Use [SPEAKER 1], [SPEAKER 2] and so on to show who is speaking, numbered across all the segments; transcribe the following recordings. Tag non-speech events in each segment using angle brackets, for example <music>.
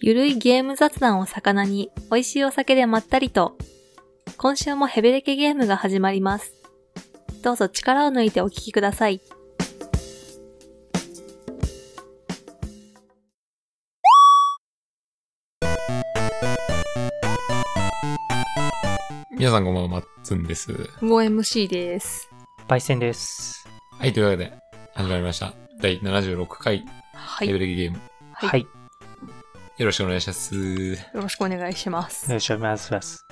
[SPEAKER 1] ゆるいゲーム雑談を魚に、美味しいお酒でまったりと。今週もヘベレケゲームが始まります。どうぞ力を抜いてお聞きください。
[SPEAKER 2] 皆さんこんばんは、まっつんです。
[SPEAKER 1] もう MC です。
[SPEAKER 3] 焙煎です。
[SPEAKER 2] はい、というわけで、始まりました。第76回、
[SPEAKER 1] は
[SPEAKER 2] レ
[SPEAKER 1] い。
[SPEAKER 2] ベ
[SPEAKER 1] よ
[SPEAKER 2] ルゲーム。
[SPEAKER 1] はい
[SPEAKER 3] はい。
[SPEAKER 2] よろしくお願いします。
[SPEAKER 1] ろしくお願いしま
[SPEAKER 3] お願
[SPEAKER 1] す。
[SPEAKER 3] いします。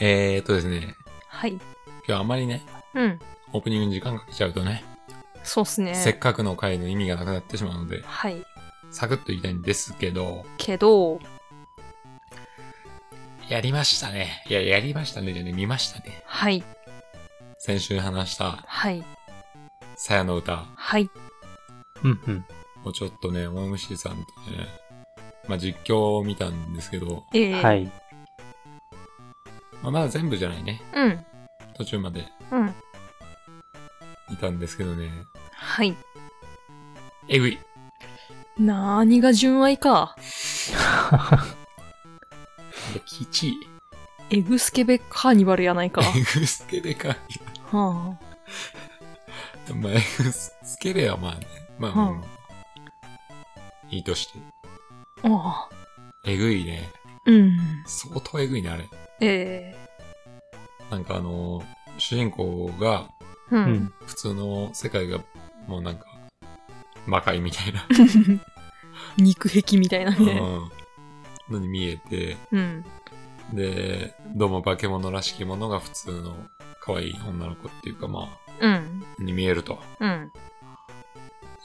[SPEAKER 2] えーっとですね、
[SPEAKER 1] はい。
[SPEAKER 2] 今日あまりね、
[SPEAKER 1] うん。
[SPEAKER 2] オープニングに時間かけちゃうとね、
[SPEAKER 1] そうっすね。
[SPEAKER 2] せっかくの回の意味がなくなってしまうので、
[SPEAKER 1] はい。
[SPEAKER 2] サクッといきたいんですけど、
[SPEAKER 1] けど、
[SPEAKER 2] やりましたね。いや、やりましたね。じゃね、見ましたね。
[SPEAKER 1] はい。
[SPEAKER 2] 先週話した、
[SPEAKER 1] はい。
[SPEAKER 2] さやの歌
[SPEAKER 1] はい。
[SPEAKER 3] うんうん。
[SPEAKER 2] をちょっとね、おむしさんとね、まあ、実況を見たんですけど、
[SPEAKER 1] えー、
[SPEAKER 3] はい。
[SPEAKER 2] まあ、まだ全部じゃないね。
[SPEAKER 1] うん。
[SPEAKER 2] 途中まで
[SPEAKER 1] うん。
[SPEAKER 2] いたんですけどね、
[SPEAKER 1] はい。
[SPEAKER 2] えぐい。
[SPEAKER 1] なーにが純愛か。
[SPEAKER 2] で、きちい。
[SPEAKER 1] エグスケベカーニバルやないか。は
[SPEAKER 2] エグスケベか。
[SPEAKER 1] あ。
[SPEAKER 2] まあ、エグスケベはまあね。まあ、
[SPEAKER 1] うん
[SPEAKER 2] まあいいとして。
[SPEAKER 1] ああ。
[SPEAKER 2] えぐいね。
[SPEAKER 1] うん。
[SPEAKER 2] 相当えぐいね、あれ。
[SPEAKER 1] ええ
[SPEAKER 2] なんかあのー、主人公が、
[SPEAKER 1] ー。う
[SPEAKER 3] うんん。
[SPEAKER 2] 普通の世界が、もうなんか、魔界みたいな、
[SPEAKER 1] <laughs> 肉壁みたいなね。
[SPEAKER 2] うん、のに見えて、
[SPEAKER 1] うん。
[SPEAKER 2] で、どうも化け物らしきものが普通の可愛い女の子っていうかま
[SPEAKER 1] うん。
[SPEAKER 2] あ、に見えると
[SPEAKER 1] うん。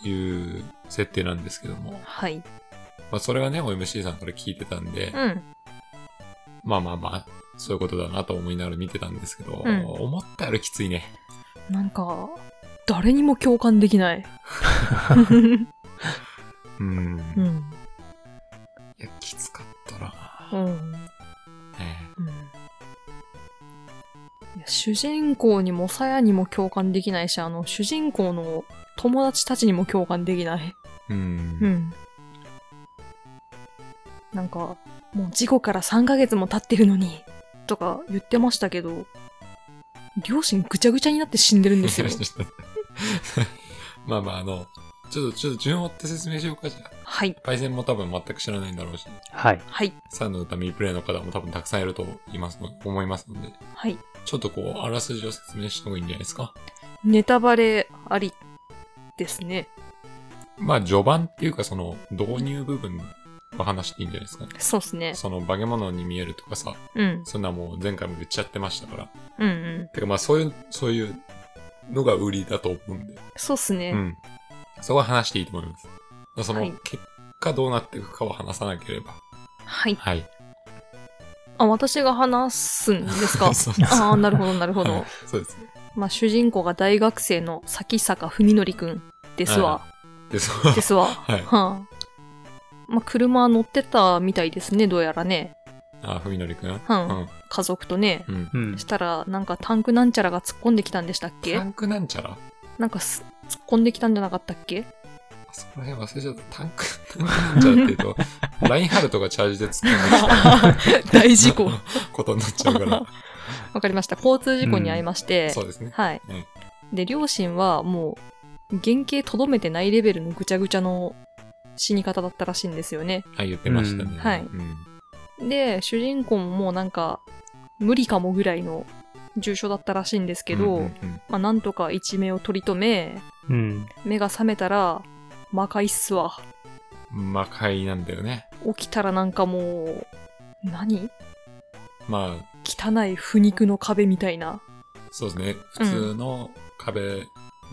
[SPEAKER 2] いう設定なんですけども。
[SPEAKER 1] はい。
[SPEAKER 2] まあそれはね、OMC さんから聞いてたんで、
[SPEAKER 1] うん。
[SPEAKER 2] まあまあまあ、そういうことだなと思いながら見てたんですけど、
[SPEAKER 1] うん
[SPEAKER 2] 思ったよりきついね。
[SPEAKER 1] なんか、誰にも共感できない。
[SPEAKER 2] うん。
[SPEAKER 1] う
[SPEAKER 2] い
[SPEAKER 1] ん。
[SPEAKER 2] や、きつかったな。
[SPEAKER 1] うん。
[SPEAKER 2] え
[SPEAKER 1] うんいや主人公にもさやにも共感できないし、あの、主人公の友達たちにも共感できない。
[SPEAKER 2] えう。
[SPEAKER 1] うんん。なんか、もう事故から3ヶ月も経ってるのに、とか言ってましたけど、両親ぐちゃぐちゃになって死んでるんです <laughs> よ。
[SPEAKER 2] <laughs> まあまあ、あの、ちょっと、ちょっと順を追って説明しようかじゃあ。
[SPEAKER 1] はい。
[SPEAKER 2] パイセンも多分全く知らないんだろうし、
[SPEAKER 3] はい。
[SPEAKER 1] はい。
[SPEAKER 2] サンの歌ミープレイの方も多分たくさんいるといますの思いますので、
[SPEAKER 1] はい。
[SPEAKER 2] ちょっとこう、あらすじを説明した方がいいんじゃないですか。
[SPEAKER 1] ネタバレありですね。
[SPEAKER 2] まあ、序盤っていうか、その、導入部分は話していいんじゃないですかね。
[SPEAKER 1] そうっすね。
[SPEAKER 2] その、化け物に見えるとかさ、
[SPEAKER 1] うん。
[SPEAKER 2] そんなもう前回も言っちゃってましたから。
[SPEAKER 1] うんうん。
[SPEAKER 2] てかまあそういう、そういうのが売りだと思うんで。
[SPEAKER 1] そうっすね。
[SPEAKER 2] うん。そこは話していいと思います。その
[SPEAKER 1] はい
[SPEAKER 2] 結果どうなっていくかは話さなければ。
[SPEAKER 1] はい。
[SPEAKER 2] はい。
[SPEAKER 1] あ、私が話すんですか
[SPEAKER 2] <laughs> そうです
[SPEAKER 1] ああ、なるほど、なるほ
[SPEAKER 2] はい
[SPEAKER 1] ど。
[SPEAKER 2] そうです。
[SPEAKER 1] まあ、主人公が大学生の崎坂文則くんですわ。
[SPEAKER 2] で、そう。
[SPEAKER 1] ですわ。は
[SPEAKER 2] はい。
[SPEAKER 1] あ。まあ、車乗ってたみたいですね、どうやらね。
[SPEAKER 2] あ、ふみのりくん。
[SPEAKER 1] う。
[SPEAKER 2] うんん。
[SPEAKER 1] 家族とね。
[SPEAKER 2] うん。
[SPEAKER 3] うん
[SPEAKER 1] し。たら、なんかタンクなんちゃらが突っ込んできたんでしたっけ
[SPEAKER 2] タンクなんちゃら
[SPEAKER 1] なんかす突っ込んできたんじゃなかったっ
[SPEAKER 2] <laughs>
[SPEAKER 1] け <laughs>
[SPEAKER 2] あそこら辺忘れちゃった。タンク、タンクなんちゃらっていうと、
[SPEAKER 1] <laughs>
[SPEAKER 2] ラインハルトがチャージで突っ込んで
[SPEAKER 1] 大事故。
[SPEAKER 2] <laughs> ことになっちゃ
[SPEAKER 1] <laughs>
[SPEAKER 2] うから。
[SPEAKER 1] わかりました。交通事故に遭いまして。
[SPEAKER 2] そうですね。
[SPEAKER 1] はい。
[SPEAKER 2] うん
[SPEAKER 1] で、両親はもう、原型とどめてないレベルのぐちゃぐちゃの死に方だったらしいんですよね。
[SPEAKER 2] はい、言ってましたね。
[SPEAKER 3] うん
[SPEAKER 1] はい
[SPEAKER 2] うん。
[SPEAKER 1] で、主人公ももうなんか、無理かもぐらいの重症だったらしいんですけど、
[SPEAKER 2] うんうんうん
[SPEAKER 1] まあなんとか一命を取り留め、
[SPEAKER 3] うん。
[SPEAKER 1] 目が覚めたら、魔界っすわ。
[SPEAKER 2] 魔界なんだよね。
[SPEAKER 1] 起きたらなんかもう、何
[SPEAKER 2] まあ、
[SPEAKER 1] 汚い腐肉の壁みたいな。
[SPEAKER 2] そうですね。普通の壁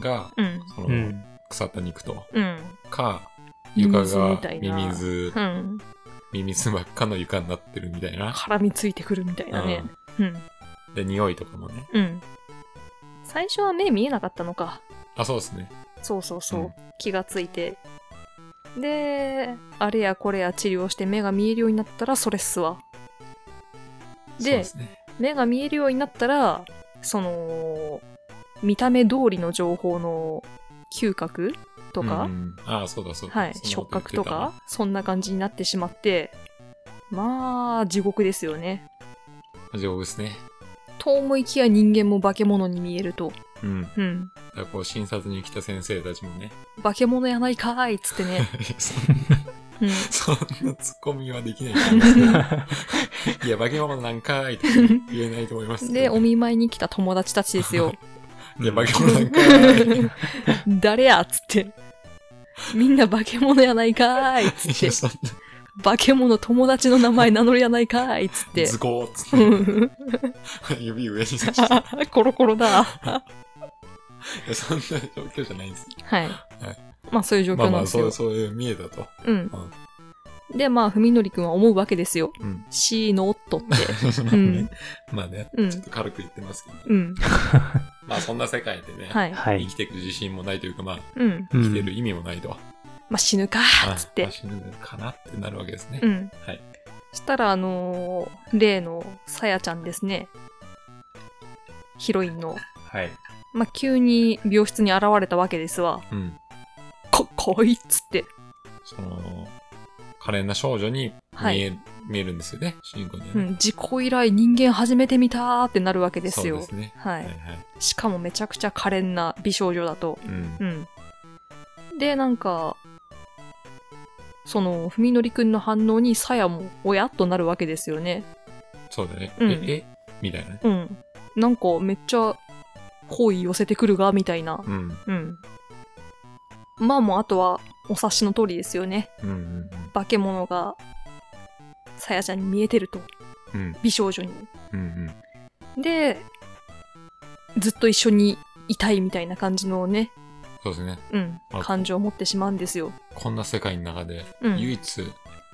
[SPEAKER 2] が、
[SPEAKER 1] うん。
[SPEAKER 2] そうの
[SPEAKER 3] ん。
[SPEAKER 2] 腐った肉と
[SPEAKER 1] うん。
[SPEAKER 2] か、
[SPEAKER 1] ミミ
[SPEAKER 2] 床
[SPEAKER 1] ズみ
[SPEAKER 2] が
[SPEAKER 1] たい
[SPEAKER 2] ミ
[SPEAKER 1] な
[SPEAKER 2] ミズ
[SPEAKER 1] う、ん。
[SPEAKER 2] ミミズばっかの床になってるみたいな。
[SPEAKER 1] 絡みついてくるみたいなね。うん。
[SPEAKER 2] で、匂いとかもね。
[SPEAKER 1] うん。最初は目見えなかったのか。
[SPEAKER 2] あ、そうですね。
[SPEAKER 1] そうそうそう。
[SPEAKER 2] うん
[SPEAKER 1] 気がついて。で、あれやこれや治療して目が見えるようになったらそれっすわ。で
[SPEAKER 2] そうですね。
[SPEAKER 1] 目が見えるようになったら、その、見た目通りの情報の嗅覚とか、
[SPEAKER 2] うんうんあ、そうだそうだ。
[SPEAKER 1] はい、
[SPEAKER 2] そんな
[SPEAKER 1] 触
[SPEAKER 2] こと
[SPEAKER 1] 覚と
[SPEAKER 2] 言ってたな
[SPEAKER 1] か、そんな感じになってしまって、まあ、地獄ですよね。
[SPEAKER 2] 地獄ですね。
[SPEAKER 1] と思いきや人間も化け物に見えると。
[SPEAKER 2] うん。だ
[SPEAKER 1] うん。
[SPEAKER 2] からこう、診察に来た先生たちもね。 <laughs>
[SPEAKER 1] 化け物やないかーいっつってね。 <laughs> うん。
[SPEAKER 2] そんなツッコミはできないと思いますけどいや、化け物なんかーいって言えないと思いますけどね
[SPEAKER 1] で、お見舞いに来た友達たちですよ。
[SPEAKER 2] いや、化け
[SPEAKER 1] <laughs>
[SPEAKER 2] 物なんかーい。
[SPEAKER 1] 誰やっつって。みんな化け物やないかーいっつ
[SPEAKER 2] い
[SPEAKER 1] っ
[SPEAKER 2] や
[SPEAKER 1] て。
[SPEAKER 2] そんな
[SPEAKER 1] 化け物友達の名前名乗りやないかーいっつって。
[SPEAKER 2] ズコーっつ
[SPEAKER 1] う
[SPEAKER 2] っ
[SPEAKER 1] ん
[SPEAKER 2] て、指上に刺して。
[SPEAKER 1] <laughs> コロコロだ。
[SPEAKER 2] いやそんな状況じゃないんです。
[SPEAKER 1] はい。まあそういう状
[SPEAKER 2] まあ
[SPEAKER 1] 況
[SPEAKER 2] ま
[SPEAKER 1] なん
[SPEAKER 2] あ、
[SPEAKER 1] です
[SPEAKER 2] そ
[SPEAKER 1] よ。
[SPEAKER 2] う、そういう見えたと。
[SPEAKER 1] うん。で、まあ、文則くんは思うわけですよ。
[SPEAKER 2] うん。
[SPEAKER 1] しーのおっと
[SPEAKER 2] <laughs>
[SPEAKER 1] って。ん
[SPEAKER 2] まあね、
[SPEAKER 1] うん
[SPEAKER 2] ちょっと軽く言ってますけどね。
[SPEAKER 1] うん。
[SPEAKER 2] まあ、そんな世界でね、
[SPEAKER 1] はい。
[SPEAKER 3] <laughs> はい
[SPEAKER 2] 生。きていく自信もないというか、まあ、
[SPEAKER 1] うん。
[SPEAKER 3] う
[SPEAKER 2] 生
[SPEAKER 3] ん
[SPEAKER 2] きてる意味もないと。
[SPEAKER 1] まあ、死ぬか
[SPEAKER 2] あ
[SPEAKER 1] ーっつっ
[SPEAKER 2] ま
[SPEAKER 1] て
[SPEAKER 2] あ。死ぬかなってなるわけですね
[SPEAKER 1] う。ん。
[SPEAKER 2] はい。
[SPEAKER 1] したら、あのー例のさやちゃんですね。ヒロインの。
[SPEAKER 2] はい。
[SPEAKER 1] まあ、急に病室に現れたわけですわ。
[SPEAKER 2] うん。
[SPEAKER 1] こ、こいっつって。
[SPEAKER 2] その、可憐な少女に
[SPEAKER 1] は
[SPEAKER 2] 見
[SPEAKER 1] い。
[SPEAKER 2] え、見えるんですよね、主人公には
[SPEAKER 1] う
[SPEAKER 2] ね。
[SPEAKER 1] ん。自己依頼人間始めてみたーってなるわけです
[SPEAKER 2] そう
[SPEAKER 1] よ。
[SPEAKER 2] ですね。
[SPEAKER 1] は
[SPEAKER 2] はい
[SPEAKER 1] い。
[SPEAKER 2] はい。
[SPEAKER 1] しかもめちゃくちゃ可憐な美少女だと。
[SPEAKER 2] うん
[SPEAKER 1] う。ん。で、なんか、その、ふみのりくんの反応に、さやも、おやっとなるわけですよね。
[SPEAKER 2] そうだね。
[SPEAKER 1] うん
[SPEAKER 2] え、えみたいなね。
[SPEAKER 1] うん。なんか、めっちゃ、好意寄せてくるが、みたいな。
[SPEAKER 2] うん。
[SPEAKER 1] うん。まあもう、あとは、お察しの通りですよね。
[SPEAKER 2] うんうん
[SPEAKER 1] 化け物が、さやちゃんに見えてると。
[SPEAKER 2] うん。うん
[SPEAKER 1] 美少女に。
[SPEAKER 2] うん
[SPEAKER 1] で、ずっと一緒にいたいみたいな感じのね、
[SPEAKER 2] そうですね。
[SPEAKER 1] うん、
[SPEAKER 2] あ
[SPEAKER 1] 感情を持ってしまうんですよ。
[SPEAKER 2] こんな世界の中で、
[SPEAKER 1] うん。
[SPEAKER 2] 唯一、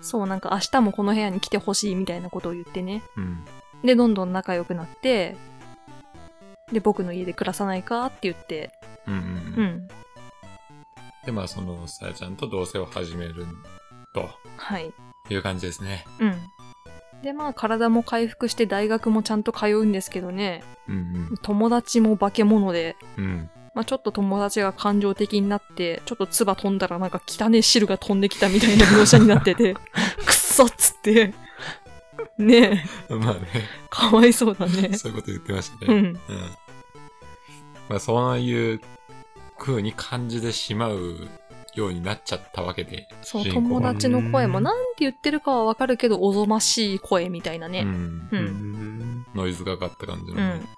[SPEAKER 1] そう、なんか明日もこの部屋に来てほしいみたいなことを言ってね。
[SPEAKER 2] うん。
[SPEAKER 1] で、どんどん仲良くなって、で、僕の家で暮らさないかって言って、
[SPEAKER 2] うんうん
[SPEAKER 1] う
[SPEAKER 2] うん。
[SPEAKER 1] ん。
[SPEAKER 2] で、まあ、その、さやちゃんと同棲を始めると
[SPEAKER 1] はい。
[SPEAKER 2] いう感じですね。
[SPEAKER 1] うん。で、まあ、体も回復して大学もちゃんと通うんですけどね、
[SPEAKER 2] うん
[SPEAKER 1] 友達も化け物で、
[SPEAKER 2] うん。うん。
[SPEAKER 1] まあ、ちょっと友達が感情的になって、ちょっと唾飛んだらなんか汚ね汁が飛んできたみたいな描写になって
[SPEAKER 2] <laughs>
[SPEAKER 1] て、くっそっつって、ね
[SPEAKER 2] まあね、
[SPEAKER 1] え、かわいそうだね。
[SPEAKER 2] そういうこと言ってました
[SPEAKER 1] う
[SPEAKER 2] ね。
[SPEAKER 1] ん。
[SPEAKER 2] うん。まあ、そういう風に感じてしまうようになっちゃったわけで、
[SPEAKER 1] そう、
[SPEAKER 2] 主人公
[SPEAKER 1] 友
[SPEAKER 2] は
[SPEAKER 1] 達の声も、
[SPEAKER 3] うん
[SPEAKER 1] なんて言ってるかはわかるけど、おぞましい声みたいな
[SPEAKER 2] う
[SPEAKER 1] ね。
[SPEAKER 2] ん
[SPEAKER 1] う。
[SPEAKER 3] うんん。
[SPEAKER 2] ノイズがかった感じの
[SPEAKER 1] う
[SPEAKER 2] ね、
[SPEAKER 1] ん。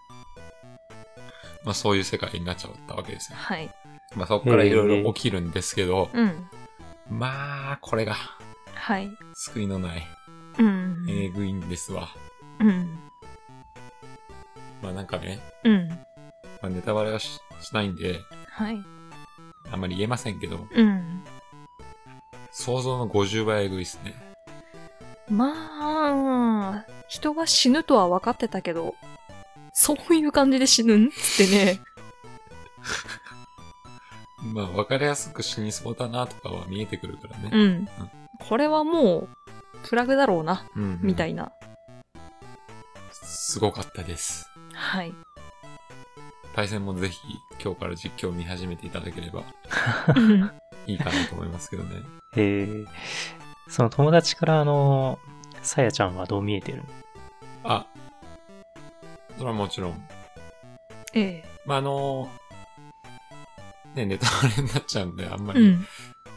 [SPEAKER 2] まあ、そういう世界になっちゃったわけですよ。
[SPEAKER 1] はい。
[SPEAKER 2] まあ、そこからいろいろ起きるんですけど、
[SPEAKER 1] うん。
[SPEAKER 2] まあ、これが
[SPEAKER 1] はい。
[SPEAKER 2] 救いのない、
[SPEAKER 1] うん。
[SPEAKER 2] えぐいんですわ。
[SPEAKER 1] うん。
[SPEAKER 2] まあ、なんかね、
[SPEAKER 1] うん。
[SPEAKER 2] まあ、ネタバレはししないんで、
[SPEAKER 1] はい。
[SPEAKER 2] あんまり言えませんけど、
[SPEAKER 1] うん。
[SPEAKER 2] 想像の50倍えぐいですね。
[SPEAKER 1] まあ、人が死ぬとは分かってたけど、そういう感じで死ぬんつってね。
[SPEAKER 2] まあ、分かりやすく死にそうだなとかは見えてくるから
[SPEAKER 1] う
[SPEAKER 2] ね。
[SPEAKER 1] ん。これはもう、プラグだろうな、
[SPEAKER 2] うん、
[SPEAKER 1] みた
[SPEAKER 2] い。
[SPEAKER 1] いな。
[SPEAKER 2] すごかったです。
[SPEAKER 1] はい。
[SPEAKER 2] 対戦もぜひ、今日から実況を見始めていただければ
[SPEAKER 1] うん
[SPEAKER 2] いいかなと思いますけどね。
[SPEAKER 3] えー、その友達から、あの、さやちゃんはどう見えてる
[SPEAKER 2] あ、それはもちろん。
[SPEAKER 1] <laughs> ええ。
[SPEAKER 2] まあ、あの、ね、ネタバレになっちゃうんで、あんま
[SPEAKER 1] う
[SPEAKER 2] り。
[SPEAKER 1] ん。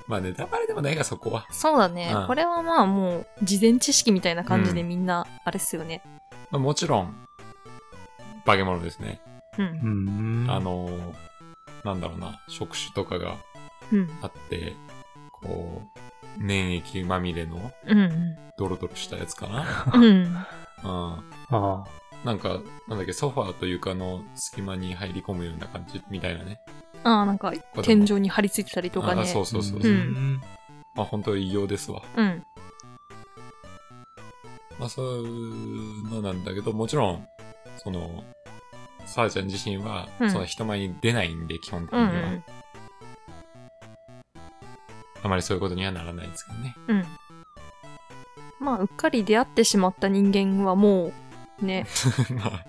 [SPEAKER 2] まあ、ネタバレでもないが、そこは。
[SPEAKER 1] そうだね
[SPEAKER 2] う。ん
[SPEAKER 1] これはまあもう、事前知識みたいな感じで
[SPEAKER 2] う
[SPEAKER 1] みんな、あれっすよね。
[SPEAKER 2] まあ、もちろん、化け物ですね。
[SPEAKER 1] うん。
[SPEAKER 3] ん
[SPEAKER 2] あ、の、なんだろうな、触手とかが
[SPEAKER 1] うん。
[SPEAKER 2] あって、こう、粘液まみれの
[SPEAKER 1] うん。
[SPEAKER 2] ドロドロしたやつかな。
[SPEAKER 1] <laughs> うん。
[SPEAKER 2] うん。
[SPEAKER 3] あ
[SPEAKER 2] なんか、なんだっけ、ソファーと床の隙間に入り込むような感じみたいなね。
[SPEAKER 1] ああ、なんか、
[SPEAKER 2] 子供
[SPEAKER 1] 天井に張り付いてたりとか
[SPEAKER 2] あ
[SPEAKER 1] ね。
[SPEAKER 2] そううそうそう。
[SPEAKER 1] う
[SPEAKER 2] うん
[SPEAKER 3] ん。
[SPEAKER 2] まあ本当異様ですわ。
[SPEAKER 1] ん。
[SPEAKER 2] まあそういうのなんだけど、もちろん、その、さあちゃん自身は、
[SPEAKER 1] うん
[SPEAKER 2] その人前に出ないんで、基本的
[SPEAKER 1] う
[SPEAKER 2] に
[SPEAKER 1] ん。う
[SPEAKER 2] は、
[SPEAKER 1] ん。
[SPEAKER 2] あまりそういうことにはならないですけどね。 <laughs>
[SPEAKER 1] うん。まあ、うっかり出会ってしまった人間はもう、 <laughs> ね、
[SPEAKER 2] まあ、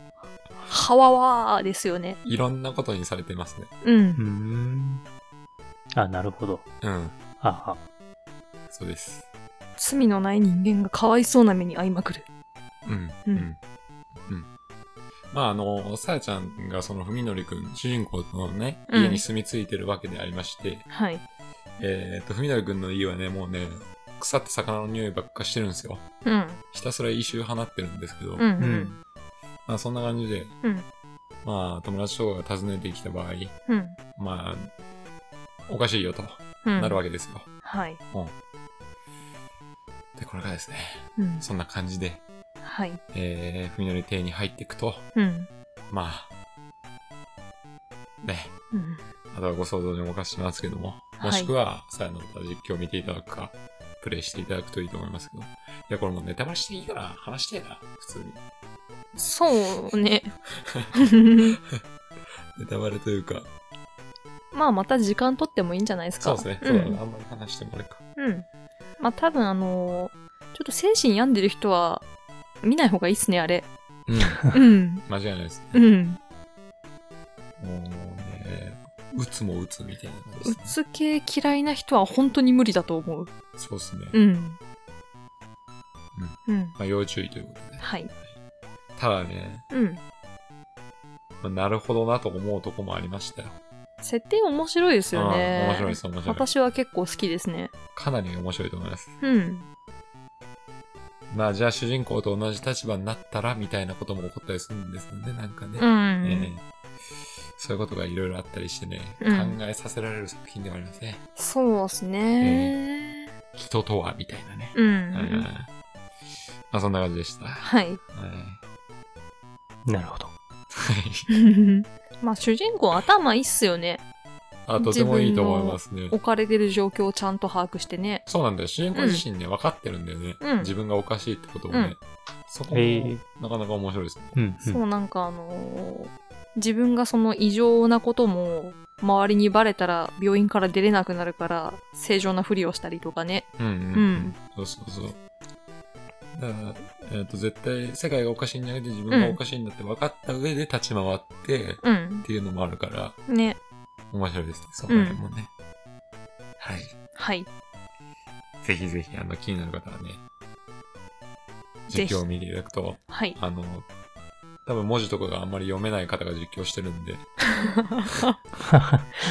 [SPEAKER 1] はわわですよね。
[SPEAKER 2] いろんなことにされてますね。
[SPEAKER 1] う。
[SPEAKER 3] うんん。あ、なるほど。
[SPEAKER 2] うん。
[SPEAKER 3] ああ。
[SPEAKER 2] そうです。
[SPEAKER 1] 罪のない人間がかわいそうな目に遭いまくる。
[SPEAKER 2] うん。
[SPEAKER 1] う
[SPEAKER 2] うんん。うん。まあ、あの、さやちゃんがその文則くん、主人公のね、
[SPEAKER 1] うん
[SPEAKER 2] 家に住み着いてるわけでありまして、
[SPEAKER 1] はい。
[SPEAKER 2] えーっと、文則くんの家はね、もうね、腐った魚の匂いばっかしてるんですよ。
[SPEAKER 1] うん。
[SPEAKER 2] ひたすら異臭放ってるんですけ
[SPEAKER 1] う
[SPEAKER 2] ど、
[SPEAKER 1] ん。う。
[SPEAKER 3] うんん。
[SPEAKER 2] まあそんな感じで、
[SPEAKER 1] うん。
[SPEAKER 2] まあ友達とかが訪ねてきた場合、
[SPEAKER 1] うん。
[SPEAKER 2] まあ、おかしいよと、
[SPEAKER 1] うん。
[SPEAKER 2] なるわけですよ。
[SPEAKER 1] はい。
[SPEAKER 2] で、これがですね、
[SPEAKER 1] うん。
[SPEAKER 2] そんな感じで、
[SPEAKER 1] はい。
[SPEAKER 2] えー、文則邸に入っていくと、
[SPEAKER 1] うん。
[SPEAKER 2] まあ、ね、
[SPEAKER 1] うん。
[SPEAKER 2] あとはご想像にお任せしますけども、
[SPEAKER 1] はい
[SPEAKER 2] もしくは、さやの歌実況を見ていただくか、プレイしていただくといいと思いますけど。いや、これもうネタバレしていいから、話してえな、普通に。
[SPEAKER 1] そう
[SPEAKER 2] <laughs>
[SPEAKER 1] ね。
[SPEAKER 2] ネタバレというか、
[SPEAKER 1] まあまた時間取ってもいいんじゃないです
[SPEAKER 2] そう
[SPEAKER 1] か。
[SPEAKER 2] ですね、
[SPEAKER 1] ん
[SPEAKER 2] そうだねあんまり話してもあれか。
[SPEAKER 1] うん。まあ多分あのーちょっと精神病んでる人は見ない方がいいっすね、あれ。
[SPEAKER 2] うん、
[SPEAKER 1] うん。
[SPEAKER 2] <laughs> 間違いないです
[SPEAKER 1] う
[SPEAKER 2] ね。
[SPEAKER 1] ん。
[SPEAKER 2] もうね、打つも打つみたいなこと
[SPEAKER 1] う
[SPEAKER 2] です
[SPEAKER 1] つ
[SPEAKER 2] ね。
[SPEAKER 1] 系嫌いな人は本当に無理だと思う。
[SPEAKER 2] そうですね。
[SPEAKER 1] うん。うん。
[SPEAKER 2] まあ、要注意ということで。
[SPEAKER 1] はい。
[SPEAKER 2] ただね、
[SPEAKER 1] うん。
[SPEAKER 2] まあなるほどなと思うとこもありましたよ。
[SPEAKER 1] 設定面白いですよね
[SPEAKER 2] うん。面白いです、面白い。
[SPEAKER 1] 私は結構好きですね。
[SPEAKER 2] かなり面白いと思います。
[SPEAKER 1] うん。
[SPEAKER 2] まあじゃあ主人公と同じ立場になったらみたいなことも起こったりするんですよね、なんかね。
[SPEAKER 1] う
[SPEAKER 2] ええ
[SPEAKER 1] ん。
[SPEAKER 2] そういうことがいろいろあったりしてね、
[SPEAKER 1] うん
[SPEAKER 2] 考えさせられる作品ではありますね。
[SPEAKER 1] そうですね。
[SPEAKER 2] 人とはみたいなね。
[SPEAKER 1] う
[SPEAKER 2] うん
[SPEAKER 1] ん。
[SPEAKER 2] まあそんな感じでした。は
[SPEAKER 1] はい。
[SPEAKER 3] なるほど。
[SPEAKER 2] い。
[SPEAKER 1] <laughs> まあ主人公頭いいっすよね。
[SPEAKER 2] <laughs> あ、とてもいいと思いますね。
[SPEAKER 1] 置かれてる状況をちゃんと把握してね。
[SPEAKER 2] そうなんだよ。主人公自身ね、分かってるんだよね。
[SPEAKER 1] うん
[SPEAKER 2] 自分がおかしいってことをね。
[SPEAKER 1] うん
[SPEAKER 2] そこも、
[SPEAKER 3] ええ
[SPEAKER 2] なかなか面白いですね。
[SPEAKER 3] うん。う
[SPEAKER 1] そ
[SPEAKER 3] ん
[SPEAKER 1] うなんかあのー自分がその異常なことも周りにバレたら病院から出れなくなるから正常なふりをしたりとかね。
[SPEAKER 2] うんうん
[SPEAKER 1] う、
[SPEAKER 2] うん
[SPEAKER 1] ん。
[SPEAKER 2] そうそうそう。だから、えっ、と、絶対、世界がおかしいんじゃなくて、自分がおかしいんだって分かった上で立ち回って、っ
[SPEAKER 1] うん。
[SPEAKER 2] ていうのもあるから、
[SPEAKER 1] ね。
[SPEAKER 2] 面白いですね。そんなのもね。はい。
[SPEAKER 1] はい。
[SPEAKER 2] ぜひぜひ、あの、気になる方はね、
[SPEAKER 1] ぜひ
[SPEAKER 2] 実況を見ていただくと、
[SPEAKER 1] はい。
[SPEAKER 2] あの、多分文字とかがあんまり読めない方が実況してるんで、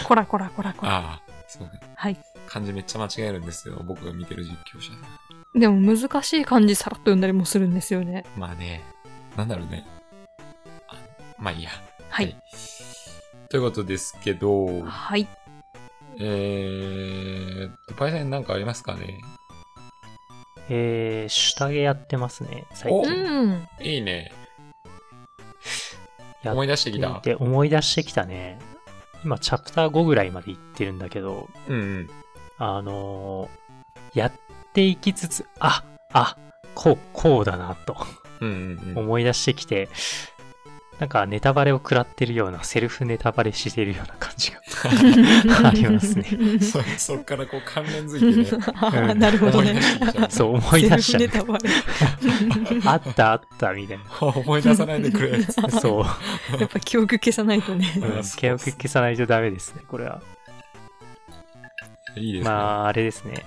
[SPEAKER 1] こらこらこらこら。
[SPEAKER 2] ああ、そうね。
[SPEAKER 1] はい。
[SPEAKER 2] 漢字めっちゃ間違えるんですよ。僕が見てる実況者さん。
[SPEAKER 1] でも難しい漢字さらっと読んだりもするんですよね。
[SPEAKER 2] まあね、なんだろうね。あまあいいや。
[SPEAKER 1] はい。
[SPEAKER 2] ということですけど、
[SPEAKER 1] はい。
[SPEAKER 2] えーっと、パイセンなんかありますかね
[SPEAKER 3] <laughs> えー、下着やってますね、最
[SPEAKER 2] お
[SPEAKER 1] う
[SPEAKER 3] 近。
[SPEAKER 2] <laughs>
[SPEAKER 1] ん。
[SPEAKER 2] いいね。
[SPEAKER 3] や
[SPEAKER 2] 思い
[SPEAKER 3] っ
[SPEAKER 2] 出してき
[SPEAKER 3] て
[SPEAKER 2] た
[SPEAKER 3] い。て思い出してきたね。今、チャプター5ぐらいまで行ってるんだけど、
[SPEAKER 2] うんうん。
[SPEAKER 3] あのーやっていきつつ、あ、あ、こう、こうだな、と
[SPEAKER 2] うんうんうん。
[SPEAKER 3] 思い出してきて、なんかネタバレを食らってるような、セルフネタバレしてるような感
[SPEAKER 1] <laughs>
[SPEAKER 3] じが。ありますね
[SPEAKER 2] <laughs> そそっからこう関連づ
[SPEAKER 1] <laughs>
[SPEAKER 2] いてね。 <laughs>
[SPEAKER 3] うん
[SPEAKER 1] なるほど
[SPEAKER 2] 思い
[SPEAKER 1] ね
[SPEAKER 2] 出。してきちゃう
[SPEAKER 3] そう、思い出し
[SPEAKER 1] セルフネ
[SPEAKER 3] ち
[SPEAKER 1] タ
[SPEAKER 3] ゃう。
[SPEAKER 1] バレ <laughs>
[SPEAKER 3] あったあった、みたいな。
[SPEAKER 2] 思い出さないでくれ。
[SPEAKER 3] そう。
[SPEAKER 1] やっぱ記憶消さないとね。
[SPEAKER 2] うん
[SPEAKER 3] うん記憶消さないとダメですね、これは。
[SPEAKER 2] いいですね。
[SPEAKER 3] まあ、あれですね。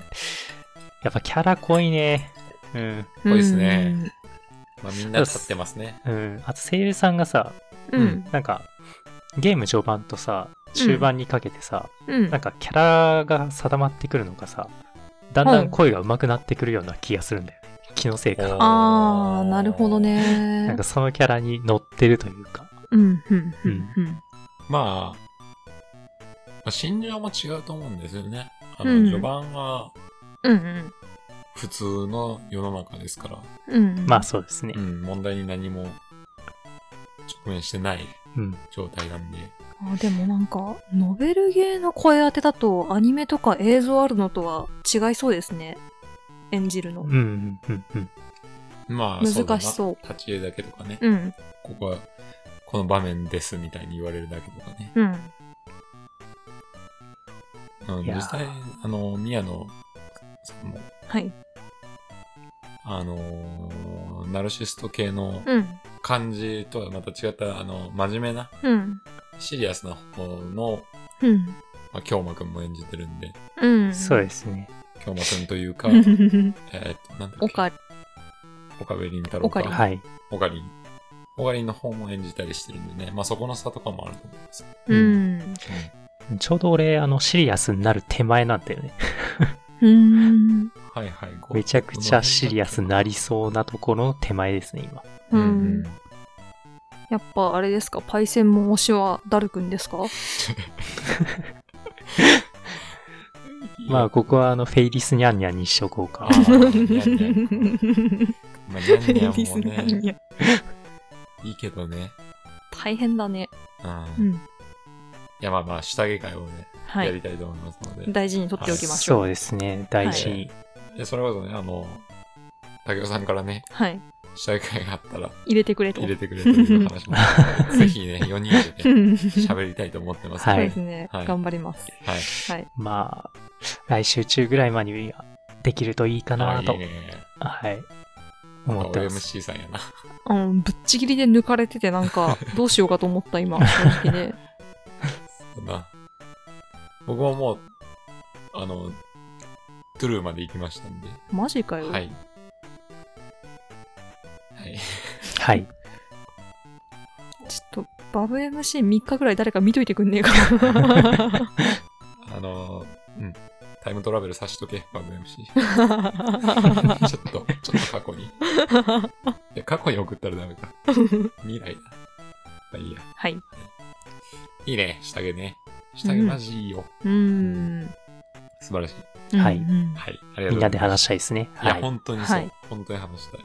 [SPEAKER 3] やっぱキャラ濃いね。うん。
[SPEAKER 2] こいですねまあみんな立ってますね。
[SPEAKER 3] うん。あと、声優さんがさ、
[SPEAKER 1] うん。うん。
[SPEAKER 3] なんか、ゲーム序盤とさ、中盤にかけてさ、
[SPEAKER 1] うん
[SPEAKER 3] なんかキャラが定まってくるのかさ、だんだん声が上手くなってくるような気がするんだよね。気のせいか。
[SPEAKER 1] あー、なるほど。ね。
[SPEAKER 3] なんかそのキャラに乗ってるというか。
[SPEAKER 1] うん、うん、うん、うん。
[SPEAKER 2] まあ、まあ、心情も違うと思うんですよね。あの、
[SPEAKER 1] うん
[SPEAKER 2] 序盤は
[SPEAKER 1] うん、
[SPEAKER 2] 普通の世の中ですから、
[SPEAKER 1] うん。うん。
[SPEAKER 3] まあ、そうですね
[SPEAKER 2] う。ん、問題に何も直面してない
[SPEAKER 3] うん。
[SPEAKER 2] 状態なんで。
[SPEAKER 1] あでもなんか、ノベルゲーの声当てだと、アニメとか映像あるのとは違いそうですね。演じるの
[SPEAKER 3] うん。。うん。うん。うん。
[SPEAKER 2] まあ、
[SPEAKER 1] 難しそう
[SPEAKER 2] だな立ち絵だけとかね、
[SPEAKER 1] うん、
[SPEAKER 2] ここは、この場面ですみたいに言われるだけとかね。
[SPEAKER 1] うん。
[SPEAKER 2] うん、
[SPEAKER 3] いやー
[SPEAKER 2] 実際、あの、宮野さんも、
[SPEAKER 1] はい。
[SPEAKER 2] あのーナルシスト系の
[SPEAKER 1] うん、
[SPEAKER 2] 感じとはまた違った、あの、真面目な、
[SPEAKER 1] うん、
[SPEAKER 2] シリアスな方の、
[SPEAKER 1] うん。
[SPEAKER 2] まあ、京馬くんも演じてるんで、
[SPEAKER 1] うん。
[SPEAKER 3] そうですね。
[SPEAKER 2] 京馬さんという
[SPEAKER 3] <laughs>
[SPEAKER 1] <laughs>
[SPEAKER 2] か、えー、となんだっけ
[SPEAKER 1] 岡
[SPEAKER 2] 岡部倫太郎か。
[SPEAKER 1] 岡
[SPEAKER 3] はい。
[SPEAKER 2] オカリン。オカリンの方も演じたりしてるんでね、まあそこの差とかもあると思います。
[SPEAKER 1] うん。
[SPEAKER 3] ちょうど俺、あの、シリアスになる手前なんだよね。
[SPEAKER 1] うん。
[SPEAKER 2] はいはい。こう
[SPEAKER 3] めちゃくちゃシリアスになりそうなところの手前ですね、今。
[SPEAKER 2] う
[SPEAKER 1] うんん。やっぱあれですか、パイセンも推しはダルくんですか
[SPEAKER 3] まあ、ここは、あの、フェイリスニャンニャンにしとこ
[SPEAKER 1] <laughs>
[SPEAKER 3] うか
[SPEAKER 2] あ。ーニャンニャンまあ、ニャン
[SPEAKER 1] リ
[SPEAKER 2] ニャ
[SPEAKER 1] ス
[SPEAKER 2] ンも
[SPEAKER 1] ナー
[SPEAKER 2] ね、
[SPEAKER 1] に
[SPEAKER 2] いいけどね。
[SPEAKER 1] 大変だね。
[SPEAKER 2] うん。
[SPEAKER 1] う
[SPEAKER 2] い
[SPEAKER 1] ん。
[SPEAKER 2] や、まあまあ、下下界をね、
[SPEAKER 1] は
[SPEAKER 2] や
[SPEAKER 1] い。
[SPEAKER 2] りたいと思いますので。
[SPEAKER 1] 大事に取っておきましょう。
[SPEAKER 3] そうですね、大事に。
[SPEAKER 2] いや、それこそね、あの、竹雄さんからね、
[SPEAKER 1] はい。
[SPEAKER 2] 下下界があったら
[SPEAKER 1] 入れてくれと。
[SPEAKER 2] 入れてくれという話もあったので、ぜひね、4人でね、
[SPEAKER 1] <laughs> そう
[SPEAKER 2] 喋りたいと思ってます。
[SPEAKER 3] はい
[SPEAKER 1] ですね。
[SPEAKER 2] はい
[SPEAKER 1] 頑張ります。
[SPEAKER 2] はい。
[SPEAKER 1] はい。
[SPEAKER 3] まあ、来週中ぐらいまでにできるといいか
[SPEAKER 2] あ
[SPEAKER 3] な
[SPEAKER 2] ーい
[SPEAKER 3] と
[SPEAKER 2] い。ね。
[SPEAKER 3] はい。
[SPEAKER 2] なん
[SPEAKER 3] 思
[SPEAKER 2] か
[SPEAKER 3] ってます。
[SPEAKER 2] OMC さんやな。
[SPEAKER 1] うん、ぶっちぎりで抜かれてて、なん
[SPEAKER 2] <laughs>
[SPEAKER 1] か、どうしようかと思った、今、正直ね。
[SPEAKER 2] そんな。僕ももう、あの、トゥルーまで行きましたんで。
[SPEAKER 1] マジかよ。
[SPEAKER 2] はい。はい。
[SPEAKER 3] はい。
[SPEAKER 1] ちょっと、バブ MC3 日ぐらい誰か見といてくんねえかな。
[SPEAKER 2] あの、うん。タイムトラベルさしとけ、バブ MC。ちょっと、ちょっと過去に。いや、過去に送ったらダ
[SPEAKER 1] <laughs>
[SPEAKER 2] メか。未来だ。まあいいや。
[SPEAKER 1] はい。
[SPEAKER 2] いいね、下着ね。下着マジいいよ。
[SPEAKER 1] うーん。
[SPEAKER 2] 素晴らしい。
[SPEAKER 3] はい
[SPEAKER 1] うん
[SPEAKER 2] はい。ありがとうございます。
[SPEAKER 3] みんなで話したいですね。
[SPEAKER 2] いや、
[SPEAKER 3] はい。
[SPEAKER 2] 本当にそう、
[SPEAKER 1] はい
[SPEAKER 2] 本当に話したい。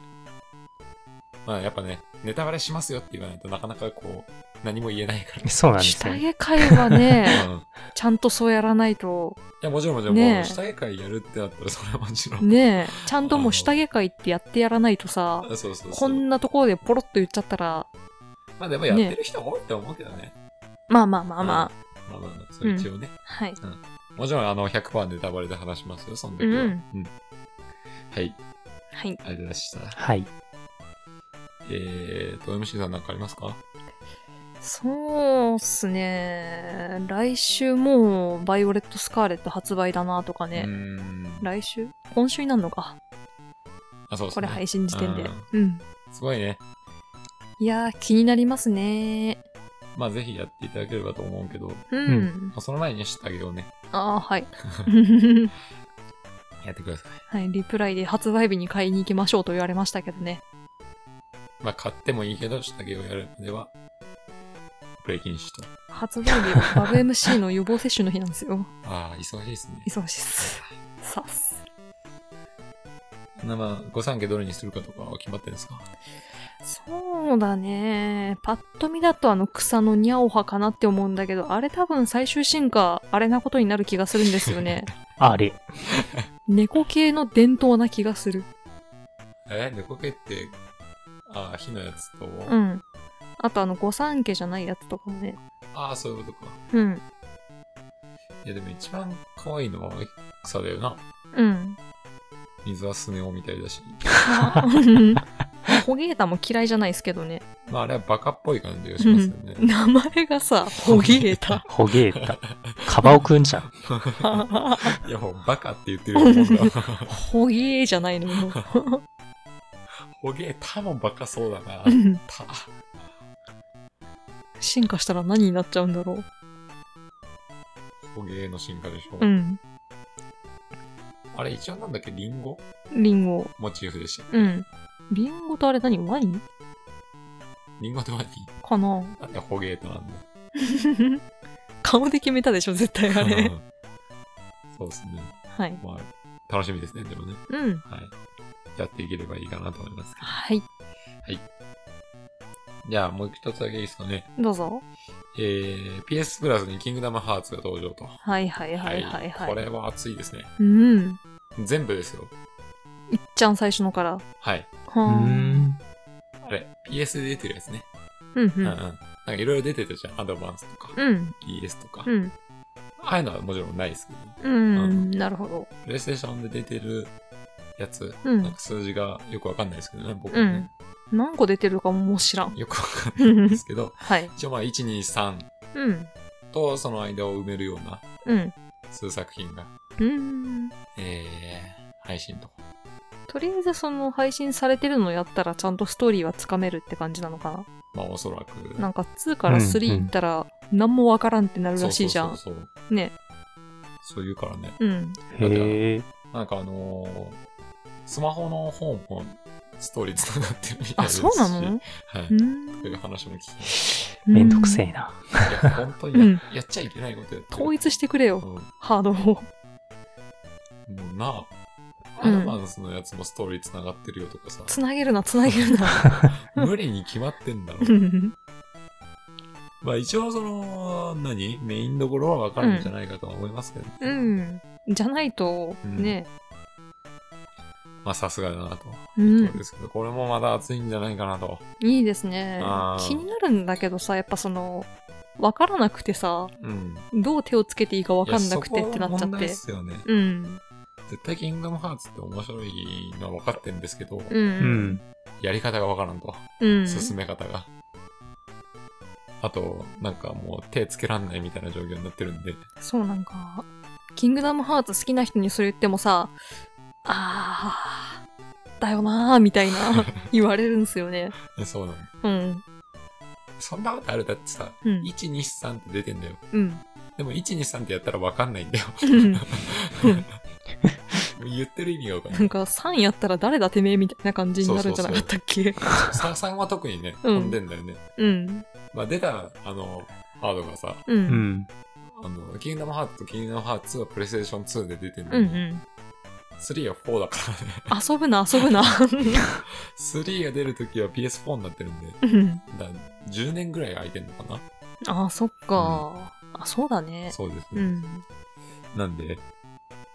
[SPEAKER 2] まあ、やっぱね、ネタバレしますよって言わないとなかなかこう、何も言えないか
[SPEAKER 3] そうなんです
[SPEAKER 1] 下
[SPEAKER 3] ね。
[SPEAKER 1] 着会はね、
[SPEAKER 2] ら。うん。い
[SPEAKER 1] ちゃんとそうやらないと、
[SPEAKER 2] や、もちろんもちろん、
[SPEAKER 1] ねえ
[SPEAKER 2] もう下絵会やるってなったら、それはもちろん。
[SPEAKER 1] ねえ、ちゃんともう下着会ってやってやらないとさ、
[SPEAKER 2] あそうそうそ
[SPEAKER 1] こ
[SPEAKER 2] う。
[SPEAKER 1] んなところでポロッと言っちゃったら、
[SPEAKER 2] まあでもやってる人多いと思うけどね。
[SPEAKER 1] まあまあまあま
[SPEAKER 2] まあまあまあ、それ一応ね
[SPEAKER 1] あ。。はい。
[SPEAKER 2] もちろん、あの、100%ネタバレで話しますよ、その時は。
[SPEAKER 1] う
[SPEAKER 2] うんん。はい、
[SPEAKER 1] はい。
[SPEAKER 2] ありがとうございました。
[SPEAKER 3] はい。
[SPEAKER 2] えーと、MC さんなんかありますか
[SPEAKER 1] そうっすね。来週もう、バイオレット・スカーレット発売だなとか
[SPEAKER 2] う
[SPEAKER 1] ね。
[SPEAKER 2] ーん。
[SPEAKER 1] 来週今週になるのか。
[SPEAKER 2] あ、そうですね。
[SPEAKER 1] これ配信時点で
[SPEAKER 2] うん。
[SPEAKER 1] うん。
[SPEAKER 2] すごいね。
[SPEAKER 1] いやー、気になりますね。
[SPEAKER 2] まあ、ぜひやっていただければと思うけど、ま
[SPEAKER 1] うん。
[SPEAKER 3] う
[SPEAKER 2] あその前に下着をね、
[SPEAKER 1] ああ、
[SPEAKER 2] <laughs>
[SPEAKER 1] はい。
[SPEAKER 2] やってください。
[SPEAKER 1] はい、リプライで発売日に買いに行きましょうと言われましたけどね。
[SPEAKER 2] まあ、買ってもいいけど、下着をやるまでは、プレイ禁止と。
[SPEAKER 1] 発売日はバブ MC の予防接種の日なんです <laughs> よ。
[SPEAKER 2] ああ、忙しいですね。
[SPEAKER 1] 忙しいっす。さっす。
[SPEAKER 2] なまあ、ご三家どれにするかとかは決まってるんですか
[SPEAKER 1] そうだね。パッと見だとあの草のニャオハかなって思うんだけど、あれ多分最終進化、あれなことになる気がするんですよ <laughs> ね。
[SPEAKER 3] あれ。
[SPEAKER 1] 猫系の伝統な気がする。
[SPEAKER 2] え猫系って、ああ、火のやつと、
[SPEAKER 1] うん。あとあの、御三家じゃないやつとかもね。
[SPEAKER 2] ああ、そういうことか。
[SPEAKER 1] うん。
[SPEAKER 2] いや、でも一番可愛いのは草だよな。
[SPEAKER 1] うん。
[SPEAKER 2] 水はスネ夫みたいだし。
[SPEAKER 1] ホゲータも嫌いじゃないですけどね。
[SPEAKER 2] まあ、あれはバカっぽい感じがしますよね。
[SPEAKER 1] <laughs> 名前がさ、ホゲータ。
[SPEAKER 3] ほげー
[SPEAKER 2] <laughs>
[SPEAKER 3] た。カバオくんじゃん。
[SPEAKER 2] いや、もうバカって言ってるようなもん <laughs> だ。
[SPEAKER 1] <laughs> ホゲーじゃないの <laughs> よ。
[SPEAKER 2] ほげえ、たもバカそうだな
[SPEAKER 1] う。ん
[SPEAKER 2] た。
[SPEAKER 1] 進化したら何になっちゃうんだろう。
[SPEAKER 2] ほげえの進化でしょ。
[SPEAKER 1] うん。
[SPEAKER 2] あれ、一応なんだっけ、リンゴ
[SPEAKER 1] リンゴ。
[SPEAKER 2] モチーフでしたっけ。
[SPEAKER 1] うん。リンゴとあれ何ワイン
[SPEAKER 2] リンゴって何
[SPEAKER 1] かな
[SPEAKER 2] なんでホゲートなんだ
[SPEAKER 1] <laughs> 顔で決めたでしょ、絶 <laughs> 対あれ。
[SPEAKER 2] そうですね。
[SPEAKER 1] はい。
[SPEAKER 2] まあ、楽しみですね、でもね。
[SPEAKER 1] うん。
[SPEAKER 2] はい。やっていければいいかなと思います。
[SPEAKER 1] はい。
[SPEAKER 2] じゃあ、もう一つだけいいですかね。
[SPEAKER 1] どうぞ。
[SPEAKER 2] えー、PS プラスにキングダムハーツが登場と。
[SPEAKER 1] はいはいはいはいはい。
[SPEAKER 2] これは熱いですね。
[SPEAKER 1] うん。
[SPEAKER 2] 全部ですよ。
[SPEAKER 1] いっちゃん最初のから。は
[SPEAKER 2] はい。
[SPEAKER 3] <laughs> うー
[SPEAKER 1] あ。
[SPEAKER 3] ん。
[SPEAKER 2] あれ、PS で出てるやつね。
[SPEAKER 1] うん
[SPEAKER 2] う
[SPEAKER 1] うん
[SPEAKER 2] うん。
[SPEAKER 1] ん。
[SPEAKER 2] なんかいろいろ出てたじゃん。アドバンスとか、
[SPEAKER 1] うん。
[SPEAKER 2] ES とか。
[SPEAKER 1] うん。
[SPEAKER 2] ああいうのはもちろんないですけ
[SPEAKER 1] う
[SPEAKER 2] ど、
[SPEAKER 1] ん。なるほど。
[SPEAKER 2] プレイステーションで出てるやつ、
[SPEAKER 1] う
[SPEAKER 2] なん
[SPEAKER 1] ん
[SPEAKER 2] か。数字がよくわかんないですけどね、僕
[SPEAKER 1] う
[SPEAKER 2] も
[SPEAKER 1] ん
[SPEAKER 2] ね。。
[SPEAKER 1] 何個出てるかももう知らん。 <laughs>
[SPEAKER 2] よくわかんないんですけど、
[SPEAKER 1] はい。
[SPEAKER 2] 一応まあ、1、2、3、
[SPEAKER 1] うん。
[SPEAKER 2] とその間を埋めるような
[SPEAKER 1] うん。
[SPEAKER 2] 数作品が、
[SPEAKER 1] うん。
[SPEAKER 2] えー、配信と。
[SPEAKER 1] とりあえずその配信されてるのやったらちゃんとストーリーはつかめるって感じなのかな
[SPEAKER 2] まあおそらく。
[SPEAKER 1] なんか2から
[SPEAKER 3] うん
[SPEAKER 1] 3
[SPEAKER 3] うん
[SPEAKER 1] 行ったら何もわからんってなるらしいじゃん。
[SPEAKER 2] そうそうそう
[SPEAKER 1] ね。
[SPEAKER 2] そう。そう言うからね。
[SPEAKER 1] うん。
[SPEAKER 3] へえ。
[SPEAKER 2] なんかあのースマホの本もストーリー繋がってるみたい
[SPEAKER 1] あ、
[SPEAKER 2] ですし。
[SPEAKER 1] そうなの
[SPEAKER 2] はい。
[SPEAKER 1] う
[SPEAKER 2] と
[SPEAKER 1] ん。
[SPEAKER 2] いう話も聞きまし
[SPEAKER 3] めんどくせえな。
[SPEAKER 2] た。いや、本当
[SPEAKER 1] う
[SPEAKER 2] に
[SPEAKER 1] ん
[SPEAKER 2] ややっちゃいけないことやってる。
[SPEAKER 1] 統一してくれよ、
[SPEAKER 2] うん
[SPEAKER 1] ハードを。
[SPEAKER 2] もうな、ア
[SPEAKER 1] うん
[SPEAKER 2] ドバンスのやつもストーリー繋がってるよとかさ、
[SPEAKER 1] つなげるな、つなげる
[SPEAKER 2] <laughs>
[SPEAKER 1] な。
[SPEAKER 2] 無理に決まってんだろ
[SPEAKER 1] う。ん
[SPEAKER 2] まあ一応その、何メインどころはわかるんじゃないかとは思いますけど、
[SPEAKER 1] うん。じゃないと、
[SPEAKER 2] うん
[SPEAKER 1] ね。
[SPEAKER 2] まあさすがだなと。
[SPEAKER 1] う。
[SPEAKER 2] そうんですけど、これもまだ熱いんじゃないかなと。
[SPEAKER 1] いいですね
[SPEAKER 2] あ。ー
[SPEAKER 1] 気になるんだけどさ、やっぱその、わからなくてさ、
[SPEAKER 2] うん。
[SPEAKER 1] どう手をつけていいかわかんなくてってなっちゃ
[SPEAKER 2] いやそこは問
[SPEAKER 1] っ
[SPEAKER 2] 題
[SPEAKER 1] て
[SPEAKER 2] で。すよね。
[SPEAKER 1] うん。
[SPEAKER 2] 絶対キングダムハーツって面白いのは分かってんですけど、
[SPEAKER 1] う。
[SPEAKER 3] うんん。
[SPEAKER 2] やり方が分からんと。
[SPEAKER 1] うん。
[SPEAKER 2] 進め方が。あと、なんかもう手つけらんないみたいな状況になってるんで。
[SPEAKER 1] そうなんか、キングダムハーツ好きな人にそれ言ってもさ、あー、だよなーみたい <laughs> な言われるんですよね。
[SPEAKER 2] えそうなの。
[SPEAKER 1] うん。
[SPEAKER 2] そんなことあるだってさ、
[SPEAKER 1] うん。
[SPEAKER 2] 1、2、3って出てんだよ。
[SPEAKER 1] うん。
[SPEAKER 2] でも1、2、3ってやったら分かんな
[SPEAKER 1] <laughs>
[SPEAKER 2] いんだよ。
[SPEAKER 1] うん
[SPEAKER 2] もう言ってる意味が分かん
[SPEAKER 1] な
[SPEAKER 2] なんい。
[SPEAKER 1] か3やったら誰だてめえみたいな感じになるんじゃなかったっけ
[SPEAKER 2] 3、3は特にね、
[SPEAKER 1] うん
[SPEAKER 2] 飛んでんだよね。
[SPEAKER 1] うん。
[SPEAKER 2] まあ出た、あの、ハードがさ、
[SPEAKER 1] う。
[SPEAKER 3] うんん。
[SPEAKER 2] あの、キングダムハーツとキングダムハーツ2はプレイステーション2で出てる
[SPEAKER 1] うんう
[SPEAKER 2] のに、
[SPEAKER 1] ん。
[SPEAKER 2] 3は4だからね。
[SPEAKER 1] 遊ぶな、遊ぶ <laughs> な。
[SPEAKER 2] 3が出るときは PS4 になってるんで、
[SPEAKER 1] うん。
[SPEAKER 2] だ10年ぐらい空いてんのかな
[SPEAKER 1] あー、そっか。あ、そうだね。
[SPEAKER 2] そうです
[SPEAKER 1] う
[SPEAKER 2] ね。
[SPEAKER 1] ん。
[SPEAKER 2] なんで、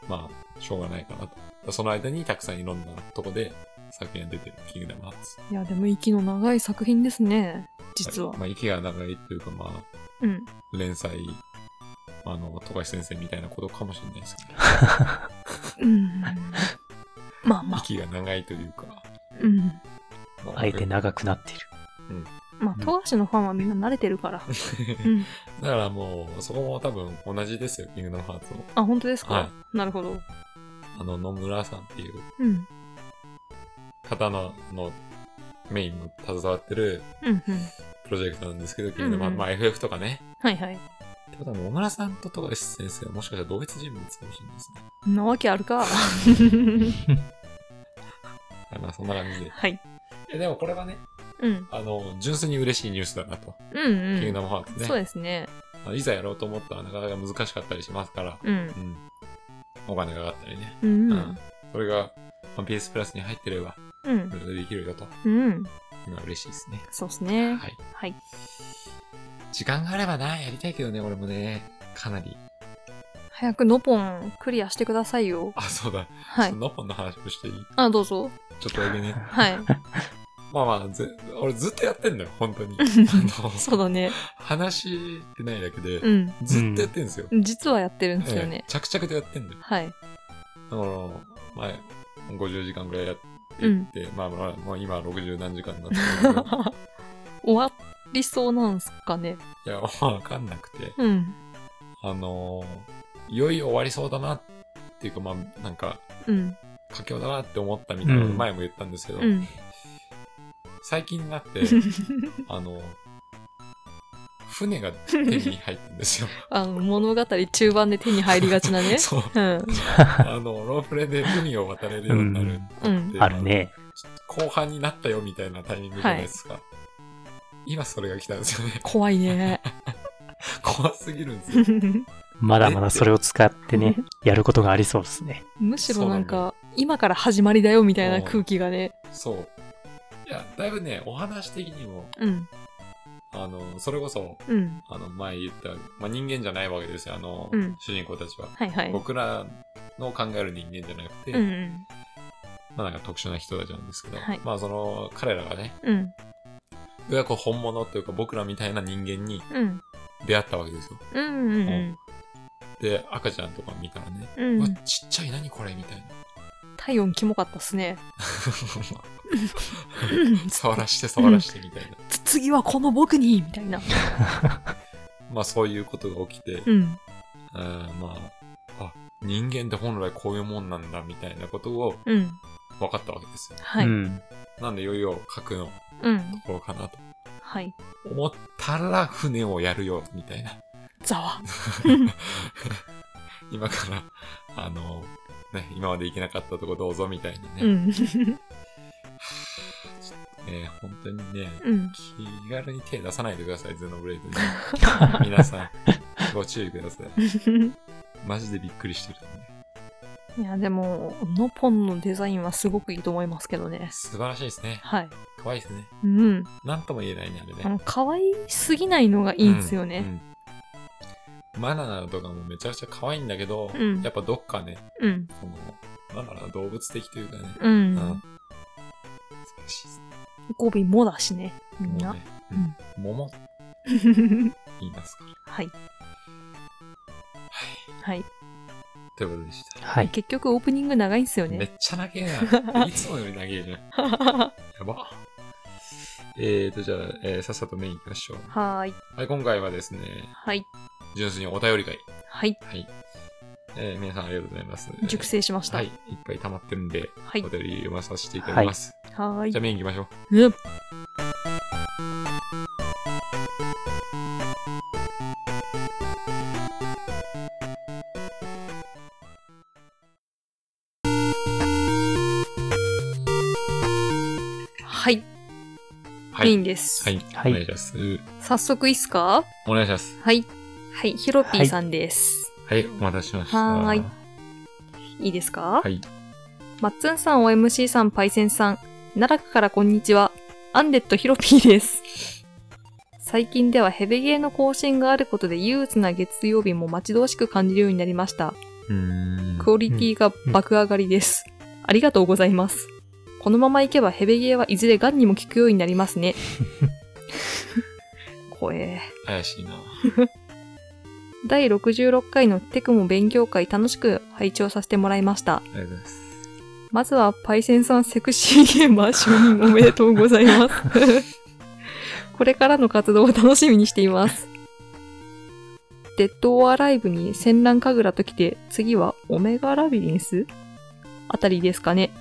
[SPEAKER 2] まあ、しょうがないかなと。その間にたくさんいろんなとこで作品が出てる、キングダムハーツ。
[SPEAKER 1] いや、でも息の長い作品ですね。実は。
[SPEAKER 2] まあ、息が長いっていうか、ま
[SPEAKER 1] うん。
[SPEAKER 2] あ、連載、あの、富樫先生みたいなことかもしれないです
[SPEAKER 1] <laughs>
[SPEAKER 2] けど、
[SPEAKER 1] うん。まあまあ。
[SPEAKER 2] 息が長いというか、
[SPEAKER 1] うん。
[SPEAKER 2] ま
[SPEAKER 3] あえて長くなってる。
[SPEAKER 1] まあ、富樫のファンはみんな慣れてる
[SPEAKER 2] <laughs>
[SPEAKER 1] から。うん。
[SPEAKER 2] だからもう、そこも多分同じですよ、キングダムハーツも。
[SPEAKER 1] あ、本当ですか、
[SPEAKER 2] は
[SPEAKER 1] なるほど。
[SPEAKER 2] あの、野村さんっていう
[SPEAKER 1] うん。
[SPEAKER 2] 方ののメインの携わってる
[SPEAKER 1] うんうん。
[SPEAKER 2] プロジェクトなんですけど、キングダム
[SPEAKER 1] う
[SPEAKER 2] ハーツ、
[SPEAKER 1] んうん
[SPEAKER 2] まあ FF とかね。
[SPEAKER 1] はいはい。
[SPEAKER 2] ってことは、野村さんと富樫先生はもしかしたら同一人物かもしれないですね。
[SPEAKER 1] んなわけあるか。 <laughs>
[SPEAKER 2] あまあそんな感じで。
[SPEAKER 1] はい。
[SPEAKER 2] えでもこれはね、
[SPEAKER 1] うん。
[SPEAKER 2] あの、純粋に嬉しいニュースだなと。
[SPEAKER 1] うん
[SPEAKER 2] キング
[SPEAKER 1] う
[SPEAKER 2] ダムハーツ
[SPEAKER 1] ん。
[SPEAKER 2] ね。
[SPEAKER 1] そうですね。
[SPEAKER 2] あのいざやろうと思ったらなかなか難しかったりしますから、
[SPEAKER 1] うん。
[SPEAKER 2] うん。お金がかかったりね。
[SPEAKER 1] うん。う
[SPEAKER 2] うんん。それが、まあ PS プラスに入ってれば、
[SPEAKER 1] うん
[SPEAKER 2] そ。れでできるよと。
[SPEAKER 1] うん。
[SPEAKER 2] 今嬉しいですね。
[SPEAKER 1] そうですね。
[SPEAKER 2] はい。
[SPEAKER 1] はい。
[SPEAKER 2] 時間があればな、やりたいけどね、俺もね、かなり。
[SPEAKER 1] 早くノポンクリアしてくださいよ。
[SPEAKER 2] あ、そうだ。
[SPEAKER 1] は
[SPEAKER 2] ちょっ
[SPEAKER 1] い
[SPEAKER 2] と。ノッポンの話もしていい
[SPEAKER 1] あ、どうぞ。
[SPEAKER 2] ちょっとだけね。 <laughs>
[SPEAKER 1] はい。
[SPEAKER 2] まあまあ、ぜ俺ずっとやってんだよ、本
[SPEAKER 1] <laughs>
[SPEAKER 2] 当に。あの
[SPEAKER 1] そうだね。
[SPEAKER 2] 話ってないだけで、
[SPEAKER 1] うん。
[SPEAKER 2] ずっとやってんですよ。
[SPEAKER 1] 実はやってるんですよ
[SPEAKER 2] え
[SPEAKER 1] ね
[SPEAKER 2] え。着々とやってんだよ。 <laughs>
[SPEAKER 1] はい。
[SPEAKER 2] あの、前、50時間ぐらいやってて、まあまあ、もう今60何時間になってるんだけど
[SPEAKER 1] 終わりそうなんすかね。<laughs>
[SPEAKER 2] いや、わかんなくて、
[SPEAKER 1] うん。
[SPEAKER 2] あの、いよいよ終わりそうだなっていうか、まあ、なんか、
[SPEAKER 1] うん。
[SPEAKER 2] 佳境だなって思ったみたいなの
[SPEAKER 3] うん
[SPEAKER 2] 前も言ったんですけど、
[SPEAKER 1] うん。
[SPEAKER 2] 最近にな
[SPEAKER 1] <laughs>
[SPEAKER 2] って、あの、
[SPEAKER 1] <laughs>
[SPEAKER 2] 船が手に入ってんですよ。
[SPEAKER 1] あの、物語中盤で手に入りがちなね。
[SPEAKER 2] <laughs> そう。
[SPEAKER 1] うん。
[SPEAKER 2] あの、ロープレで海を渡れるようになる
[SPEAKER 1] う
[SPEAKER 2] っ
[SPEAKER 1] ん。
[SPEAKER 2] て。
[SPEAKER 3] あるね。
[SPEAKER 2] 後半になったよみたいなタイミングじゃないですか。今それが来たんですよね。
[SPEAKER 1] 怖いね。
[SPEAKER 2] 怖すぎる
[SPEAKER 1] <laughs>
[SPEAKER 2] んですよ。
[SPEAKER 3] まだまだそれを使ってね、やることがありそうですね。
[SPEAKER 1] むしろなん
[SPEAKER 2] そう
[SPEAKER 1] か、今から始まりだよみたいな空気がね。
[SPEAKER 2] そう。いや、だいぶね、お話的にも、
[SPEAKER 1] うん。
[SPEAKER 2] あの、それこそ、
[SPEAKER 1] うん。
[SPEAKER 2] あの、前言った、まあ、人間じゃないわけですよ、あの、
[SPEAKER 1] うん
[SPEAKER 2] 主人公たちは。
[SPEAKER 1] はいはい。
[SPEAKER 2] 僕らの考える人間じゃなくて、
[SPEAKER 1] うんうん。
[SPEAKER 2] まあなんか特殊な人たちなんですけど、
[SPEAKER 1] はい
[SPEAKER 2] まあその、彼らがね、
[SPEAKER 1] うん。
[SPEAKER 2] ようやく本物というか僕らみたいな人間に
[SPEAKER 1] うん。
[SPEAKER 2] 出会ったわけですよ。
[SPEAKER 1] うんうん
[SPEAKER 2] で、赤ちゃんとか見たらね、
[SPEAKER 1] うん。
[SPEAKER 2] う
[SPEAKER 1] う
[SPEAKER 2] わ
[SPEAKER 1] ん。、
[SPEAKER 2] ちっちゃい、何これみたいな。 <laughs>
[SPEAKER 1] 体温キモかったっすね。 <laughs>
[SPEAKER 2] 触らして触らしてみたいな。
[SPEAKER 1] つ次はこの僕にみたいな。
[SPEAKER 2] まあそういうことが起きて、
[SPEAKER 1] うん。
[SPEAKER 2] あーまあ、あ、人間って本来こういうもんなんだみたいなことを
[SPEAKER 1] うん。
[SPEAKER 2] 分かったわけですよ。
[SPEAKER 1] はい。
[SPEAKER 3] うん。
[SPEAKER 2] なんでいよいよ核の
[SPEAKER 1] うん。
[SPEAKER 2] ところかなと
[SPEAKER 1] はい。
[SPEAKER 2] 思ったら船をやるよみたいな。
[SPEAKER 1] ざわ。
[SPEAKER 2] 今から、あの、ね、今まで行けなかったとこどうぞみたいなね。
[SPEAKER 1] うん。 <laughs>
[SPEAKER 2] えー本当にね、
[SPEAKER 1] うん。
[SPEAKER 2] 気軽に手出さないでください、ズノブレイドに。
[SPEAKER 1] <laughs>
[SPEAKER 2] 皆さん、ご注意ください。マジでびっくりしてる、ね。
[SPEAKER 1] いや、でも、ノポンのデザインはすごくいいと思いますけどね。
[SPEAKER 2] 素晴らしいですね。
[SPEAKER 1] はい。
[SPEAKER 2] 可愛いですね。
[SPEAKER 1] うん。
[SPEAKER 2] なんとも言えないね、あれ
[SPEAKER 1] あ
[SPEAKER 2] ね。
[SPEAKER 1] の、可愛すぎないのがいいんですよ
[SPEAKER 2] うん
[SPEAKER 1] ね。。
[SPEAKER 2] うんマナーとかもめちゃくちゃ可愛いんだけど、
[SPEAKER 1] うん
[SPEAKER 2] やっぱどっかね、
[SPEAKER 1] うん。
[SPEAKER 2] その、なんだろうな、動物的というかね。
[SPEAKER 1] う。
[SPEAKER 2] うん素晴らしいですね。
[SPEAKER 1] 語尾もだしね。みん
[SPEAKER 2] もう
[SPEAKER 1] な。
[SPEAKER 2] ね、うん。桃、言いますから。
[SPEAKER 1] はい。
[SPEAKER 2] はい。
[SPEAKER 1] はい。
[SPEAKER 2] ということでした。
[SPEAKER 3] <laughs> はい。
[SPEAKER 1] 結局オープニング長いんすよ
[SPEAKER 2] め
[SPEAKER 1] ね。
[SPEAKER 2] っちゃ長え
[SPEAKER 1] <laughs>
[SPEAKER 2] な。いつもより長えじゃん。
[SPEAKER 1] は
[SPEAKER 2] やば。えーと、じゃあ、えーさっさとメイン行きましょう。
[SPEAKER 1] ーい。
[SPEAKER 2] はい、今回はですね、
[SPEAKER 1] はい。
[SPEAKER 2] 純粋にお便り会。
[SPEAKER 1] はい。
[SPEAKER 2] はい。えー皆さんありがとうございます。
[SPEAKER 1] 熟成しました。
[SPEAKER 2] は、
[SPEAKER 1] はいい
[SPEAKER 2] い。っぱい溜まってるんで、
[SPEAKER 1] はい
[SPEAKER 2] お便り読まさせていただきます。
[SPEAKER 1] はー
[SPEAKER 2] じ
[SPEAKER 1] い。
[SPEAKER 2] ゃあメイン行きましょう。
[SPEAKER 1] うんはい。
[SPEAKER 2] は
[SPEAKER 1] メイ
[SPEAKER 2] い。
[SPEAKER 1] ンです。
[SPEAKER 2] はい、
[SPEAKER 3] はい
[SPEAKER 2] お願いします。
[SPEAKER 1] 早速いいっすか
[SPEAKER 2] お願いします。
[SPEAKER 1] はい。はい。ヒロピーさんです。
[SPEAKER 2] はい、お待たせしました。
[SPEAKER 1] はーいい、いですか
[SPEAKER 2] はい。
[SPEAKER 1] マッツンさん、OMC さん、パイセンさん、奈落からこんにちは。アンデッドヒロピーです。最近ではヘベゲーの更新があることで憂鬱な月曜日も待ち遠しく感じるようになりました。
[SPEAKER 2] うーん。
[SPEAKER 1] クオリティが爆上がりです。ありがとうございます。このままいけばヘベゲーはいずれガンにも効くようになります
[SPEAKER 2] <laughs>
[SPEAKER 1] ね。怖え。
[SPEAKER 2] 怪しいな。
[SPEAKER 1] 第66回のテクモ勉強会楽しく拝聴させてもらいました。
[SPEAKER 2] ありがとうございます。
[SPEAKER 1] まずはパイセンさんセクシーゲーマー承認おめでとうございます。これからの活動を楽しみにしています。デッド・オア・ライブに戦乱神楽と来て、次はオメガ・ラビリンスあたりですかね。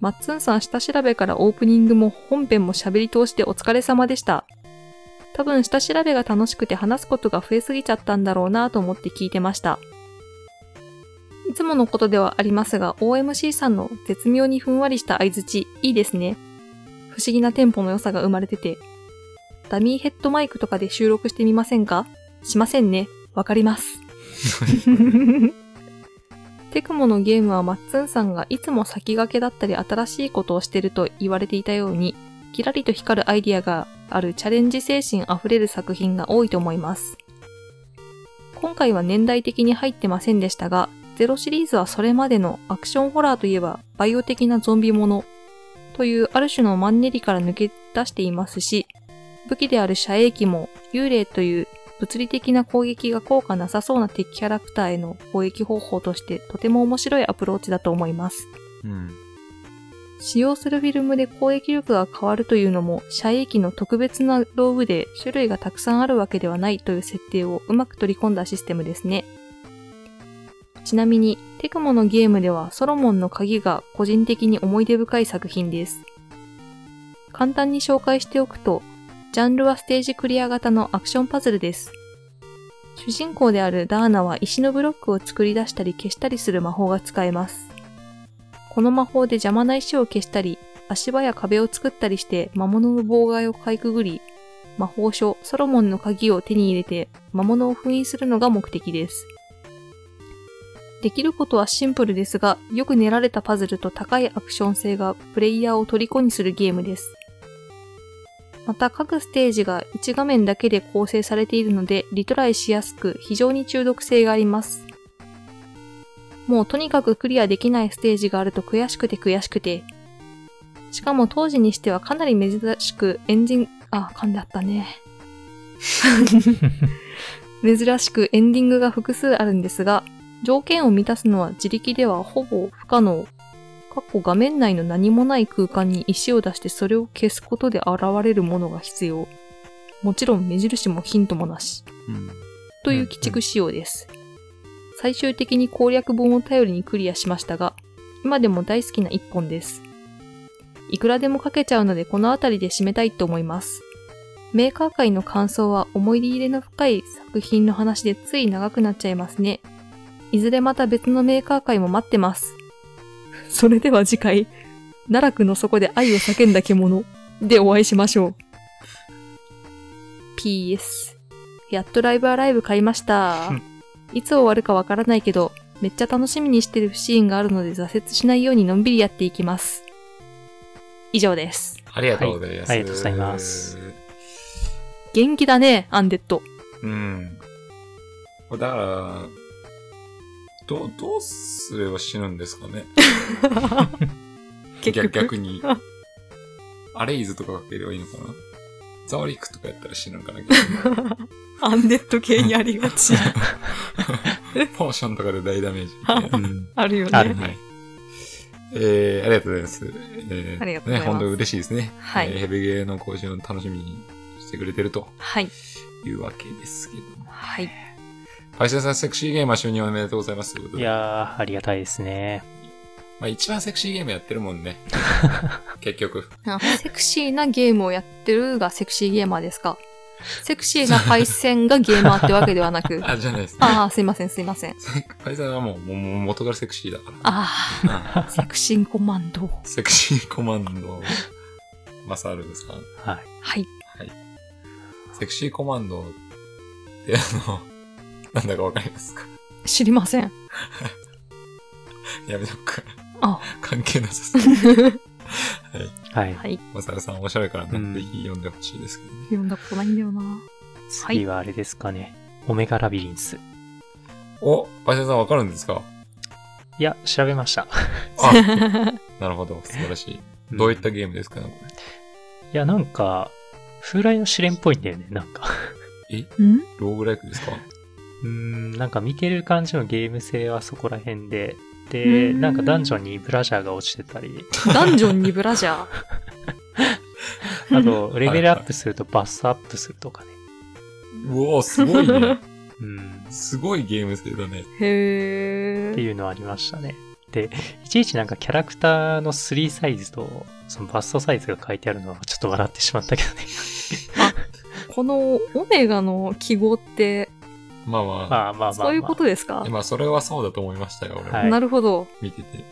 [SPEAKER 1] マッツンさん下調べからオープニングも本編も喋り通してお疲れ様でした。多分下調べが楽しくて話すことが増えすぎちゃったんだろうなと思って聞いてました。いつものことではありますが、OMC さんの絶妙にふんわりした相づち、いいですね。不思議なテンポの良さが生まれてて。ダミーヘッドマイクとかで収録してみませんかしませんね。わかります。テクモのゲームはマッツンさんがいつも先駆けだったり新しいことをしてると言われていたように、キラリと光るアイディアがあるチャレンジ精神あふれる作品が多いと思います。今回は年代的に入ってませんでしたが、ゼロシリーズはそれまでのアクションホラーといえばバイオ的なゾンビものというある種のマンネリから抜け出していますし、武器である射影機も幽霊という物理的な攻撃が効果なさそうな敵キャラクターへの攻撃方法としてとても面白いアプローチだと思います。
[SPEAKER 2] うん。
[SPEAKER 1] 使用するフィルムで攻撃力が変わるというのも、遮影機の特別な道具で種類がたくさんあるわけではないという設定をうまく取り込んだシステムですね。ちなみに、テクモのゲームではソロモンの鍵が個人的に思い出深い作品です。簡単に紹介しておくと、ジャンルはステージクリア型のアクションパズルです。主人公であるダーナは石のブロックを作り出したり消したりする魔法が使えます。この魔法で邪魔な石を消したり、足場や壁を作ったりして魔物の妨害をかいくぐり、魔法書ソロモンの鍵を手に入れて魔物を封印するのが目的です。できることはシンプルですが、よく練られたパズルと高いアクション性がプレイヤーを虜にするゲームです。また各ステージが1画面だけで構成されているのでリトライしやすく非常に中毒性があります。もうとにかくクリアできないステージがあると悔しくて悔しくて。しかも当時にしてはかなり珍しくエンジン、あ、噛んであったね。珍しくエンディングが複数あるんですが、条件を満たすのは自力ではほぼ不可能。かっこ画面内の何もない空間に石を出してそれを消すことで現れるものが必要。もちろん目印もヒントもなし。
[SPEAKER 2] うん。
[SPEAKER 1] という鬼畜仕様です。最終的に攻略本を頼りにクリアしましたが、今でも大好きな一本です。いくらでも書けちゃうのでこの辺りで締めたいと思います。メーカー界の感想は思い入れの深い作品の話でつい長くなっちゃいますね。いずれまた別のメーカー界も待ってます。それでは次回、奈落の底で愛を叫んだ獣でお会いしましょう。PS やっとライブアライブ買いま <laughs> した
[SPEAKER 3] うん。
[SPEAKER 1] いつ終わるかわからないけど、めっちゃ楽しみにしてるシーンがあるので挫折しないようにのんびりやっていきます。以上です。
[SPEAKER 2] ありがとうございます。
[SPEAKER 3] はいありがとうございます。
[SPEAKER 1] 元気だね、アンデッド。
[SPEAKER 2] うん。だから、どう、どうすれば死ぬんですかね
[SPEAKER 1] <laughs> 結
[SPEAKER 2] 逆
[SPEAKER 1] 局。
[SPEAKER 2] 逆に。アレイズとかかければいいのかなザワリクとかやったら死ぬんかな
[SPEAKER 1] <laughs>
[SPEAKER 2] 逆に
[SPEAKER 1] アンデッド系にありがち。
[SPEAKER 2] ポーションとかで大ダメージみたいな。
[SPEAKER 3] うん。
[SPEAKER 1] あるよ
[SPEAKER 3] ある
[SPEAKER 1] ね。
[SPEAKER 2] はい。えー、ありがとうございます。えー、
[SPEAKER 1] ありがとうございます
[SPEAKER 2] ね、本当に嬉しいですね。
[SPEAKER 1] はい
[SPEAKER 2] えーヘビゲーの更新を楽しみにしてくれてると
[SPEAKER 1] はい。
[SPEAKER 2] いうわけですけども。
[SPEAKER 1] はい。
[SPEAKER 2] パイセンさん、セクシーゲーマー就任おめでとうございます。ということ
[SPEAKER 3] い
[SPEAKER 2] で。
[SPEAKER 3] やー、ありがたいですね。
[SPEAKER 2] まあ一番セクシーゲームやってるもん
[SPEAKER 3] <laughs>
[SPEAKER 2] ね。結局。
[SPEAKER 1] あセクシーなゲームをやってるがセクシーゲーマーですかセクシーな配線がゲーマーってわけではな
[SPEAKER 2] <laughs>
[SPEAKER 1] く。
[SPEAKER 2] あ、じゃないですね。
[SPEAKER 1] ああ、すいません、すいません。
[SPEAKER 2] パイセンはもう、もうもう元からセクシーだから。
[SPEAKER 1] ああ、セクシーコマンド。
[SPEAKER 2] セクシーコマンド、マサルさん。
[SPEAKER 3] はい。
[SPEAKER 1] はい。
[SPEAKER 2] セクシーコマンドってあの、なんだかわかりますか
[SPEAKER 1] 知りません。
[SPEAKER 2] やめとくか。
[SPEAKER 1] あ
[SPEAKER 2] 関係なさそう。
[SPEAKER 3] はい。
[SPEAKER 1] はい。
[SPEAKER 2] マサルさん面白いからね、
[SPEAKER 3] うん
[SPEAKER 2] ぜひ読んでほしいですけどね。
[SPEAKER 1] 読んだことないんだよな。
[SPEAKER 3] 次はあれですかね。オメガラビリンス。
[SPEAKER 2] お、パイセンさんわかるんですか
[SPEAKER 3] いや、調べました。
[SPEAKER 2] あ、なるほど。素晴らしい。 <laughs> どういった
[SPEAKER 3] い
[SPEAKER 2] ゲームですかね、こ
[SPEAKER 3] や、なんか、風来の試練っぽいんだよね、なんか。
[SPEAKER 1] ん
[SPEAKER 2] れ。ローグライクですか
[SPEAKER 3] うーん、なんか見てる感じのゲーム性はそこら辺で。
[SPEAKER 1] う
[SPEAKER 3] で、
[SPEAKER 1] ーん
[SPEAKER 3] なんかダンジョンにブラジャーが落ちて
[SPEAKER 2] <laughs>
[SPEAKER 3] たり、
[SPEAKER 1] ダンジョンにブラジャー。
[SPEAKER 3] あと、レベルアップするとバスアップするとかね。
[SPEAKER 2] うおー、すごい
[SPEAKER 3] <laughs>
[SPEAKER 2] ね。
[SPEAKER 3] うん。
[SPEAKER 2] すごいゲーム性だね。
[SPEAKER 1] <laughs> へ
[SPEAKER 3] って
[SPEAKER 1] え。
[SPEAKER 3] いうのはありましたね。で、いちいちなんかキャラクターの3サイズと、そのバストサイズが書いてあるのはちょっと笑ってしまったけどね。
[SPEAKER 1] このオメガの記号って、
[SPEAKER 2] まあまあ。
[SPEAKER 3] まあまあまあ、まあ、
[SPEAKER 1] そういうことですか
[SPEAKER 2] えまあ、それはそうだと思いましたよ、俺も。
[SPEAKER 3] はい
[SPEAKER 1] なるほど。
[SPEAKER 2] 見てて。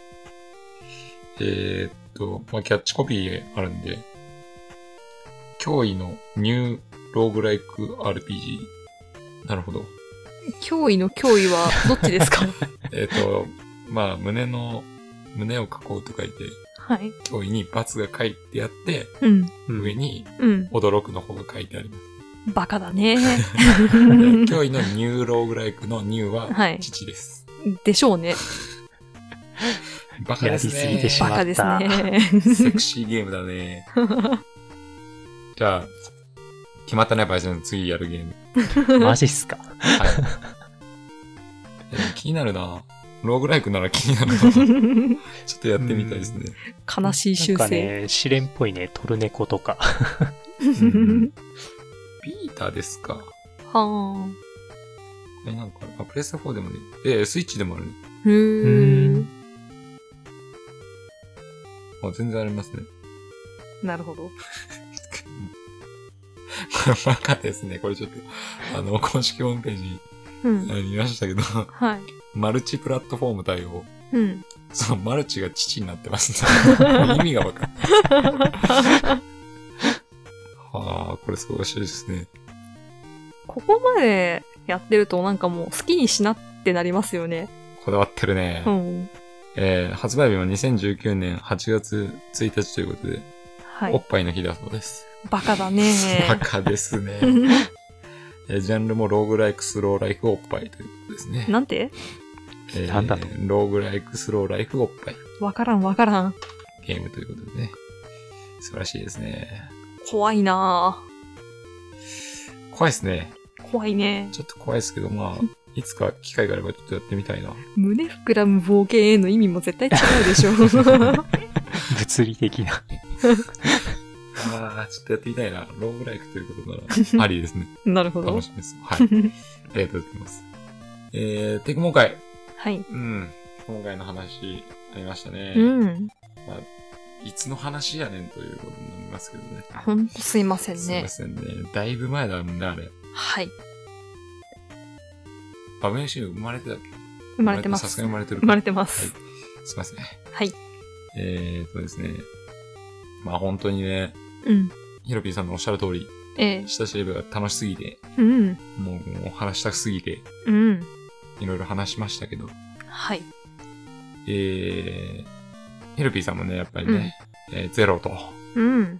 [SPEAKER 2] えーっと、まあ、キャッチコピーあるんで、脅威のニューローグライク RPG。なるほど。
[SPEAKER 1] 脅威の脅威はどっちですか
[SPEAKER 2] えーっと、まあ、胸の、胸を囲うと書いて、
[SPEAKER 1] <laughs> はい。
[SPEAKER 2] 脅威に罰が書いてあって、
[SPEAKER 1] うん。
[SPEAKER 3] うん
[SPEAKER 2] 上に
[SPEAKER 1] うん。
[SPEAKER 2] 驚くの方が書いてあります。
[SPEAKER 1] バカだ
[SPEAKER 3] <laughs>
[SPEAKER 1] ね。
[SPEAKER 2] で脅威のニューローグライクのニュー
[SPEAKER 1] は
[SPEAKER 2] はい父です。
[SPEAKER 1] でしょうね。
[SPEAKER 2] バカですね。
[SPEAKER 3] やりすぎてしま
[SPEAKER 1] バ
[SPEAKER 3] う
[SPEAKER 1] カです
[SPEAKER 3] ま
[SPEAKER 1] ね。
[SPEAKER 2] セ
[SPEAKER 3] <laughs>
[SPEAKER 2] クシーゲームだね。じゃあ、決まったね、バイセン。次やるゲーム。
[SPEAKER 3] マジっすか。
[SPEAKER 2] はい。 <laughs> でも気になるな。ローグライクなら気になる
[SPEAKER 3] <laughs>
[SPEAKER 2] な。ちょっとやってみたいですね。
[SPEAKER 1] 悲しい修
[SPEAKER 3] なんか
[SPEAKER 1] 正。
[SPEAKER 3] ね、試練っぽいね、トルネコとか。 <laughs>
[SPEAKER 2] うんビータですか。こ
[SPEAKER 1] は
[SPEAKER 2] れなんかある、あ、プレステ4でもね。えー、スイッチでもあるね。
[SPEAKER 1] あ。へえ。
[SPEAKER 2] あ、全然ありますね。
[SPEAKER 1] なるほど。
[SPEAKER 2] これ <laughs> バカですね。これちょっと、あの、公式ホームページ
[SPEAKER 1] う
[SPEAKER 2] あ
[SPEAKER 1] ん。
[SPEAKER 2] の見ましたけど、 <laughs>
[SPEAKER 1] はい。
[SPEAKER 2] マルチプラットフォーム対応。
[SPEAKER 1] <laughs> うん。
[SPEAKER 2] そのマルチが父になってますね。も <laughs> う意味がわかんない。はあ、これ素晴らしいですね。
[SPEAKER 1] ここまでやってるとなんかもう好きにしなってなりますよね。
[SPEAKER 2] こだわってるね。
[SPEAKER 1] うん。
[SPEAKER 2] えー発売日は2019年8月1日ということで、
[SPEAKER 1] は
[SPEAKER 2] お
[SPEAKER 1] い
[SPEAKER 2] っ。ぱいの日だそうです。
[SPEAKER 1] バカだね。
[SPEAKER 2] <laughs> バカですね、えージャンルもローグライクスローライフおっぱいということですね。
[SPEAKER 1] <laughs> なんて
[SPEAKER 2] えー
[SPEAKER 3] なんだと
[SPEAKER 2] ローグライクスローライフおっぱい
[SPEAKER 1] わからんわからん。
[SPEAKER 2] ゲームということでね。素晴らしいですね。
[SPEAKER 1] 怖いな
[SPEAKER 2] 怖いですね。
[SPEAKER 1] あ怖いね。
[SPEAKER 2] ちょっと怖いですけど、まあ、いつか機会があればちょっとやってみたいな。
[SPEAKER 1] 胸膨らむ冒険への
[SPEAKER 2] <laughs>
[SPEAKER 1] 意味も絶対違うでしょ。
[SPEAKER 3] 物理的な。
[SPEAKER 2] あー、ちょっとやってみたいな。ローグライクという <laughs> ことなら、ありですね。
[SPEAKER 1] なるほど
[SPEAKER 2] 楽。しみです。 <laughs> はい。ありがとうございます。えー、テクモ会。
[SPEAKER 1] はい。
[SPEAKER 2] うん。今回の話、ありましたね。
[SPEAKER 1] うん。
[SPEAKER 2] いつの話やねんということになりますけどね。
[SPEAKER 1] ほんとすいません
[SPEAKER 2] すい
[SPEAKER 1] ね
[SPEAKER 2] ま。せんね。だいぶ前だもんね、あれ。
[SPEAKER 1] はい。
[SPEAKER 2] バブエシー生まれてたっけ
[SPEAKER 1] 生まれてま
[SPEAKER 2] さす
[SPEAKER 1] す。
[SPEAKER 2] がに生まれてる
[SPEAKER 1] 生
[SPEAKER 2] か。
[SPEAKER 1] まれてます。
[SPEAKER 2] すいません。
[SPEAKER 1] はい。
[SPEAKER 2] えーとですね。まあ本当にね、
[SPEAKER 1] うん。
[SPEAKER 2] ヒロピーさんのおっしゃる通り、
[SPEAKER 1] ええ。
[SPEAKER 2] 親しい部が楽しすぎて、
[SPEAKER 1] うん。
[SPEAKER 2] もうもう話したすぎて、
[SPEAKER 1] うん。
[SPEAKER 2] いろいろ話しましたけど、
[SPEAKER 1] はい。
[SPEAKER 2] えー、ヒロピーさんもね、やっぱりね、えーゼロと、
[SPEAKER 1] うん。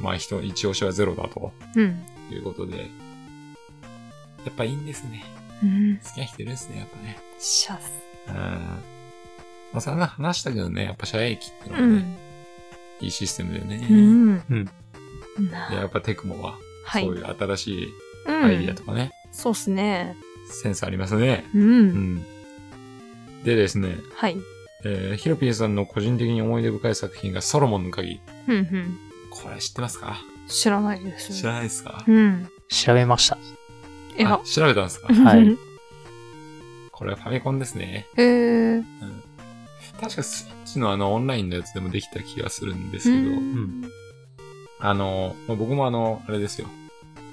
[SPEAKER 2] まあ人、一押しはゼロだと
[SPEAKER 1] うん。
[SPEAKER 2] いうことで、やっぱいいんですね。
[SPEAKER 1] うん。
[SPEAKER 2] 好きな人いるんですね、やっぱね。
[SPEAKER 1] シャス。
[SPEAKER 2] うん。まあ、そんな話したけどね、やっぱ社営機ってのは
[SPEAKER 1] う
[SPEAKER 2] ね、
[SPEAKER 1] ん。
[SPEAKER 2] いいシステムだよね。
[SPEAKER 1] うん。
[SPEAKER 3] うん
[SPEAKER 2] で
[SPEAKER 1] な
[SPEAKER 2] やっぱテクモは、
[SPEAKER 1] はい。
[SPEAKER 2] そういう新しい
[SPEAKER 1] うん
[SPEAKER 2] アイディアとかね、
[SPEAKER 1] そうっすね。
[SPEAKER 2] センスありますね。
[SPEAKER 1] う。
[SPEAKER 2] うんん。でですね、
[SPEAKER 1] はい。
[SPEAKER 2] えーヒロピーさんの個人的に思い出深い作品がソロモンの鍵。
[SPEAKER 1] うんうん。
[SPEAKER 2] これ知ってますか
[SPEAKER 1] 知らないです。
[SPEAKER 2] 知らないですか
[SPEAKER 1] うん。
[SPEAKER 3] 調べました。
[SPEAKER 1] いや
[SPEAKER 2] あ。調べたんです
[SPEAKER 1] <laughs>
[SPEAKER 2] か
[SPEAKER 3] はい。
[SPEAKER 2] これはファミコンですね。
[SPEAKER 1] えー。
[SPEAKER 2] 確かスイッチのあのオンラインのやつでもできた気がするんです
[SPEAKER 1] う
[SPEAKER 2] けど、
[SPEAKER 1] ん。
[SPEAKER 2] あの、まあ僕もあの、あれですよ。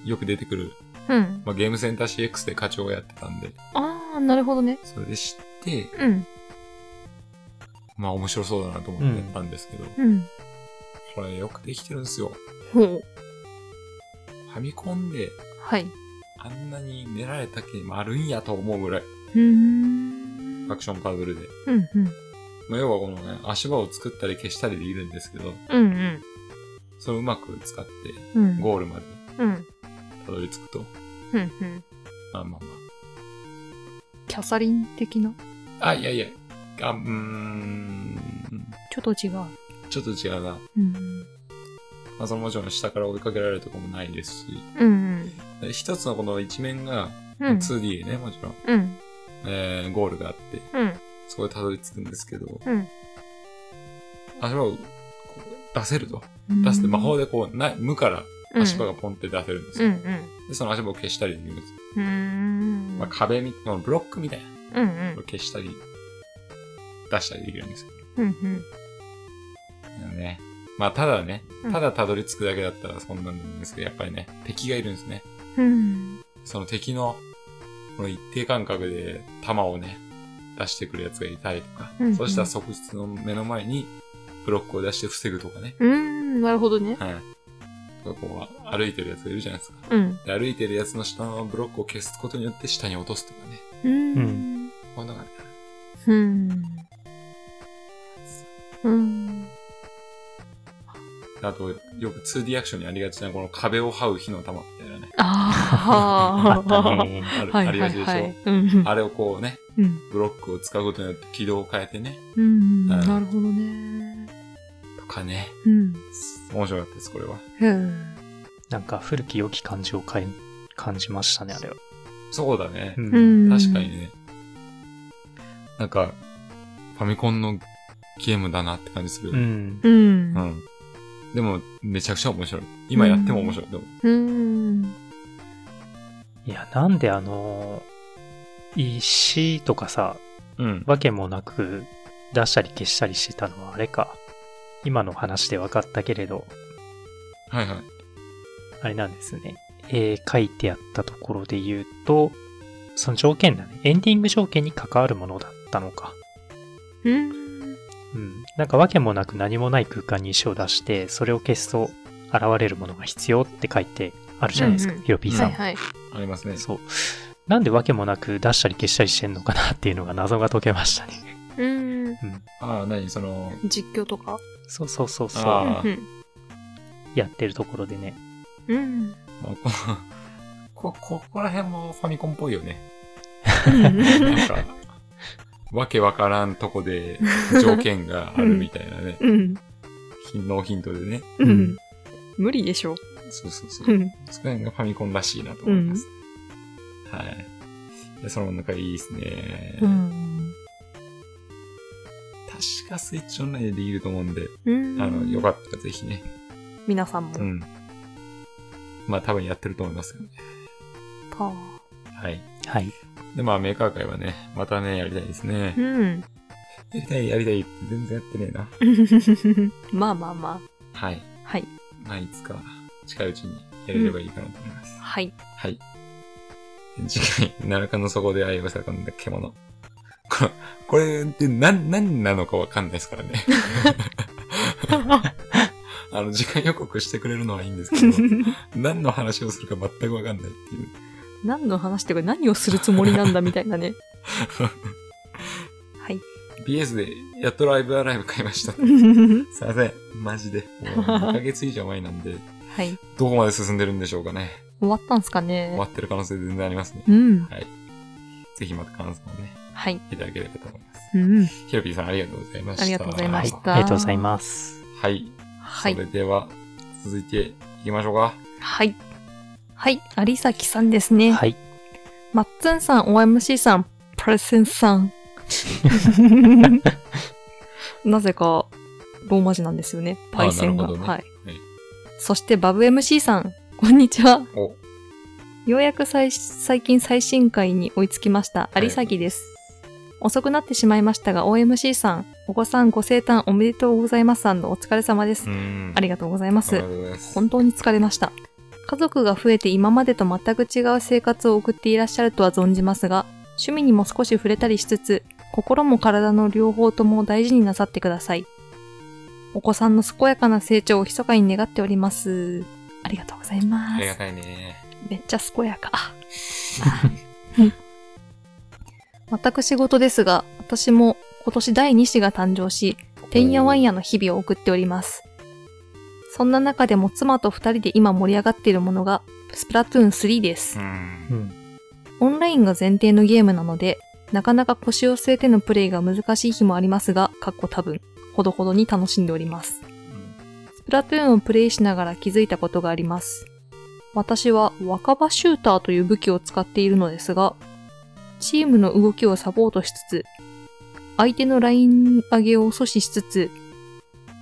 [SPEAKER 2] よく出てくる、
[SPEAKER 1] うん。
[SPEAKER 2] まあ、ゲームセンター CX で課長をやってたんで、
[SPEAKER 1] あー、なるほどね。
[SPEAKER 2] それで知って、
[SPEAKER 1] うん。
[SPEAKER 2] まあ面白そうだなと思ってやったんですけど、
[SPEAKER 1] うん。
[SPEAKER 2] これよくできてるんですよ。
[SPEAKER 1] ほう。
[SPEAKER 2] ファミコンで
[SPEAKER 1] はい。
[SPEAKER 2] あんなに練られたけにもあるんやと思うぐらい、
[SPEAKER 1] うーん。
[SPEAKER 2] アクションパズルで。
[SPEAKER 1] うんうん。
[SPEAKER 2] まあ、要はこのね、足場を作ったり消したりできるんですけど、
[SPEAKER 1] うん
[SPEAKER 2] それをうまく使って、
[SPEAKER 1] うん。うん。
[SPEAKER 2] ゴールまで
[SPEAKER 1] うん。
[SPEAKER 2] たどり着くと、
[SPEAKER 1] うんうん。
[SPEAKER 2] まあまあ
[SPEAKER 1] キャサリン的な
[SPEAKER 2] まあ。あ、いやいや、あ、うーん、
[SPEAKER 1] ちょっと違う。
[SPEAKER 2] ちょっと違うな。
[SPEAKER 1] うん。
[SPEAKER 2] まあ、そのもちろん下から追いかけられるとかもないですし、
[SPEAKER 1] うん
[SPEAKER 2] で一つのこの一面が、
[SPEAKER 1] うん。うん。
[SPEAKER 2] 2D ね、もちろん、
[SPEAKER 1] うん。
[SPEAKER 2] えー、ゴールがあって、
[SPEAKER 1] うん。
[SPEAKER 2] そこでたどり着くんですけど、
[SPEAKER 1] うん
[SPEAKER 2] 足場をこう出せると。出して魔法でこう、ない無から足場がポンって出せるんです
[SPEAKER 1] う
[SPEAKER 2] よ。
[SPEAKER 1] んうん。
[SPEAKER 2] で、その足場を消したりできるんです。
[SPEAKER 1] うーん。
[SPEAKER 2] まあ、壁み、このブロックみたいな
[SPEAKER 1] うんう
[SPEAKER 2] のを
[SPEAKER 1] ん。
[SPEAKER 2] 消したり、出したりできるんですよ。
[SPEAKER 1] うん
[SPEAKER 2] だよね。まあ、ただね
[SPEAKER 1] う、ん
[SPEAKER 2] ただたどり着くだけだったらそんなんなんですけど、やっぱりね、敵がいるんですね。
[SPEAKER 1] うん。うん。
[SPEAKER 2] その敵の、この一定間隔で弾をね、出してくるやつがいたりとか、
[SPEAKER 1] うんうん
[SPEAKER 2] そうしたら即日の目の前にブロックを出して防ぐとかね。
[SPEAKER 1] うーん。なるほどね。
[SPEAKER 2] はい。とかこう、歩いてるやつがいるじゃないですか。
[SPEAKER 1] うん。
[SPEAKER 2] で歩いてるやつの下のブロックを消すことによって下に落とすとかね。
[SPEAKER 1] うん。
[SPEAKER 2] こういうのがね
[SPEAKER 1] うん。うん。
[SPEAKER 2] あと、よく 2D アクションにありがちなこの壁を這う火の玉みたいなね。
[SPEAKER 1] ああ。
[SPEAKER 2] <laughs> あ
[SPEAKER 1] は
[SPEAKER 2] のある
[SPEAKER 1] いはい
[SPEAKER 2] ありがちでし
[SPEAKER 1] は
[SPEAKER 2] ょ
[SPEAKER 1] い。。うん。
[SPEAKER 2] あれをこうね、
[SPEAKER 1] うん。
[SPEAKER 2] ブロックを使うことによって軌道を変えてね、
[SPEAKER 1] うん。なるほどね。
[SPEAKER 2] とかね。
[SPEAKER 1] うん。
[SPEAKER 2] 面白かったです、これは。
[SPEAKER 1] うん。
[SPEAKER 3] なんか古き良き感じを変え感じましたね、あれは。
[SPEAKER 2] そうだね
[SPEAKER 3] う。ん
[SPEAKER 1] うん。
[SPEAKER 2] 確かにね。なんか、ファミコンのゲームだなって感じする。
[SPEAKER 3] うん
[SPEAKER 1] う。ん
[SPEAKER 2] う。ん。でも、めちゃくちゃ面白い。今やっても面白い。でも
[SPEAKER 1] うん。
[SPEAKER 3] いや、なんであの、石とかさ、
[SPEAKER 2] うん。
[SPEAKER 3] わけもなく出したり消したりしてたのはあれか。今の話で分かったけれど、
[SPEAKER 2] はいはい。
[SPEAKER 3] あれなんですね。えー書いてあったところで言うと、その条件だね。エンディング条件に関わるものだったのか。
[SPEAKER 1] うん。
[SPEAKER 3] うん。なんか訳もなく何もない空間に石を出して、それを消すと現れるものが必要って書いてあるじゃないですか。
[SPEAKER 1] うんうん
[SPEAKER 3] ヒロピーさ
[SPEAKER 1] は
[SPEAKER 3] ん
[SPEAKER 1] い。はい。
[SPEAKER 2] ありますね。
[SPEAKER 3] そう。なんで訳もなく出したり消したりしてんのかなっていうのが謎が解けましたね。
[SPEAKER 1] うん。
[SPEAKER 2] ああ、何その、
[SPEAKER 1] 実況とか
[SPEAKER 3] <laughs> そうそうそう
[SPEAKER 2] あ
[SPEAKER 3] そ
[SPEAKER 2] ー
[SPEAKER 1] うん
[SPEAKER 3] う。やってるところでね。
[SPEAKER 2] <laughs>
[SPEAKER 1] うん。
[SPEAKER 2] まあこのこ、ここら辺もファミコンっぽいよね。
[SPEAKER 1] うん
[SPEAKER 2] なん <laughs> か、わけわからんとこで条件があるみたいな <laughs> ね。
[SPEAKER 1] うん。
[SPEAKER 2] ノーヒントでね。
[SPEAKER 1] うん。無理でしょ。
[SPEAKER 2] そうそうそうう。
[SPEAKER 1] ん。
[SPEAKER 2] そこら辺がファミコンらしいなと思います。はい。で、その中いいですね。
[SPEAKER 1] うん。
[SPEAKER 2] 確かスイッチオンラインでできると思うんで、
[SPEAKER 1] うん。
[SPEAKER 2] あの、よかったらぜひね、
[SPEAKER 1] 皆さんも。
[SPEAKER 2] うん。まあ多分やってると思いますけどね。
[SPEAKER 1] パー
[SPEAKER 2] はい。
[SPEAKER 3] はい。
[SPEAKER 2] で、まあメーカー界はね、またね、やりたいですね。
[SPEAKER 1] <laughs> うん。
[SPEAKER 2] やりたい、やりたいって全然やってねえな。
[SPEAKER 1] まあまあま
[SPEAKER 2] はい。
[SPEAKER 1] あ。はい。
[SPEAKER 2] まあいつか、近いうちにやれればいいかなと思います。
[SPEAKER 1] <laughs> はい。
[SPEAKER 2] はい。次回、奈良間の底で愛をしたかんだ獣。これ、これって何、何なのかわかんないですからね。あの、次回予告してくれるのはいいんですけど、
[SPEAKER 1] <laughs>
[SPEAKER 2] 何の話をするか全くわかんないっていう。
[SPEAKER 1] 何の話っていうか何をするつもりなんだみたい
[SPEAKER 2] <laughs>
[SPEAKER 1] なね。はい。
[SPEAKER 2] BS で、やっとライブアライブ買いました。すいません。マジで。もう2ヶ月以上
[SPEAKER 1] <laughs>
[SPEAKER 2] 前なんで、
[SPEAKER 1] はい。
[SPEAKER 2] どこまで進んでるんでしょうかね。
[SPEAKER 1] 終わったんすか
[SPEAKER 2] 終
[SPEAKER 1] ね
[SPEAKER 2] わってる可能性全然ありますね。
[SPEAKER 1] うん。
[SPEAKER 2] はい。ぜひまた感想をね、
[SPEAKER 1] はい。
[SPEAKER 2] いただければと思います。
[SPEAKER 1] うん。
[SPEAKER 2] ヒロピーさんありがとうございました。
[SPEAKER 1] ありがとうございまし
[SPEAKER 3] あ
[SPEAKER 1] た。
[SPEAKER 3] りがとうございます。
[SPEAKER 2] はい。
[SPEAKER 1] はい
[SPEAKER 2] それ。では、続いていきましょうか。
[SPEAKER 1] はい。はい。有崎さんですね。
[SPEAKER 3] はい。
[SPEAKER 1] マッツンさん、OMC さん、プレセンさ
[SPEAKER 2] <laughs>
[SPEAKER 1] ん。なぜか、ローマ字なんですよね。パイセンが。
[SPEAKER 2] あなるほどね
[SPEAKER 1] はい。
[SPEAKER 2] はい
[SPEAKER 1] そして、バブ MC さん、こんにちは。
[SPEAKER 2] お、
[SPEAKER 1] ようやく最最近最新回に追いつきました。
[SPEAKER 2] い
[SPEAKER 1] 有崎です。遅くなってしまいましたが、OMC さん、お子さんご生誕おめでとうございますさんのお疲れ様です。
[SPEAKER 2] ん
[SPEAKER 1] ありがとうございま
[SPEAKER 2] あり
[SPEAKER 1] す
[SPEAKER 2] が。とうございます。
[SPEAKER 1] 本当に疲れました家族が増えて今までと全く違う生活を送っていらっしゃるとは存じますが趣味にも少し触れたりしつつ心も体の両方とも大事になさってくださいお子さんの健やかな成長を密かに願っておりますありがとうございま
[SPEAKER 2] ありが
[SPEAKER 1] す
[SPEAKER 2] たいね。
[SPEAKER 1] めっちゃ健やかあ私事ですが私も今年第2子が誕生してんやわんやの日々を送っております。そんな中でも妻と二人で今盛り上がっているものが、スプラトゥーン3で
[SPEAKER 2] う。
[SPEAKER 1] す。
[SPEAKER 3] うんん。
[SPEAKER 1] オンラインが前提のゲームなので、なかなか腰を据えてのプレイが難しい日もありますが、かっこ多分、ほどほどに楽しんでおります。スプラトゥーンをプレイしながら気づいたことがあります。私は若葉シューターという武器を使っているのですが、チームの動きをサポートしつつ、相手のライン上げを阻止しつつ、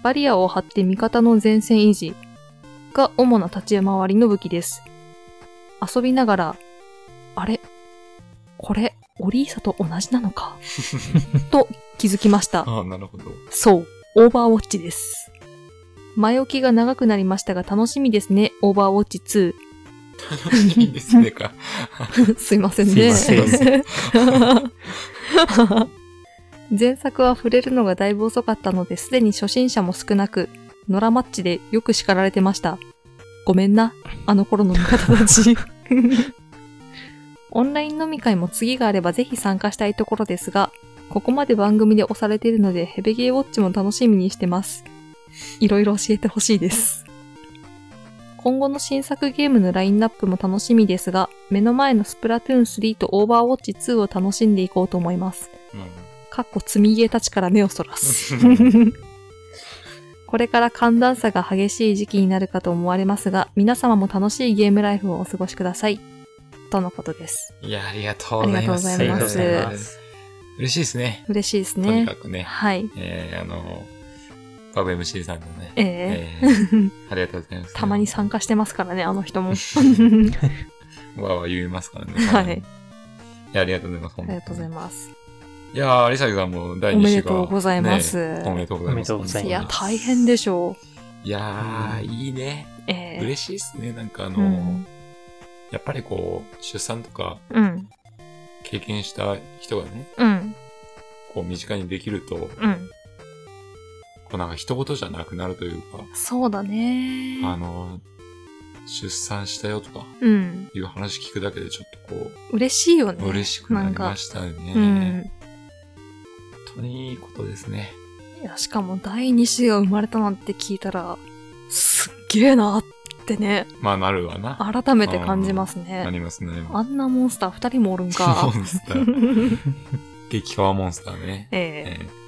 [SPEAKER 1] バリアを張って味方の前線維持が主な立ち回りの武器です。遊びながら、あれこれ、オリーサと同じなのかと気づきました。
[SPEAKER 2] ああ、なる <laughs> ほど。
[SPEAKER 1] そう、オーバーウォッチです。前置きが長くなりましたが楽しみですね、オーバーウォッチ
[SPEAKER 2] 楽しみです
[SPEAKER 1] <laughs>
[SPEAKER 2] ねか。
[SPEAKER 1] 2。すいませんね。
[SPEAKER 3] すいま
[SPEAKER 2] せ
[SPEAKER 1] <laughs> 前作は触れるのがだいぶ遅かったので、すでに初心者も少なく、ノラマッチでよく叱られてました。ごめんな、あの頃の味方たち。オンライン飲み会も次があればぜひ参加したいところですが、ここまで番組で押されているので、ヘベゲーウォッチも楽しみにしてます。いろいろ教えてほしいです。今後の新作ゲームのラインナップも楽しみですが、目の前のスプラトゥーン3とオーバーウォッチ2を楽しんでいこうと思います。かっこ積み家たちから目をそらす。これから寒暖差が激しい時期になるかと思われますが、皆様も楽しいゲームライフをお過ごしください。とのことです。
[SPEAKER 2] いや、ありがとうございます。
[SPEAKER 1] あ
[SPEAKER 3] あ
[SPEAKER 1] り
[SPEAKER 3] り
[SPEAKER 1] が
[SPEAKER 3] が
[SPEAKER 1] と
[SPEAKER 3] と
[SPEAKER 1] う
[SPEAKER 3] う
[SPEAKER 1] ご
[SPEAKER 3] ご
[SPEAKER 1] ざ
[SPEAKER 3] ざ
[SPEAKER 1] い
[SPEAKER 3] い
[SPEAKER 1] ま
[SPEAKER 3] ます。
[SPEAKER 2] 嬉しいですね。
[SPEAKER 1] 嬉しいです
[SPEAKER 2] とに
[SPEAKER 1] ね
[SPEAKER 2] か。くね。
[SPEAKER 1] はい。
[SPEAKER 2] えー、あの、パブ MC さんのね。
[SPEAKER 1] え
[SPEAKER 2] え
[SPEAKER 1] <laughs>
[SPEAKER 2] ーありがとうございます。
[SPEAKER 1] ー、たまに参加してますからね、あの人
[SPEAKER 2] <laughs>
[SPEAKER 1] も。 <laughs>
[SPEAKER 2] わーわー言いますからね。
[SPEAKER 1] はい
[SPEAKER 2] いや、ありがとうございます。あ
[SPEAKER 1] ありがとうございます。
[SPEAKER 2] す。いやー、有崎さんも第
[SPEAKER 1] お
[SPEAKER 2] 2
[SPEAKER 1] め
[SPEAKER 2] 子
[SPEAKER 1] で
[SPEAKER 2] が。
[SPEAKER 1] とうございます。
[SPEAKER 2] ねおめでとうございます。
[SPEAKER 3] おめでとうござ
[SPEAKER 1] い
[SPEAKER 3] い
[SPEAKER 1] や
[SPEAKER 3] ま、
[SPEAKER 1] 大変でしょ
[SPEAKER 2] いやー、
[SPEAKER 3] うん
[SPEAKER 2] いいね。
[SPEAKER 1] う。えー、
[SPEAKER 2] 嬉しいですね。なんかあの、
[SPEAKER 1] うん
[SPEAKER 2] やっぱりこう、出産とか
[SPEAKER 1] うん、
[SPEAKER 2] 経験した人がね、
[SPEAKER 1] うん、
[SPEAKER 2] こう身近にできると、こ
[SPEAKER 1] うん。
[SPEAKER 2] うなんか人事じゃなくなるというか、
[SPEAKER 1] そうだね。
[SPEAKER 2] あの、出産したよとか
[SPEAKER 1] うん。
[SPEAKER 2] いう話聞くだけでちょっとこ
[SPEAKER 1] 嬉しいよ
[SPEAKER 2] う、
[SPEAKER 1] ね。
[SPEAKER 2] 嬉しくなりましたね。
[SPEAKER 1] うん。
[SPEAKER 2] 本当にいいことですね。
[SPEAKER 1] いや、しかも第2子が生まれたなんて聞いたら、すっげえなってね、
[SPEAKER 2] まあなるわな。
[SPEAKER 1] 改めて感じます
[SPEAKER 2] な
[SPEAKER 1] ね。
[SPEAKER 2] りますね。
[SPEAKER 1] あんなモンスター2人もおるんか
[SPEAKER 2] モ。ンス
[SPEAKER 1] <laughs>
[SPEAKER 2] ター。激川モンスターね。
[SPEAKER 1] ええ
[SPEAKER 2] ええ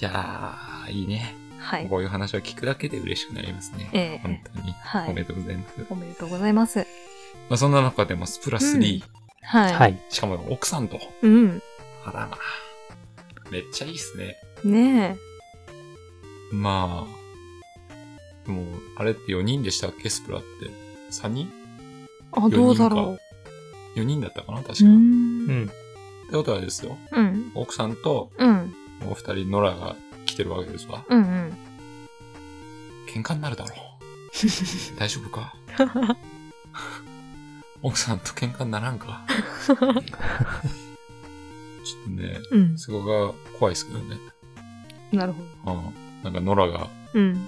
[SPEAKER 2] いやー、いいね。
[SPEAKER 1] はい。
[SPEAKER 2] こういう話を聞くだけで嬉しくなりますね。
[SPEAKER 1] ええ
[SPEAKER 2] 本当に。
[SPEAKER 1] は
[SPEAKER 2] おめ
[SPEAKER 1] い。
[SPEAKER 2] でとうございます。
[SPEAKER 1] おめでとうございます。
[SPEAKER 2] まあ、そんな中でもスプラ3、
[SPEAKER 1] はい。
[SPEAKER 3] はい。
[SPEAKER 2] しかも奥さんと。
[SPEAKER 1] うん。
[SPEAKER 2] あらまあ。めっちゃいいっすね。
[SPEAKER 1] ね
[SPEAKER 2] まあ、もう、あれって4人でしたっけスプラって。3人
[SPEAKER 1] あ、どうだろ
[SPEAKER 2] ?4 人だったかな確
[SPEAKER 1] う。
[SPEAKER 2] か。
[SPEAKER 1] うー。
[SPEAKER 2] っ
[SPEAKER 3] うんん。
[SPEAKER 2] てことはですよ。
[SPEAKER 1] うん。
[SPEAKER 2] 奥さんと
[SPEAKER 1] うん。
[SPEAKER 2] お二人、ノラが来てるわけですわ。
[SPEAKER 1] うん。うん。
[SPEAKER 2] 喧嘩になるだろう。大丈夫か奥さんと喧嘩にならんかちょっとね、
[SPEAKER 1] うん。
[SPEAKER 2] そこが怖いですけどね。
[SPEAKER 1] なるほど。
[SPEAKER 2] うん。なんか、ノラが、
[SPEAKER 1] うん。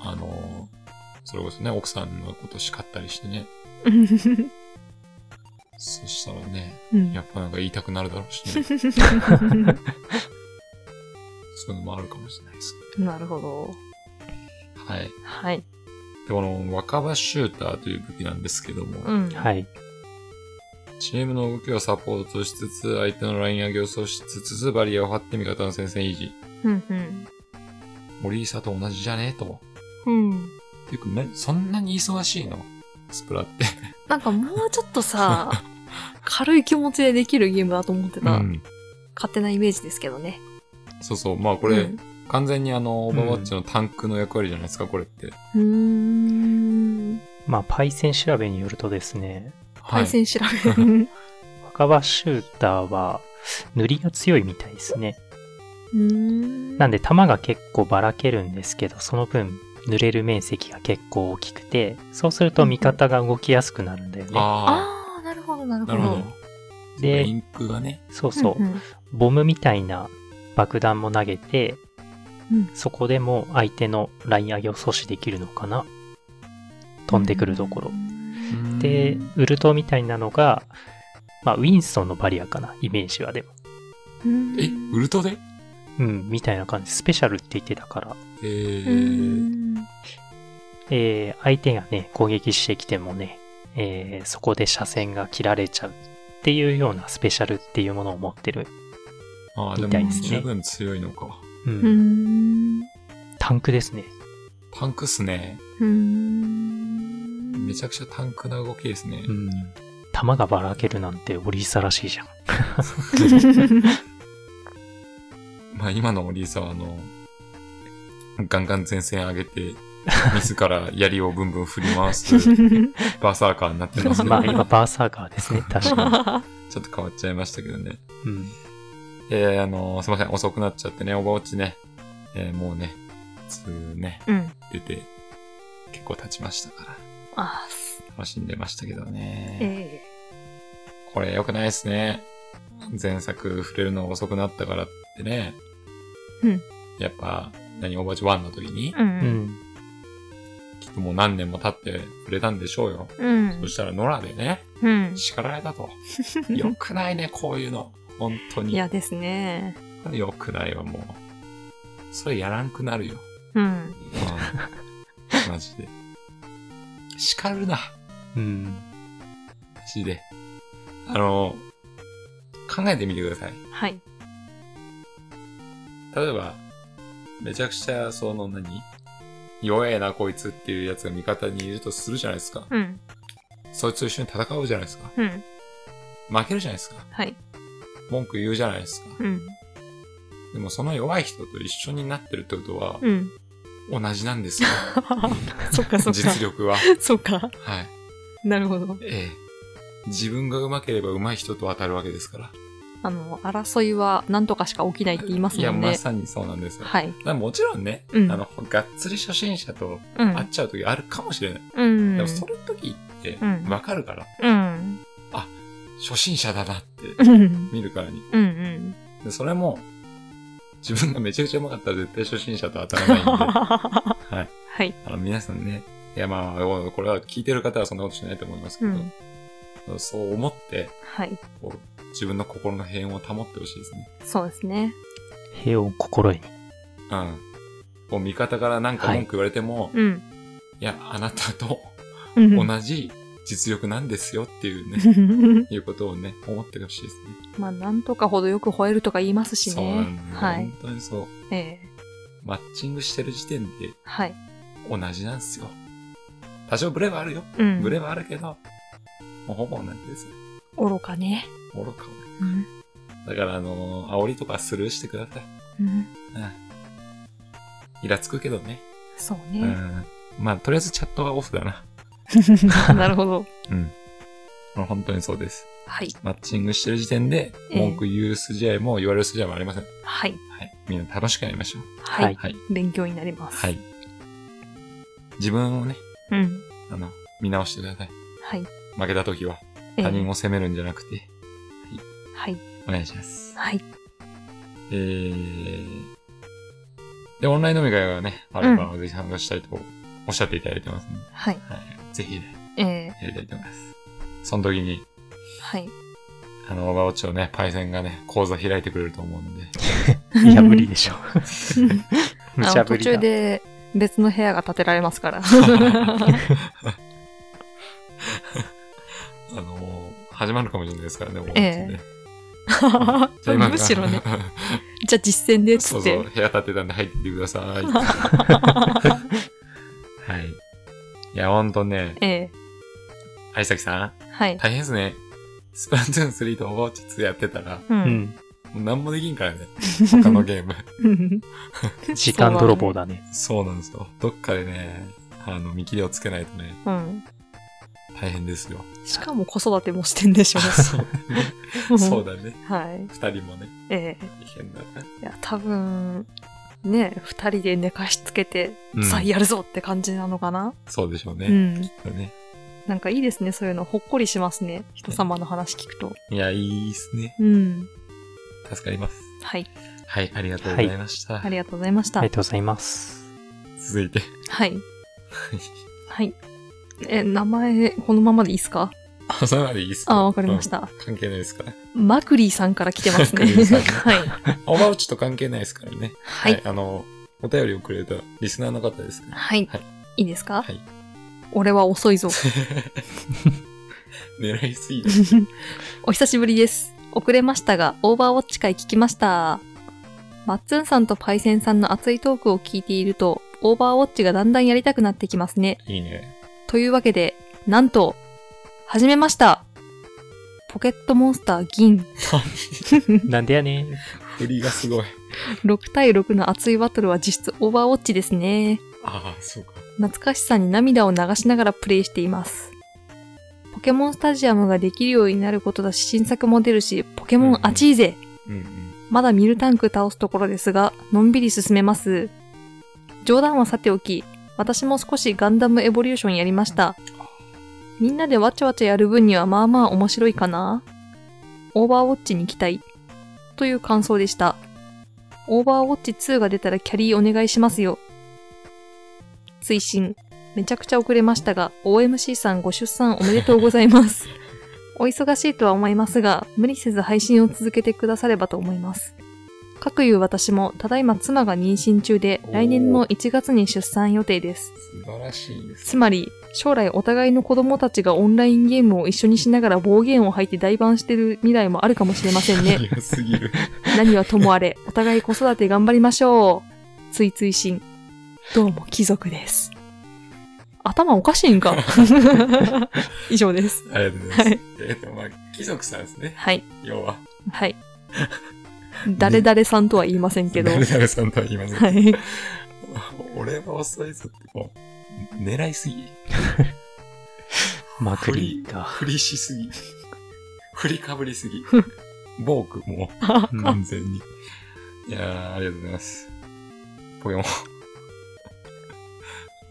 [SPEAKER 2] あのーそれこそね、奥さんのこと叱ったりしてね。そしたらね、
[SPEAKER 1] うん
[SPEAKER 2] やっぱなんか言いたくなるだろうしね。そういうのもあるかもしれないです
[SPEAKER 1] <laughs>
[SPEAKER 2] け
[SPEAKER 1] なるほど。
[SPEAKER 2] ど。はい。
[SPEAKER 1] はい。
[SPEAKER 2] で、この若葉シューターという武器なんですけども、
[SPEAKER 1] うん。。
[SPEAKER 3] はいい。
[SPEAKER 2] チームの動きをサポートしつつ、相手のライン上げを阻止しつつ、バリアを張って味方の戦線維持。
[SPEAKER 1] うん。うん
[SPEAKER 2] 森伊佐と同じじゃねえと。。
[SPEAKER 1] うん
[SPEAKER 2] ていうか、なそんなに忙しいのスプラって。
[SPEAKER 1] なんかもうちょっと
[SPEAKER 2] <laughs>
[SPEAKER 1] さ、軽い気持ちでできるゲームだと思ってた、
[SPEAKER 2] うん
[SPEAKER 1] 勝手なイメージですけどね。
[SPEAKER 2] そうそう。まあこれ、
[SPEAKER 1] うん
[SPEAKER 2] 完全にあの、オーバーワッチのタンクの役割じゃないですか、これって。
[SPEAKER 1] うーん。
[SPEAKER 3] まあ、パイセン調べによるとですね、
[SPEAKER 2] は
[SPEAKER 1] 対
[SPEAKER 2] い。
[SPEAKER 1] 戦調
[SPEAKER 2] <laughs>
[SPEAKER 1] べ。
[SPEAKER 3] 若葉シューターは塗りが強いみたいですね。
[SPEAKER 1] うん。
[SPEAKER 3] なんで弾が結構ばらけるんですけど、その分塗れる面積が結構大きくて、そうすると味方が動きやすくなるんだよね。
[SPEAKER 2] あ
[SPEAKER 1] ああ、なるほど、なるほ
[SPEAKER 2] あ、な
[SPEAKER 1] ど。
[SPEAKER 2] るほど。
[SPEAKER 3] で
[SPEAKER 2] インクがね。
[SPEAKER 3] そうそう。
[SPEAKER 1] んん
[SPEAKER 3] ボムみたいな爆弾も投げて、
[SPEAKER 1] うん
[SPEAKER 3] そこでも相手のライン上げを阻止できるのかな。飛んでくるところ
[SPEAKER 1] う。ん
[SPEAKER 3] で
[SPEAKER 2] うん、
[SPEAKER 3] ウルトみたいなのが、まあ、ウィンストンのバリアかな、イメージはでも。
[SPEAKER 1] うん
[SPEAKER 2] え、ウルトで
[SPEAKER 3] うん、みたいな感じ。スペシャルって言ってたから、
[SPEAKER 2] えー
[SPEAKER 1] うん
[SPEAKER 3] えー相手がね、攻撃してきてもね、えーそこで車線が切られちゃうっていうようなスペシャルっていうものを持ってる。
[SPEAKER 2] ああ、で
[SPEAKER 3] みた
[SPEAKER 1] い
[SPEAKER 2] も
[SPEAKER 1] ですね
[SPEAKER 2] 十分強いのか。
[SPEAKER 3] う、
[SPEAKER 1] うんん
[SPEAKER 3] タンクですね。
[SPEAKER 2] タンクっすね。
[SPEAKER 1] うん
[SPEAKER 2] めちゃくちゃタンクな動きですね。
[SPEAKER 3] うん。弾がばらけるなんてオリーサらしいじゃん。
[SPEAKER 2] <laughs> まあ今のリーサはあの、ガンガン前線上げて、
[SPEAKER 3] <laughs>
[SPEAKER 2] 自ら槍をぶんぶん振り回すバーサーカーになってますけ
[SPEAKER 3] ま
[SPEAKER 2] ど、
[SPEAKER 3] あ今
[SPEAKER 2] ね、
[SPEAKER 3] バーサーカーですね、確か
[SPEAKER 2] ちょっと変わっちゃいましたけどね。
[SPEAKER 3] に。うん。
[SPEAKER 2] えー、あのすいません、遅くなっちゃってね、オーバーウォッチね。えー、もうね、普通ね、
[SPEAKER 1] うん
[SPEAKER 2] 出て、結構経ちましたから、
[SPEAKER 1] あす
[SPEAKER 2] 楽しんでましたけどね。
[SPEAKER 1] え
[SPEAKER 2] これ良くないですね。前作触れるの遅くなったからってね。
[SPEAKER 1] うん
[SPEAKER 2] やっぱ、何、オーバーウォッチ1の時に
[SPEAKER 1] え、う
[SPEAKER 3] うんん。
[SPEAKER 2] きっともう何年も経って触れたんでしょうよ。
[SPEAKER 1] うん
[SPEAKER 2] そしたら野良でね、
[SPEAKER 1] うん
[SPEAKER 2] 叱られ
[SPEAKER 1] <laughs>
[SPEAKER 2] たと。良くないね、こういうの。本当
[SPEAKER 1] い
[SPEAKER 2] に。
[SPEAKER 1] やですね
[SPEAKER 2] 良くないわ、もう。それやらんくなるよ。
[SPEAKER 1] うん <laughs>
[SPEAKER 2] うんマジで。叱るな、
[SPEAKER 3] うん。
[SPEAKER 2] マジで。あの、考えてみてください。
[SPEAKER 1] はい
[SPEAKER 2] 例えば、めちゃくちゃ、その何、弱えな、こいつっていうやつが味方にいるとするじゃないですか。
[SPEAKER 1] うん
[SPEAKER 2] そいつと一緒に戦うじゃないですか。
[SPEAKER 1] うん
[SPEAKER 2] 負けるじゃないですか。
[SPEAKER 1] はい
[SPEAKER 2] 文句言うじゃないですか。
[SPEAKER 1] うん
[SPEAKER 2] でもその弱い人と一緒になってるってことは、
[SPEAKER 1] うん
[SPEAKER 2] 同じなんですよ。
[SPEAKER 1] そっか <laughs> そっか
[SPEAKER 2] 実力は。
[SPEAKER 1] そっか
[SPEAKER 2] はい。
[SPEAKER 1] なるほど
[SPEAKER 2] ええ。自分が上手ければ上手い人と当たるわけですから。
[SPEAKER 1] あの争いは何とかしか起きないって言います
[SPEAKER 2] い
[SPEAKER 1] も
[SPEAKER 2] や、
[SPEAKER 1] ん
[SPEAKER 2] ま
[SPEAKER 1] ね
[SPEAKER 2] さにそうなんですよ。
[SPEAKER 1] はい
[SPEAKER 2] だからもちろんね、
[SPEAKER 1] うん
[SPEAKER 2] あの、がっつり初心者と
[SPEAKER 1] う
[SPEAKER 2] 会っ
[SPEAKER 1] ん
[SPEAKER 2] ちゃう時あるかもしれない。
[SPEAKER 1] うん
[SPEAKER 2] でも、その時って
[SPEAKER 1] うん、
[SPEAKER 2] わかるから、
[SPEAKER 1] うん
[SPEAKER 2] 初心者だなって、
[SPEAKER 1] うん
[SPEAKER 2] 見るからに。
[SPEAKER 1] うんうん
[SPEAKER 2] で、それも、自分がめちゃくちゃ上手かったら絶対初心者と
[SPEAKER 1] <laughs>
[SPEAKER 2] 当たらないんで、はい。
[SPEAKER 1] はい
[SPEAKER 2] あの、皆さんね、いや、まあ、おこれは聞いてる方はそんなことしないと思いますけ
[SPEAKER 1] う
[SPEAKER 2] ど、
[SPEAKER 1] ん
[SPEAKER 2] そう思って、
[SPEAKER 1] はい
[SPEAKER 2] こう、自分の心の平穏を保ってほしいですね。
[SPEAKER 1] そうですね
[SPEAKER 3] 平穏心得に。
[SPEAKER 2] うん。こう、味方からなんか文句言われても、い、
[SPEAKER 1] うん
[SPEAKER 2] や、あなたと
[SPEAKER 1] うん <laughs>
[SPEAKER 2] 同じ実力なんですよっていうね、いうことをね、思ってほしいですね。
[SPEAKER 1] まあ、なんとかほどよく吠えるとか言いますし
[SPEAKER 2] そうな
[SPEAKER 1] ね。
[SPEAKER 2] んだよ、
[SPEAKER 1] はい
[SPEAKER 2] 本当にそう。
[SPEAKER 1] ええ
[SPEAKER 2] マッチングしてる時点で
[SPEAKER 1] はい。
[SPEAKER 2] 同じなんですよ。多少ブレはあるよ。
[SPEAKER 1] うん。
[SPEAKER 2] ブレはあるけど、もうほぼ同じですよ。
[SPEAKER 1] 愚かね。
[SPEAKER 2] 愚か。
[SPEAKER 1] うん。
[SPEAKER 2] だから、あのー煽りとかスルーしてください。
[SPEAKER 1] うん。
[SPEAKER 2] うん。イラつくけどね。
[SPEAKER 1] そう
[SPEAKER 2] う
[SPEAKER 1] ね。
[SPEAKER 2] ん。まあ、とりあえずチャットはオフだな。
[SPEAKER 1] <laughs> なるほど。
[SPEAKER 2] うん。これ本当にそうです。
[SPEAKER 1] はい。
[SPEAKER 2] マッチングしてる時点で、
[SPEAKER 1] ええ
[SPEAKER 2] 文句言う筋合いも言われる筋合いもありません。
[SPEAKER 1] はい。
[SPEAKER 2] はい。みんな楽しくやりましょう。
[SPEAKER 1] はい。
[SPEAKER 3] はい
[SPEAKER 2] はい。
[SPEAKER 1] 勉強になります。
[SPEAKER 2] はい。自分をね、
[SPEAKER 1] うん。
[SPEAKER 2] あの、見直してください。
[SPEAKER 1] はい。
[SPEAKER 2] 負けた時は、
[SPEAKER 1] え
[SPEAKER 2] 他
[SPEAKER 1] ー
[SPEAKER 2] 人を責めるんじゃなくて、
[SPEAKER 1] はい。
[SPEAKER 2] お願いします。
[SPEAKER 1] はい。
[SPEAKER 2] えー。で、オンライン飲み会がね、あれば、ぜひ参加したいとおっしゃっていただいてますね。
[SPEAKER 1] はい。
[SPEAKER 2] はい。ぜひね、
[SPEAKER 1] えー
[SPEAKER 2] やりたいと思います。その時に、
[SPEAKER 1] はい。
[SPEAKER 2] あの、オーバーウォッチをね、パイセンがね、講座開いてくれると思うんで。
[SPEAKER 3] いや、
[SPEAKER 1] <laughs>
[SPEAKER 3] 無理でしょ。無
[SPEAKER 1] あ
[SPEAKER 3] 茶
[SPEAKER 1] の
[SPEAKER 3] ぶ
[SPEAKER 1] 途
[SPEAKER 3] り
[SPEAKER 1] 中
[SPEAKER 3] だ。
[SPEAKER 1] で別の部屋が建てられますから。 <laughs>
[SPEAKER 2] あのー始まるかもしれないですからね、もう
[SPEAKER 1] ええ
[SPEAKER 2] ねじゃあ今。
[SPEAKER 1] むしろね
[SPEAKER 2] <laughs>
[SPEAKER 1] じゃあ実践でっつ
[SPEAKER 2] そう
[SPEAKER 1] っ
[SPEAKER 2] そ
[SPEAKER 1] て。
[SPEAKER 2] う、部屋建てたんで入ってってください。はい。いや、ほんとね、
[SPEAKER 1] <laughs> え
[SPEAKER 2] 相崎さん、
[SPEAKER 1] ーはい。
[SPEAKER 2] 大変ですね。スプラトゥーン3とオーバーウォッチ2やってたら、も
[SPEAKER 1] う。
[SPEAKER 3] うんん。
[SPEAKER 2] う何もできんからね、
[SPEAKER 1] <laughs>
[SPEAKER 2] 他のゲーム。
[SPEAKER 3] 時間泥棒だね。
[SPEAKER 2] そうなんですよ。どっかでね、あの、見切りをつけないとね、
[SPEAKER 1] うん。
[SPEAKER 2] 大変ですよ。
[SPEAKER 1] しかも子育てもしてんでしょ
[SPEAKER 2] そうだ
[SPEAKER 1] <laughs>
[SPEAKER 2] ね。そう
[SPEAKER 1] だ。
[SPEAKER 2] だね。
[SPEAKER 1] はい。
[SPEAKER 2] 二人もね、
[SPEAKER 1] ええ
[SPEAKER 2] 大変だね。
[SPEAKER 1] いや、多分、ね、二人で寝かしつけて、
[SPEAKER 2] うん
[SPEAKER 1] さあやるぞって感じなのかな。
[SPEAKER 2] そうでしょう
[SPEAKER 1] う
[SPEAKER 2] ね。
[SPEAKER 1] ん。
[SPEAKER 2] きっとね。
[SPEAKER 1] なんかいいですね、そういうの。ほっこりしますね。人様の話聞くと。
[SPEAKER 2] いや、いいっすね。
[SPEAKER 1] うん。
[SPEAKER 2] 助かります。
[SPEAKER 1] はい。
[SPEAKER 2] はい、ありがとうございました。
[SPEAKER 1] ありがとうございまし
[SPEAKER 3] あ
[SPEAKER 1] た。
[SPEAKER 3] りがとうございます。
[SPEAKER 2] 続いて。
[SPEAKER 1] はい。はい。え、名前、このままでいいですか
[SPEAKER 2] あ、それまでいいっす
[SPEAKER 1] あ、わかりまし。た。
[SPEAKER 2] うん関係ないですから。
[SPEAKER 1] マクリーさんから来てますね。
[SPEAKER 2] マクリーさん
[SPEAKER 1] <laughs> はい。
[SPEAKER 2] オーバーウォッチと関係ないですからね。
[SPEAKER 1] はい。
[SPEAKER 2] あの、お便りをくれたリスナーの方です <laughs> ね。
[SPEAKER 1] はい
[SPEAKER 2] はい。
[SPEAKER 1] いいですか
[SPEAKER 2] はい。
[SPEAKER 1] 俺は遅いぞ。 <laughs>
[SPEAKER 2] 狙いすぎだ。
[SPEAKER 1] お久しぶりです。遅れましたが、オーバーウォッチ会聞きました。マッツンさんとパイセンさんの熱いトークを聞いていると、オーバーウォッチがだんだんやりたくなってきますね。
[SPEAKER 2] いい <laughs> ね。
[SPEAKER 1] というわけで、なんと、始めましたポケットモンスター銀。
[SPEAKER 3] なんでやねん。
[SPEAKER 2] 振りがすごい。
[SPEAKER 1] 6対6の熱いバトルは実質オーバーウォッチですね。
[SPEAKER 2] ああ、そうか。
[SPEAKER 1] 懐かしさに涙を流しながらプレイしています。ポケモンスタジアムができるようになることだし、新作も出るし、ポケモン熱いぜ、
[SPEAKER 2] うんうん。
[SPEAKER 1] まだミルタンク倒すところですが、のんびり進めます。冗談はさておき、私も少しガンダムエボリューションやりました。みんなでわちゃわちゃやる分にはまあまあ面白いかな。オーバーウォッチに期待。という感想でした。オーバーウォッチ2が出たらキャリーお願いしますよ。推進。めちゃくちゃ遅れましたが、OMC さんご出産おめでとうございます。お忙しいとは思いますが、無理せず配信を続けてくださればと思います。かくいう私も、ただいま妻が妊娠中で、来年の1月に出産予定です。
[SPEAKER 2] 素晴らしいです。
[SPEAKER 1] つまり、将来お互いの子供たちがオンラインゲームを一緒にしながら暴言を吐いて大盤してる未来もあるかもしれません
[SPEAKER 2] <laughs>
[SPEAKER 1] ね。
[SPEAKER 2] いやすぎる。
[SPEAKER 1] 何はともあれ、お互い子育て頑張りましょう。ついついしん。どうも貴族です。頭おかしいんか <laughs> 以上です。
[SPEAKER 2] ありがとうございます。えっと、まあ、貴族さんですね。
[SPEAKER 1] はい。
[SPEAKER 2] 要は。
[SPEAKER 1] はい。誰々さんとは言いません
[SPEAKER 2] <laughs>
[SPEAKER 1] けど。
[SPEAKER 2] 誰々さんとは言いません。
[SPEAKER 1] はい。
[SPEAKER 2] 俺は遅いぞって、こう、狙いすぎ。
[SPEAKER 3] まくりか。
[SPEAKER 2] 振りしすぎ。振りかぶりすぎ。ボーク
[SPEAKER 1] <laughs>
[SPEAKER 2] も
[SPEAKER 3] う
[SPEAKER 2] う、
[SPEAKER 3] ん
[SPEAKER 2] 完全に。いやー、ありがとうございます。ポケモン。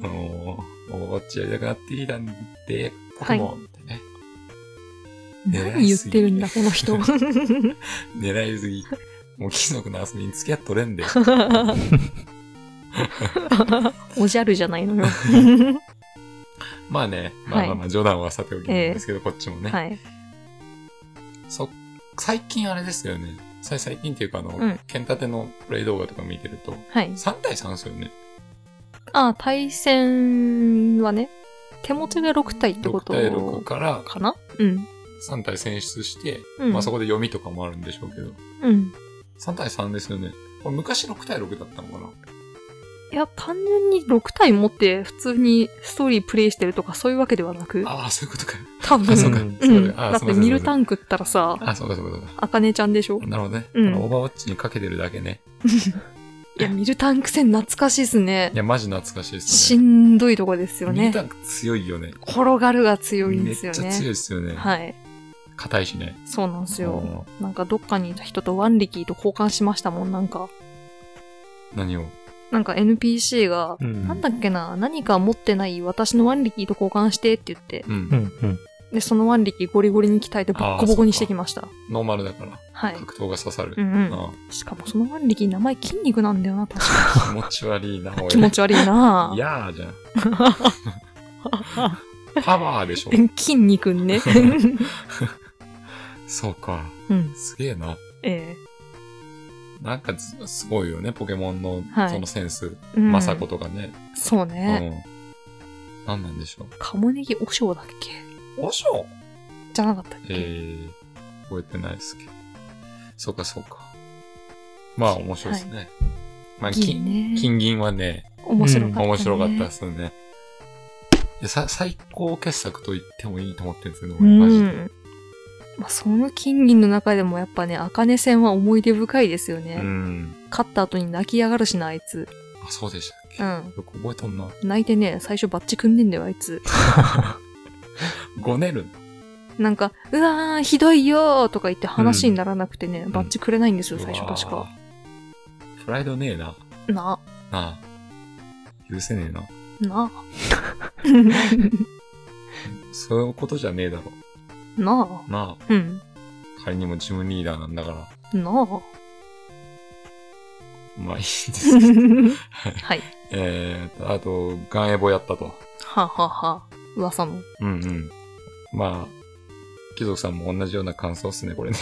[SPEAKER 2] あのー、オーバーウォッチやりたくなってきたんで、ポケモンってね、
[SPEAKER 1] 何言ってるんだ、この人。
[SPEAKER 2] 狙いすぎ。もう貴族の遊びに付き合っとれんで。
[SPEAKER 1] おじゃるじゃないのよ。
[SPEAKER 2] まあね、まあまあまあ冗談はさておきなん
[SPEAKER 1] ええ
[SPEAKER 2] ですけど、こっちもね。
[SPEAKER 1] はい。
[SPEAKER 2] そ最近あれですよね。さ最近っていうかあの、
[SPEAKER 1] うん
[SPEAKER 2] 剣立てのプレイ動画とか見てると、
[SPEAKER 1] はい。
[SPEAKER 2] 3対3ですよね。
[SPEAKER 1] あ、対戦はね、手持ちが6体ってこ
[SPEAKER 2] 6
[SPEAKER 1] と
[SPEAKER 2] 対6から
[SPEAKER 1] かなうん。
[SPEAKER 2] 3体選出して、
[SPEAKER 1] うん。
[SPEAKER 2] まあそこで読みとかもあるんでしょうけど、
[SPEAKER 1] うん。
[SPEAKER 2] 3対3ですよね。これ昔6対6だったのかない
[SPEAKER 1] や、単純に6体持って普通にストーリープレイしてるとかそういうわけではなく、
[SPEAKER 2] ああ、そういうことか。
[SPEAKER 1] 多
[SPEAKER 2] あ、
[SPEAKER 1] 分、
[SPEAKER 2] そうか。
[SPEAKER 3] うん
[SPEAKER 2] そう
[SPEAKER 1] うん。
[SPEAKER 2] かあ
[SPEAKER 1] だ
[SPEAKER 2] ー
[SPEAKER 1] っ
[SPEAKER 2] す
[SPEAKER 1] て
[SPEAKER 2] いません
[SPEAKER 1] ミルタンクったらさ、
[SPEAKER 2] あ、そうか、そうか、そうか。
[SPEAKER 1] あかねちゃんでしょ
[SPEAKER 2] なるほどね。
[SPEAKER 1] うん
[SPEAKER 2] あのオーバーウォッチにかけてるだけね。
[SPEAKER 1] いや、ミルタンク戦懐かしいですね
[SPEAKER 2] い。や、マジ懐かしいです
[SPEAKER 1] し
[SPEAKER 2] ね。
[SPEAKER 1] んどいとこですよ
[SPEAKER 2] ミル
[SPEAKER 1] ね
[SPEAKER 2] タ。ンク強いよね。
[SPEAKER 1] 転がるが強いんで
[SPEAKER 2] めっ
[SPEAKER 1] す
[SPEAKER 2] ち
[SPEAKER 1] よ
[SPEAKER 2] ゃ
[SPEAKER 1] ね。
[SPEAKER 2] 強いですよね。
[SPEAKER 1] はい。
[SPEAKER 2] 硬いしね。
[SPEAKER 1] そうなんです
[SPEAKER 2] う
[SPEAKER 1] よ。
[SPEAKER 2] ん
[SPEAKER 1] なんかどっかにいた人とワンリキーと交換しましたもん、なんか。
[SPEAKER 2] 何を
[SPEAKER 1] なんか NPC が、
[SPEAKER 3] うん
[SPEAKER 1] なんだっけな、何か持ってない私のワンリキーと交換してって言って、
[SPEAKER 2] うん
[SPEAKER 3] う。んうん。
[SPEAKER 1] で、そのワンリキーゴリゴリに鍛えてボッコボコにしてきました。
[SPEAKER 2] ノーマルだから、
[SPEAKER 1] はい。
[SPEAKER 2] 格闘が刺さる。
[SPEAKER 1] うんうん。
[SPEAKER 2] あ
[SPEAKER 1] しかもそのワンリキー名前筋肉なんだよな、確か
[SPEAKER 2] あ気持ち悪いな、おい。
[SPEAKER 1] に。気持ち悪いない
[SPEAKER 2] やーじゃ
[SPEAKER 1] <laughs>
[SPEAKER 2] ん。パワーでしょ。
[SPEAKER 1] <laughs> 筋肉ね。
[SPEAKER 2] <laughs> そうか。
[SPEAKER 1] うん。
[SPEAKER 2] すげえな。
[SPEAKER 1] え
[SPEAKER 2] なんかずすごいよね、ポケモンの
[SPEAKER 1] はい
[SPEAKER 2] そのセンス。
[SPEAKER 1] えうん
[SPEAKER 2] マサコとかね。
[SPEAKER 1] そう
[SPEAKER 2] う
[SPEAKER 1] ね。
[SPEAKER 2] ん。何なんでしょう。
[SPEAKER 1] カモネギお尚だっけ
[SPEAKER 2] おしょ
[SPEAKER 1] じゃなかったっけ、
[SPEAKER 2] ええ覚えてないですけど。そうか、そうか。まあ、面白いですね。まあ、
[SPEAKER 1] 銀
[SPEAKER 2] 金、
[SPEAKER 1] ね。
[SPEAKER 2] 金銀はね、
[SPEAKER 1] 面白かった、ね
[SPEAKER 2] 面白かったですね。いやさ最高傑作と言ってもいいと思ってるんですけど、
[SPEAKER 1] う
[SPEAKER 2] 俺マジで。
[SPEAKER 1] ん。まあ、その金銀の中でもやっぱね、茜戦は思い出深いですよね。
[SPEAKER 2] うん。
[SPEAKER 1] 勝った後に泣きやがるしな、あいつ。
[SPEAKER 2] あ、そうでしたっけ、
[SPEAKER 1] うん。
[SPEAKER 2] よく覚えとんな。
[SPEAKER 1] 泣いてね、最初バッチ組んでんだよ、あいつ。
[SPEAKER 2] ごねる。
[SPEAKER 1] なんか、うわー、ひどいよーとか言って話にならなくてね、バッチくれないんですよ、最初確
[SPEAKER 2] う
[SPEAKER 1] か
[SPEAKER 2] わ。ー。プライドねえな。
[SPEAKER 1] な、
[SPEAKER 2] なあ。許せねえな。 <laughs>
[SPEAKER 1] な。
[SPEAKER 2] そういうことじゃねえだろ。
[SPEAKER 1] な
[SPEAKER 2] な
[SPEAKER 1] あ。うん。
[SPEAKER 2] あ。仮にも自分リーダーなんだから。
[SPEAKER 1] なあ。
[SPEAKER 2] ま
[SPEAKER 1] <laughs>
[SPEAKER 2] あいいんですけど。
[SPEAKER 1] はい。
[SPEAKER 2] えーと、あと、ガンエボやったと。
[SPEAKER 1] はあ、はあはあ、噂の。
[SPEAKER 2] うんうん。まあ、貴族さんも同じような感想っすね、こ
[SPEAKER 1] <laughs>
[SPEAKER 2] れね。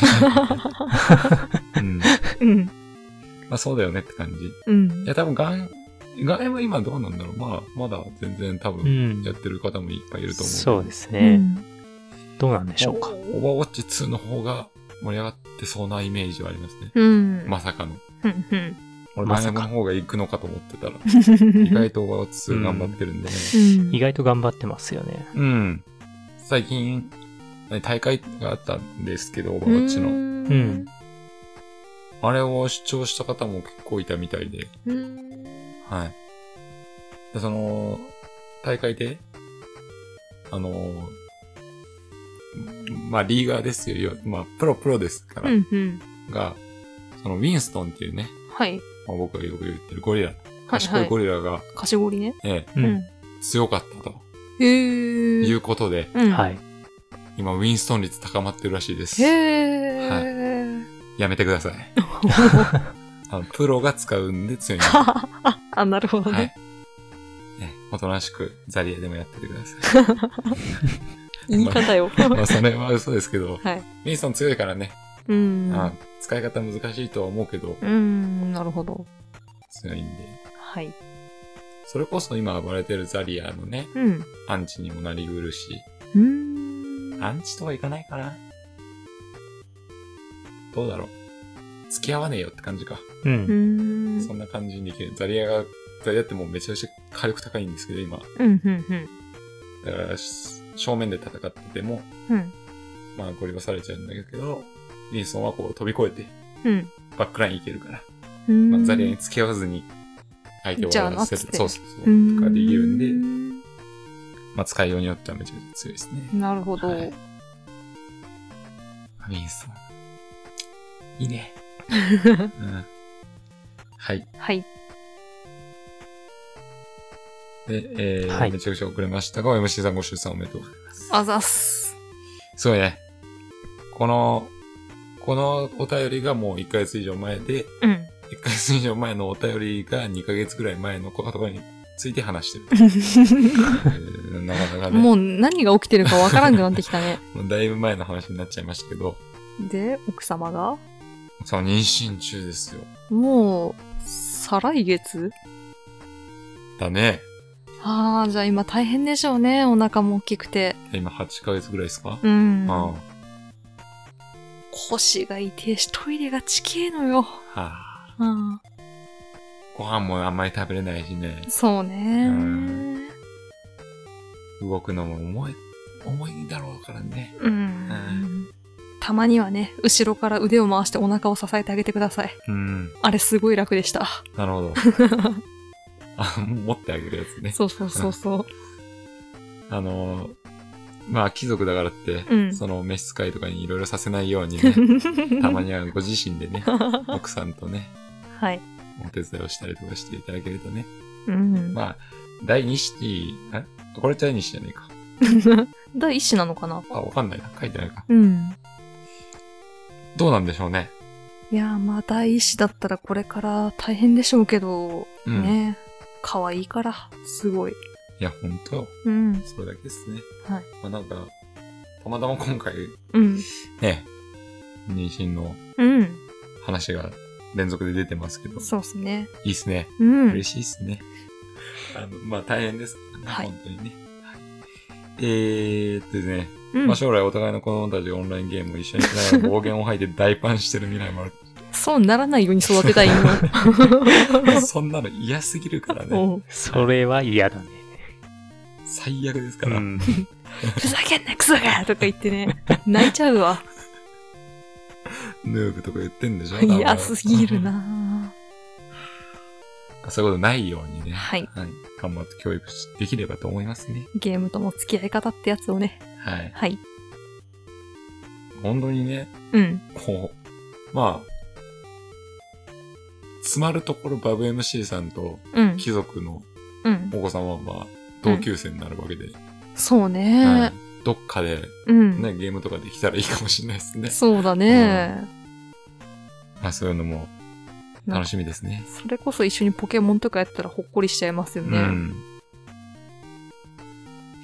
[SPEAKER 2] うん。ま
[SPEAKER 1] うん。
[SPEAKER 2] あそうだよねって感じ。
[SPEAKER 1] うん
[SPEAKER 2] いや、。多分ガン、ガンエボ今どうなんだろう。まあ、まだ全然多
[SPEAKER 3] う
[SPEAKER 2] 分、
[SPEAKER 3] ん
[SPEAKER 2] や。ってる方もいっぱいいると思う。
[SPEAKER 3] そうです
[SPEAKER 1] う
[SPEAKER 3] ね。
[SPEAKER 1] ん
[SPEAKER 3] どうなんでしょうか。
[SPEAKER 2] オーバーウォッチ2の方が盛り上がってそうなイメージはありますね。
[SPEAKER 1] うん。
[SPEAKER 2] まさかの。
[SPEAKER 1] うんうん
[SPEAKER 2] 俺、
[SPEAKER 3] ま
[SPEAKER 2] マ
[SPEAKER 3] さ
[SPEAKER 2] イ
[SPEAKER 3] か
[SPEAKER 2] ナの方が行くのかと思ってた
[SPEAKER 3] <laughs>
[SPEAKER 2] ら、意外とオーバーウォッチ2頑張ってるんでね。
[SPEAKER 1] うん
[SPEAKER 3] 意外と頑張ってますよね。
[SPEAKER 2] うん。最近、大会があったんですけど、オーバーウォッチ
[SPEAKER 1] う
[SPEAKER 2] の。
[SPEAKER 1] ん
[SPEAKER 2] あれを主張した方も結構いたみたいで、
[SPEAKER 1] うん
[SPEAKER 2] はい。でその、大会で、あの、まあ、リーガーですよ。いわまあ、プロプロですから、
[SPEAKER 1] うんうん。
[SPEAKER 2] が、その、ウィンストンっていうね、
[SPEAKER 1] はい。
[SPEAKER 2] まあ、僕がよく言ってるゴリラ、
[SPEAKER 1] はい
[SPEAKER 2] 賢
[SPEAKER 1] はいい
[SPEAKER 2] ゴ。リラが、
[SPEAKER 1] かしごりね。
[SPEAKER 2] え
[SPEAKER 3] う。
[SPEAKER 1] うんん。
[SPEAKER 2] え、強かったと
[SPEAKER 1] へー。
[SPEAKER 2] いうことで、
[SPEAKER 1] うん。
[SPEAKER 3] はい。
[SPEAKER 2] 今、ウィンストン率高まってるらしいです。
[SPEAKER 1] へ
[SPEAKER 2] は
[SPEAKER 1] ー。
[SPEAKER 2] やめてください。あのプロが使うんで強いんです。
[SPEAKER 1] <laughs> あ、なるほど
[SPEAKER 2] は
[SPEAKER 1] ね
[SPEAKER 2] い。。ねおとなしくザリエでもやっててください。
[SPEAKER 1] 言い方よ。
[SPEAKER 2] まあ、それ <laughs> は嘘ですけど、
[SPEAKER 1] はい
[SPEAKER 2] ミンソン強いからね、
[SPEAKER 1] うん。
[SPEAKER 2] あ使い方難しいとは思うけど、
[SPEAKER 1] うん、なるほど。
[SPEAKER 2] 強いんで。
[SPEAKER 1] はい。
[SPEAKER 2] それこそ今暴れてるザリアのね、
[SPEAKER 1] うん。
[SPEAKER 2] アンチにもなりうるし、
[SPEAKER 1] うん。
[SPEAKER 2] アンチとはいかないかな。どうだろう。付き合わねえよって感じか。
[SPEAKER 1] う
[SPEAKER 3] う。
[SPEAKER 1] んん。
[SPEAKER 2] そんな感じにできる。ザリアが、ザリアってもうめちゃくちゃ火力高いんですけど、今。
[SPEAKER 1] うん、うん、うん。
[SPEAKER 2] だから、し正面で戦ってても、
[SPEAKER 1] うん。
[SPEAKER 2] まあ、ゴリ押されちゃうんだけど、リンソンはこう飛び越えて、
[SPEAKER 1] うん。
[SPEAKER 2] バックラインいけるから。
[SPEAKER 1] うん
[SPEAKER 2] まあ、ザリアに付き合わずに、相手を終わらせ
[SPEAKER 1] じゃあなっつっ
[SPEAKER 2] る。
[SPEAKER 1] て
[SPEAKER 2] そうそうそうう。とかできるんで、
[SPEAKER 1] ん
[SPEAKER 2] まあ、使いようによってはめちゃくちゃ強いですね。
[SPEAKER 1] なるほど。
[SPEAKER 2] はいウィンソン。いいね。うん。はい。
[SPEAKER 1] はい。
[SPEAKER 2] で、えー
[SPEAKER 3] はい
[SPEAKER 2] めちゃくちゃ遅れましたが、MC さんご出産おめでとうございます。
[SPEAKER 1] あざっす。
[SPEAKER 2] すごいね。この、このお便りがもう1ヶ月以上前で、 <laughs>
[SPEAKER 1] うん。
[SPEAKER 2] 1ヶ月以上前のお便りが2ヶ月ぐらい前の言葉について話してる。えーなかなか
[SPEAKER 1] <laughs>
[SPEAKER 2] ね。
[SPEAKER 1] もう何が起きてるかわからんくなってきた
[SPEAKER 2] <laughs>
[SPEAKER 1] ね。
[SPEAKER 2] もうだいぶ前の話になっちゃいましたけど、
[SPEAKER 1] で、奥様が、
[SPEAKER 2] その妊娠中ですよ。
[SPEAKER 1] もう、再来月
[SPEAKER 2] だね。
[SPEAKER 1] ああ、じゃあ今大変でしょうね。お腹も大きくて。
[SPEAKER 2] 今8ヶ月ぐらいですか、
[SPEAKER 1] うん。
[SPEAKER 2] ああ。は
[SPEAKER 1] 腰が痛えし、トイレがちけえのよ。
[SPEAKER 2] あ。
[SPEAKER 1] うん。
[SPEAKER 2] ご飯もあんまり食べれないしね。
[SPEAKER 1] そうね
[SPEAKER 2] う。動くのも重い、重いだろうからね。
[SPEAKER 1] うん。たまにはね、後ろから腕を回してお腹を支えてあげてください。
[SPEAKER 2] うん。
[SPEAKER 1] あれすごい楽でした。
[SPEAKER 2] なるほ
[SPEAKER 1] <laughs>
[SPEAKER 2] ど。あ持ってあげるやつね。
[SPEAKER 1] そうそうそうそう。
[SPEAKER 2] あのー、まあ貴族だからって、
[SPEAKER 1] うん
[SPEAKER 2] その召使いとかにいろいろさせないように
[SPEAKER 1] <laughs>
[SPEAKER 2] ね、たまにはご自身でね、奥さんとね、
[SPEAKER 1] はい。
[SPEAKER 2] お手伝いをしたりとかしていただけるとね。
[SPEAKER 1] うん。
[SPEAKER 2] まあ、第2子、えこれ第2子じゃねえか。
[SPEAKER 1] 第一子なのかな
[SPEAKER 2] あ、わかんないな。書いてないか。
[SPEAKER 1] うん。
[SPEAKER 2] どうなんでしょうね。
[SPEAKER 1] いやー、まあ第一子だったらこれから大変でしょうけど、
[SPEAKER 2] うん
[SPEAKER 1] ね。可愛いから、すごい。
[SPEAKER 2] いや、ほんとよ。
[SPEAKER 1] うん。
[SPEAKER 2] それだけですね。
[SPEAKER 1] はい。
[SPEAKER 2] まあなんか、たまたま今回、
[SPEAKER 1] うん。
[SPEAKER 2] ね、妊娠の
[SPEAKER 1] うん。
[SPEAKER 2] 話が連続で出てますけど、
[SPEAKER 1] そうっすね。
[SPEAKER 2] いいっすね。
[SPEAKER 1] うん。
[SPEAKER 2] 嬉しいっすね。あの、まあ大変ですからね、
[SPEAKER 1] はい
[SPEAKER 2] 本当にね。はいえーっとですね、
[SPEAKER 1] うん
[SPEAKER 2] まあ将来お互いの子供たちがオンラインゲームを一緒にしながら暴言を吐いて大パンしてる未来もある。
[SPEAKER 1] そうならないように育てたい
[SPEAKER 2] <laughs>
[SPEAKER 1] よ。
[SPEAKER 2] そんなの嫌すぎるからね。
[SPEAKER 1] おう
[SPEAKER 3] それは嫌だね。
[SPEAKER 2] 最悪ですか
[SPEAKER 3] う
[SPEAKER 2] ら。
[SPEAKER 3] ん。
[SPEAKER 1] ふざけんな、クソがとか言ってね。泣いちゃうわ。
[SPEAKER 2] ヌーブとか言ってんでしょ多分
[SPEAKER 1] 嫌すぎるな
[SPEAKER 2] そういうことないようにね。
[SPEAKER 1] はい。
[SPEAKER 2] 頑張って教育できればと思いますね。
[SPEAKER 1] ゲームとの付き合い方ってやつをね。
[SPEAKER 2] はい。
[SPEAKER 1] はい。
[SPEAKER 2] 本当にね、
[SPEAKER 1] うん。
[SPEAKER 2] こう、まあ、詰まるところバブ MC さんと
[SPEAKER 1] うん。
[SPEAKER 2] 貴族の
[SPEAKER 1] うん。
[SPEAKER 2] お子様はまあ、同級生になるわけで、
[SPEAKER 1] そうね、
[SPEAKER 2] はいどっかで
[SPEAKER 1] うん。
[SPEAKER 2] ね、ゲームとかできたらいいかもしれないですね。
[SPEAKER 1] そうだね、
[SPEAKER 2] まあそういうのも楽しみですね。
[SPEAKER 1] それこそ一緒にポケモンとかやったらほっこりしちゃいますよ
[SPEAKER 2] う
[SPEAKER 1] ね。
[SPEAKER 2] ん。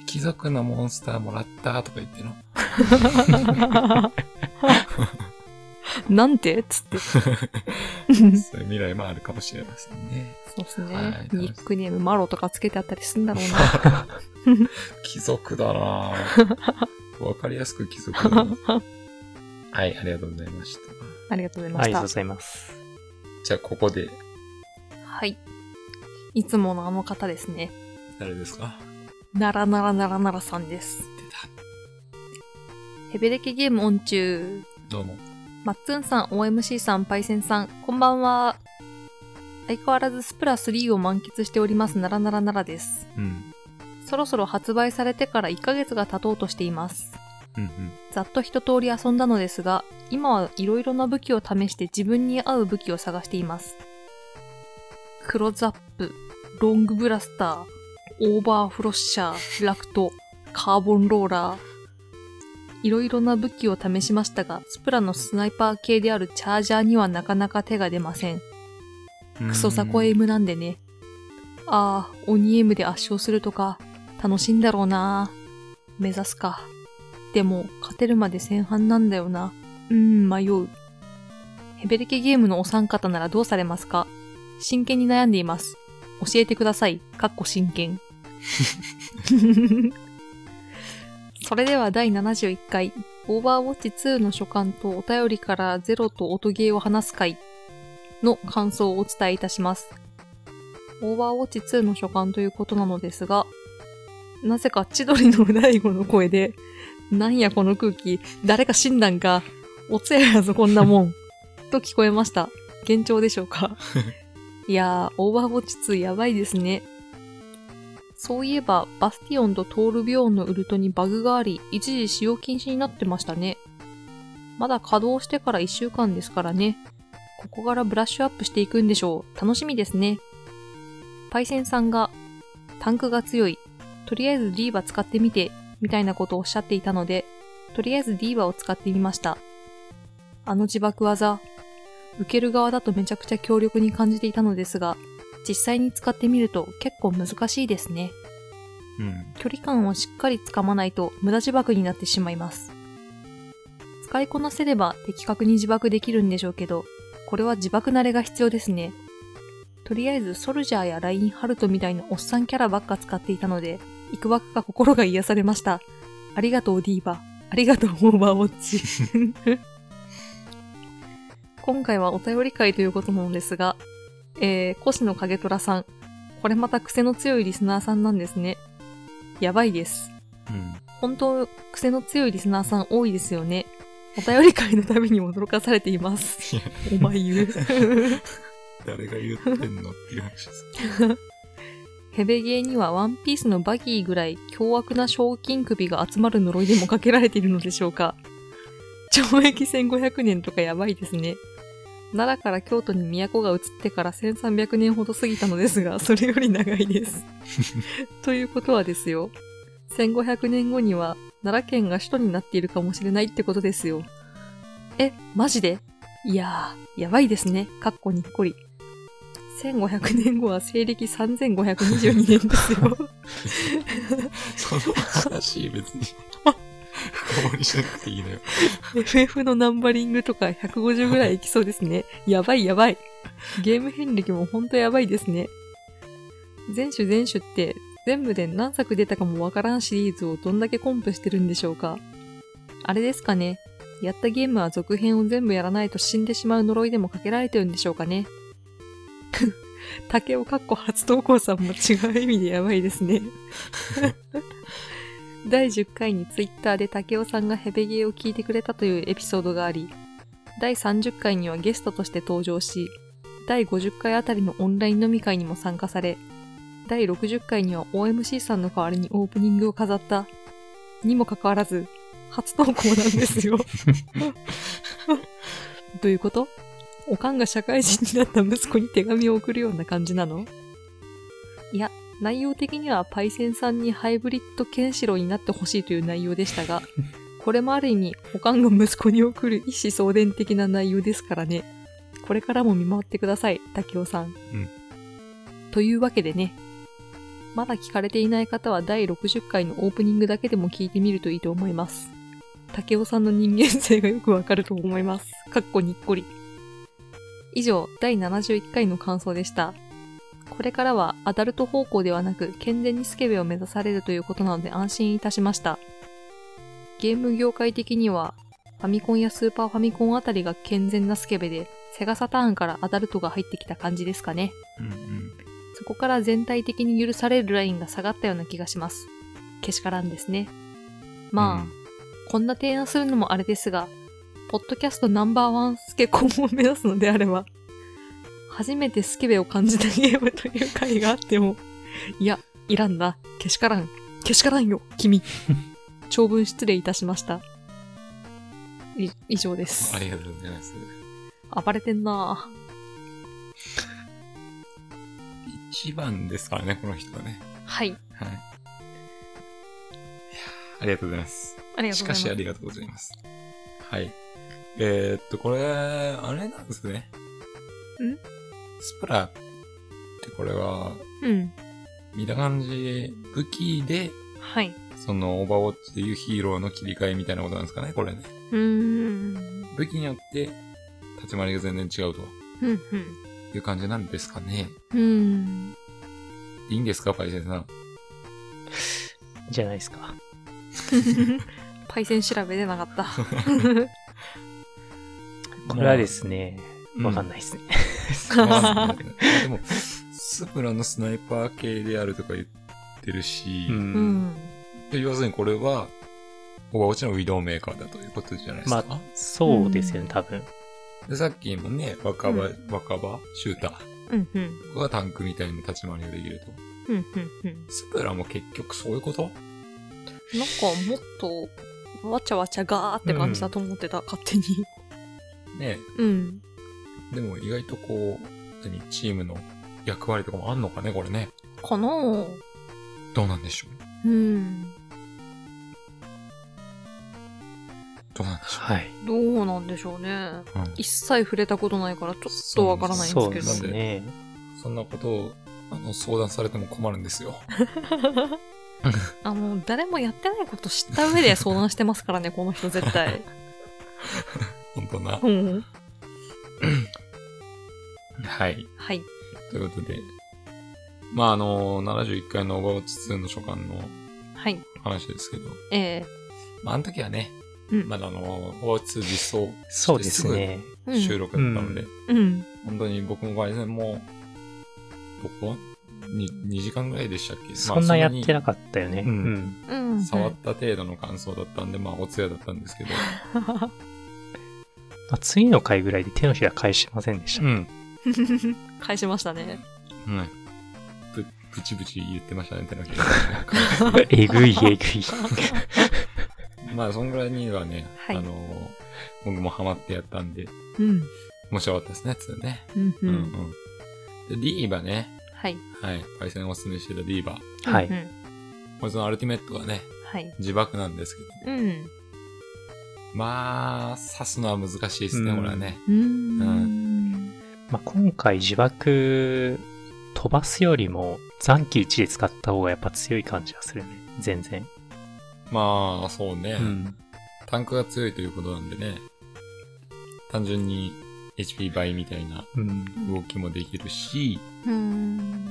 [SPEAKER 2] 貴族のモンスターもらったとか言っての。
[SPEAKER 1] <laughs> なんてつっ
[SPEAKER 2] <laughs>
[SPEAKER 1] て。
[SPEAKER 2] そういう未来もあるかもしれませんね。
[SPEAKER 1] そうですね、
[SPEAKER 2] はい
[SPEAKER 1] ニックネームマロとかつけてあったりすんだろう
[SPEAKER 2] <laughs> 貴族だなぁわかりやすく貴族だなはい、ありがとうございました。
[SPEAKER 1] な。ありがとうございま
[SPEAKER 3] あ
[SPEAKER 1] し
[SPEAKER 3] りが
[SPEAKER 1] た。はい。
[SPEAKER 3] とうございます。
[SPEAKER 2] じゃあ、ここで、
[SPEAKER 1] い、つものあの方ですね。
[SPEAKER 2] 誰ですか
[SPEAKER 1] ならならならならさんです。
[SPEAKER 2] 出た。
[SPEAKER 1] ヘベレケゲームオン中。
[SPEAKER 2] どうも。
[SPEAKER 1] マッツンさん、OMC さん、パイセンさん、こんばんは。相変わらずスプラ3を満喫しておりますならならならです。
[SPEAKER 2] うん。
[SPEAKER 1] そろそろ発売されてから1ヶ月が経とうとしています。
[SPEAKER 2] うんうん。
[SPEAKER 1] ざっと一通り遊んだのですが、今はいろいろな武器を試して自分に合う武器を探しています。クローズアップ、ロングブラスター、オーバーフロッシャー、ラクト、カーボンローラー。いろいろな武器を試しましたが、スプラのスナイパー系であるチャージャーにはなかなか手が出ません。クソザコエムなんでね。ああ、鬼エムで圧勝するとか、楽しいんだろうな。目指すか。でも、勝てるまで戦犯なんだよな。うーん、迷う。ヘベレケゲームのお三方ならどうされますか真剣に悩んでいます。教えてください。かっこ真剣。 <laughs> それでは第71回、オーバーウォッチ2の書簡とお便りからゼロと音ゲーを話す回の感想をお伝えいたします。オーバーウォッチ2の書簡ということなのですが、なぜか千鳥の大悟の声で、なんやこの空気、誰か死んだんか、おつややぞこんなもん、と聞こえました。幻聴でしょうかいやー、オーバーウォッチ2やばいですね。そういえば、バスティオンとトールビオンのウルトにバグがあり、一時使用禁止になってましたね。まだ稼働してから1週間ですからね。ここからブラッシュアップしていくんでしょう。楽しみですね。パイセンさんが、タンクが強い。とりあえずディーバ使ってみて、みたいなことをおっしゃっていたので、とりあえずディーバを使ってみました。あの自爆技、受ける側だとめちゃくちゃ強力に感じていたのですが、実際に使ってみると結構難しいですね。
[SPEAKER 2] うん。
[SPEAKER 1] 距離感をしっかりつかまないと無駄自爆になってしまいます。使いこなせれば的確に自爆できるんでしょうけど、これは自爆慣れが必要ですね。とりあえずソルジャーやラインハルトみたいなおっさんキャラばっか使っていたので、いくばくか心が癒されました。ありがとうディーバ。ありがとうオーバーウォッチ。 <laughs> 今回はお便り会ということなのですが、えー、越野影虎さん。これまた癖の強いリスナーさんなんですね。やばいです。
[SPEAKER 2] うん。
[SPEAKER 1] 本当、癖の強いリスナーさん多いですよね。お便り会のたびに驚かされています。
[SPEAKER 2] いや
[SPEAKER 1] お前言
[SPEAKER 2] <laughs>
[SPEAKER 1] う。
[SPEAKER 2] 誰が言ってんのっていう話です。
[SPEAKER 1] ヘベゲーにはワンピースのバギーぐらい凶悪な賞金首が集まる呪いでもかけられているのでしょうか懲役1500年とかやばいですね。奈良から京都に都が移ってから1300年ほど過ぎたのですが、 <laughs> それより長いです。ということはですよ。1500年後には奈良県が首都になっているかもしれないってことですよ。え、マジでいやー、やばいですね。かっこにっこり。1500年後は西暦3522年ですよ。
[SPEAKER 2] その話、別に。深掘りしなくていいのよ。
[SPEAKER 1] FF のナンバリングとか150ぐらいいきそうですね。やばいやばい。ゲーム遍歴もほんとやばいですね。全種全種って全部で何作出たかもわからんシリーズをどんだけコンプしてるんでしょうか。あれですかね。やったゲームは続編を全部やらないと死んでしまう呪いでもかけられてるんでしょうかね。 <laughs> 竹尾かっこ初投稿さんも違う意味でやばいですね。第10回にツイッターで竹雄さんがヘベゲーを聞いてくれたというエピソードがあり、第30回にはゲストとして登場し、第50回あたりのオンライン飲み会にも参加され、第60回には OMC さんの代わりにオープニングを飾った。にもかかわらず、初投稿なんですよ。どういうことおかんが社会人になった息子に手紙を送るような感じなのいや、内容的にはパイセンさんにハイブリッドケンシロウになってほしいという内容でしたが、 <laughs> これもある意味、おかんが息子に送る一子相伝的な内容ですからね。これからも見回ってください、竹雄さん。
[SPEAKER 2] うん
[SPEAKER 1] というわけでね、まだ聞かれていない方は第60回のオープニングだけでも聞いてみるといいと思います。竹雄さんの人間性がよくわかると思います。かっこにっこり。以上、第71回の感想でした。これからはアダルト方向ではなく健全にスケベを目指されるということなので安心いたしました。ゲーム業界的にはファミコンやスーパーファミコンあたりが健全なスケベでセガサターンからアダルトが入ってきた感じですかね。
[SPEAKER 2] うんうん。
[SPEAKER 1] そこから全体的に許されるラインが下がったような気がします。けしからんですね。まあ、こんな提案するのもあれですが、ポッドキャストナンバーワンスケコンを目指すのであれば、初めてスケベを感じたゲームという回があっても、いや、いらんな。けしからん。けしからんよ、
[SPEAKER 2] <laughs>
[SPEAKER 1] 君。長文失礼いたしました。い以上です
[SPEAKER 2] あ。りがとうございます。
[SPEAKER 1] 暴れてんな
[SPEAKER 2] 一番ですからね、この人はね。
[SPEAKER 1] はい。
[SPEAKER 2] はい。いやありがとうございます。
[SPEAKER 1] ありがと
[SPEAKER 2] し
[SPEAKER 1] うございま
[SPEAKER 2] か
[SPEAKER 1] す。
[SPEAKER 2] しありがとうございます。はい。えー、っと、これ、あれなんですね。
[SPEAKER 1] ん
[SPEAKER 2] スプラってこれは、
[SPEAKER 1] うん。
[SPEAKER 2] 見た感じ、武器で、
[SPEAKER 1] はい。
[SPEAKER 2] そのオーバーウォッチでいうヒーローの切り替えみたいなことなんですかね、これね。
[SPEAKER 1] うーん。
[SPEAKER 2] 武器によって、立ち回りが全然違うと
[SPEAKER 1] うん、
[SPEAKER 2] いう感じなんですかね。
[SPEAKER 1] うん。うん。
[SPEAKER 2] いいんですか、パイセンさん。
[SPEAKER 3] じゃないですか。
[SPEAKER 2] <laughs>
[SPEAKER 1] パイセン調べでなかった。
[SPEAKER 3] これはですね、
[SPEAKER 2] うん
[SPEAKER 3] わかんないですね。
[SPEAKER 2] まあでも、スプラのスナイパー系であるとか言ってるし、
[SPEAKER 1] う。ん。
[SPEAKER 2] で要するにこれは、オーバーウォッチのウィドウメーカーだということじゃないです
[SPEAKER 3] ま
[SPEAKER 2] か。
[SPEAKER 3] あ、そうですよね、多分。
[SPEAKER 2] でさっきもね、若葉、若葉、シュータ
[SPEAKER 1] うん、うん。
[SPEAKER 2] ーがタンクみたいな立ち回りができると。
[SPEAKER 1] うんうんうん。
[SPEAKER 2] スプラも結局そういうこと
[SPEAKER 1] なんかもっと、わちゃわちゃガーって感じだと思ってた、勝手に。
[SPEAKER 2] ね
[SPEAKER 1] うん。
[SPEAKER 2] でも意外とこう、何、チームの役割とかもあんのかね、これね。
[SPEAKER 1] かなぁ。
[SPEAKER 2] どうなんでしょう
[SPEAKER 1] うん。
[SPEAKER 2] どうなんでしょ
[SPEAKER 3] はい。
[SPEAKER 1] どうなんでしょうね。
[SPEAKER 2] う、
[SPEAKER 1] 一切触れたことないから、ちょっとわからないんです
[SPEAKER 3] そう
[SPEAKER 1] け
[SPEAKER 3] で
[SPEAKER 1] ど。
[SPEAKER 3] すね。
[SPEAKER 2] うん、そんなことを、あの、相談されても困るんですよ。 <laughs>
[SPEAKER 1] あの、誰もやってないこと知った上で相談してます <laughs> からね、この人絶対。
[SPEAKER 2] 本当な。
[SPEAKER 1] うん。
[SPEAKER 2] はい。
[SPEAKER 1] はい。
[SPEAKER 2] ということで、まああの、71回のオーバーウォッチ2の初巻の
[SPEAKER 1] はい。
[SPEAKER 2] 話ですけど、
[SPEAKER 1] え
[SPEAKER 2] まああの時はね、
[SPEAKER 1] うん
[SPEAKER 2] まだあの、オーバーウォッチ2実装
[SPEAKER 3] そうですね。
[SPEAKER 1] え
[SPEAKER 2] 収録だったので、
[SPEAKER 3] うん
[SPEAKER 1] うん。
[SPEAKER 2] 本当に僕もバイゼンも、どこに 2, 時間ぐらいでしたっけ
[SPEAKER 3] そんなやってな
[SPEAKER 2] く
[SPEAKER 3] かったよね。
[SPEAKER 2] う
[SPEAKER 3] うんん。
[SPEAKER 1] うん。
[SPEAKER 2] 触った程度の感想だったんで、まあお通夜だったんですけど、
[SPEAKER 3] まあ次の回ぐらいで手のひら返しませんでした。
[SPEAKER 2] うん。
[SPEAKER 1] <laughs> 返しましたね。
[SPEAKER 2] うん。ぶ、ぶちぶち言ってましたね、手のひら。
[SPEAKER 3] <laughs> えぐい
[SPEAKER 2] <laughs>
[SPEAKER 3] えぐい。
[SPEAKER 2] まあ、そんぐらいにはね、
[SPEAKER 1] はい
[SPEAKER 2] あのー、僕もハマってやったんで、
[SPEAKER 1] <laughs> うん。
[SPEAKER 2] 面白かったですね、つうね。
[SPEAKER 1] うんう。
[SPEAKER 2] うんんうん。で、ディーバね。
[SPEAKER 1] はい。
[SPEAKER 2] はい。パイセンがおすすめしてたディーバ。
[SPEAKER 3] は
[SPEAKER 1] うんう
[SPEAKER 3] い。
[SPEAKER 1] ん
[SPEAKER 2] こいつのアルティメットがね、
[SPEAKER 1] はい。
[SPEAKER 2] 自爆なんですけど。
[SPEAKER 1] うん。
[SPEAKER 2] まあ、刺すのは難しいですね、
[SPEAKER 3] うん
[SPEAKER 2] これはね。
[SPEAKER 1] うーん。
[SPEAKER 3] まあ、今回自爆飛ばすよりも残機1で使った方がやっぱ強い感じがするね。全然。
[SPEAKER 2] まあ、そうね、
[SPEAKER 3] うん
[SPEAKER 2] タンクが強いということなんでね。単純に HP 倍みたいな
[SPEAKER 3] うん。
[SPEAKER 2] 動きもできるし、
[SPEAKER 1] うーん。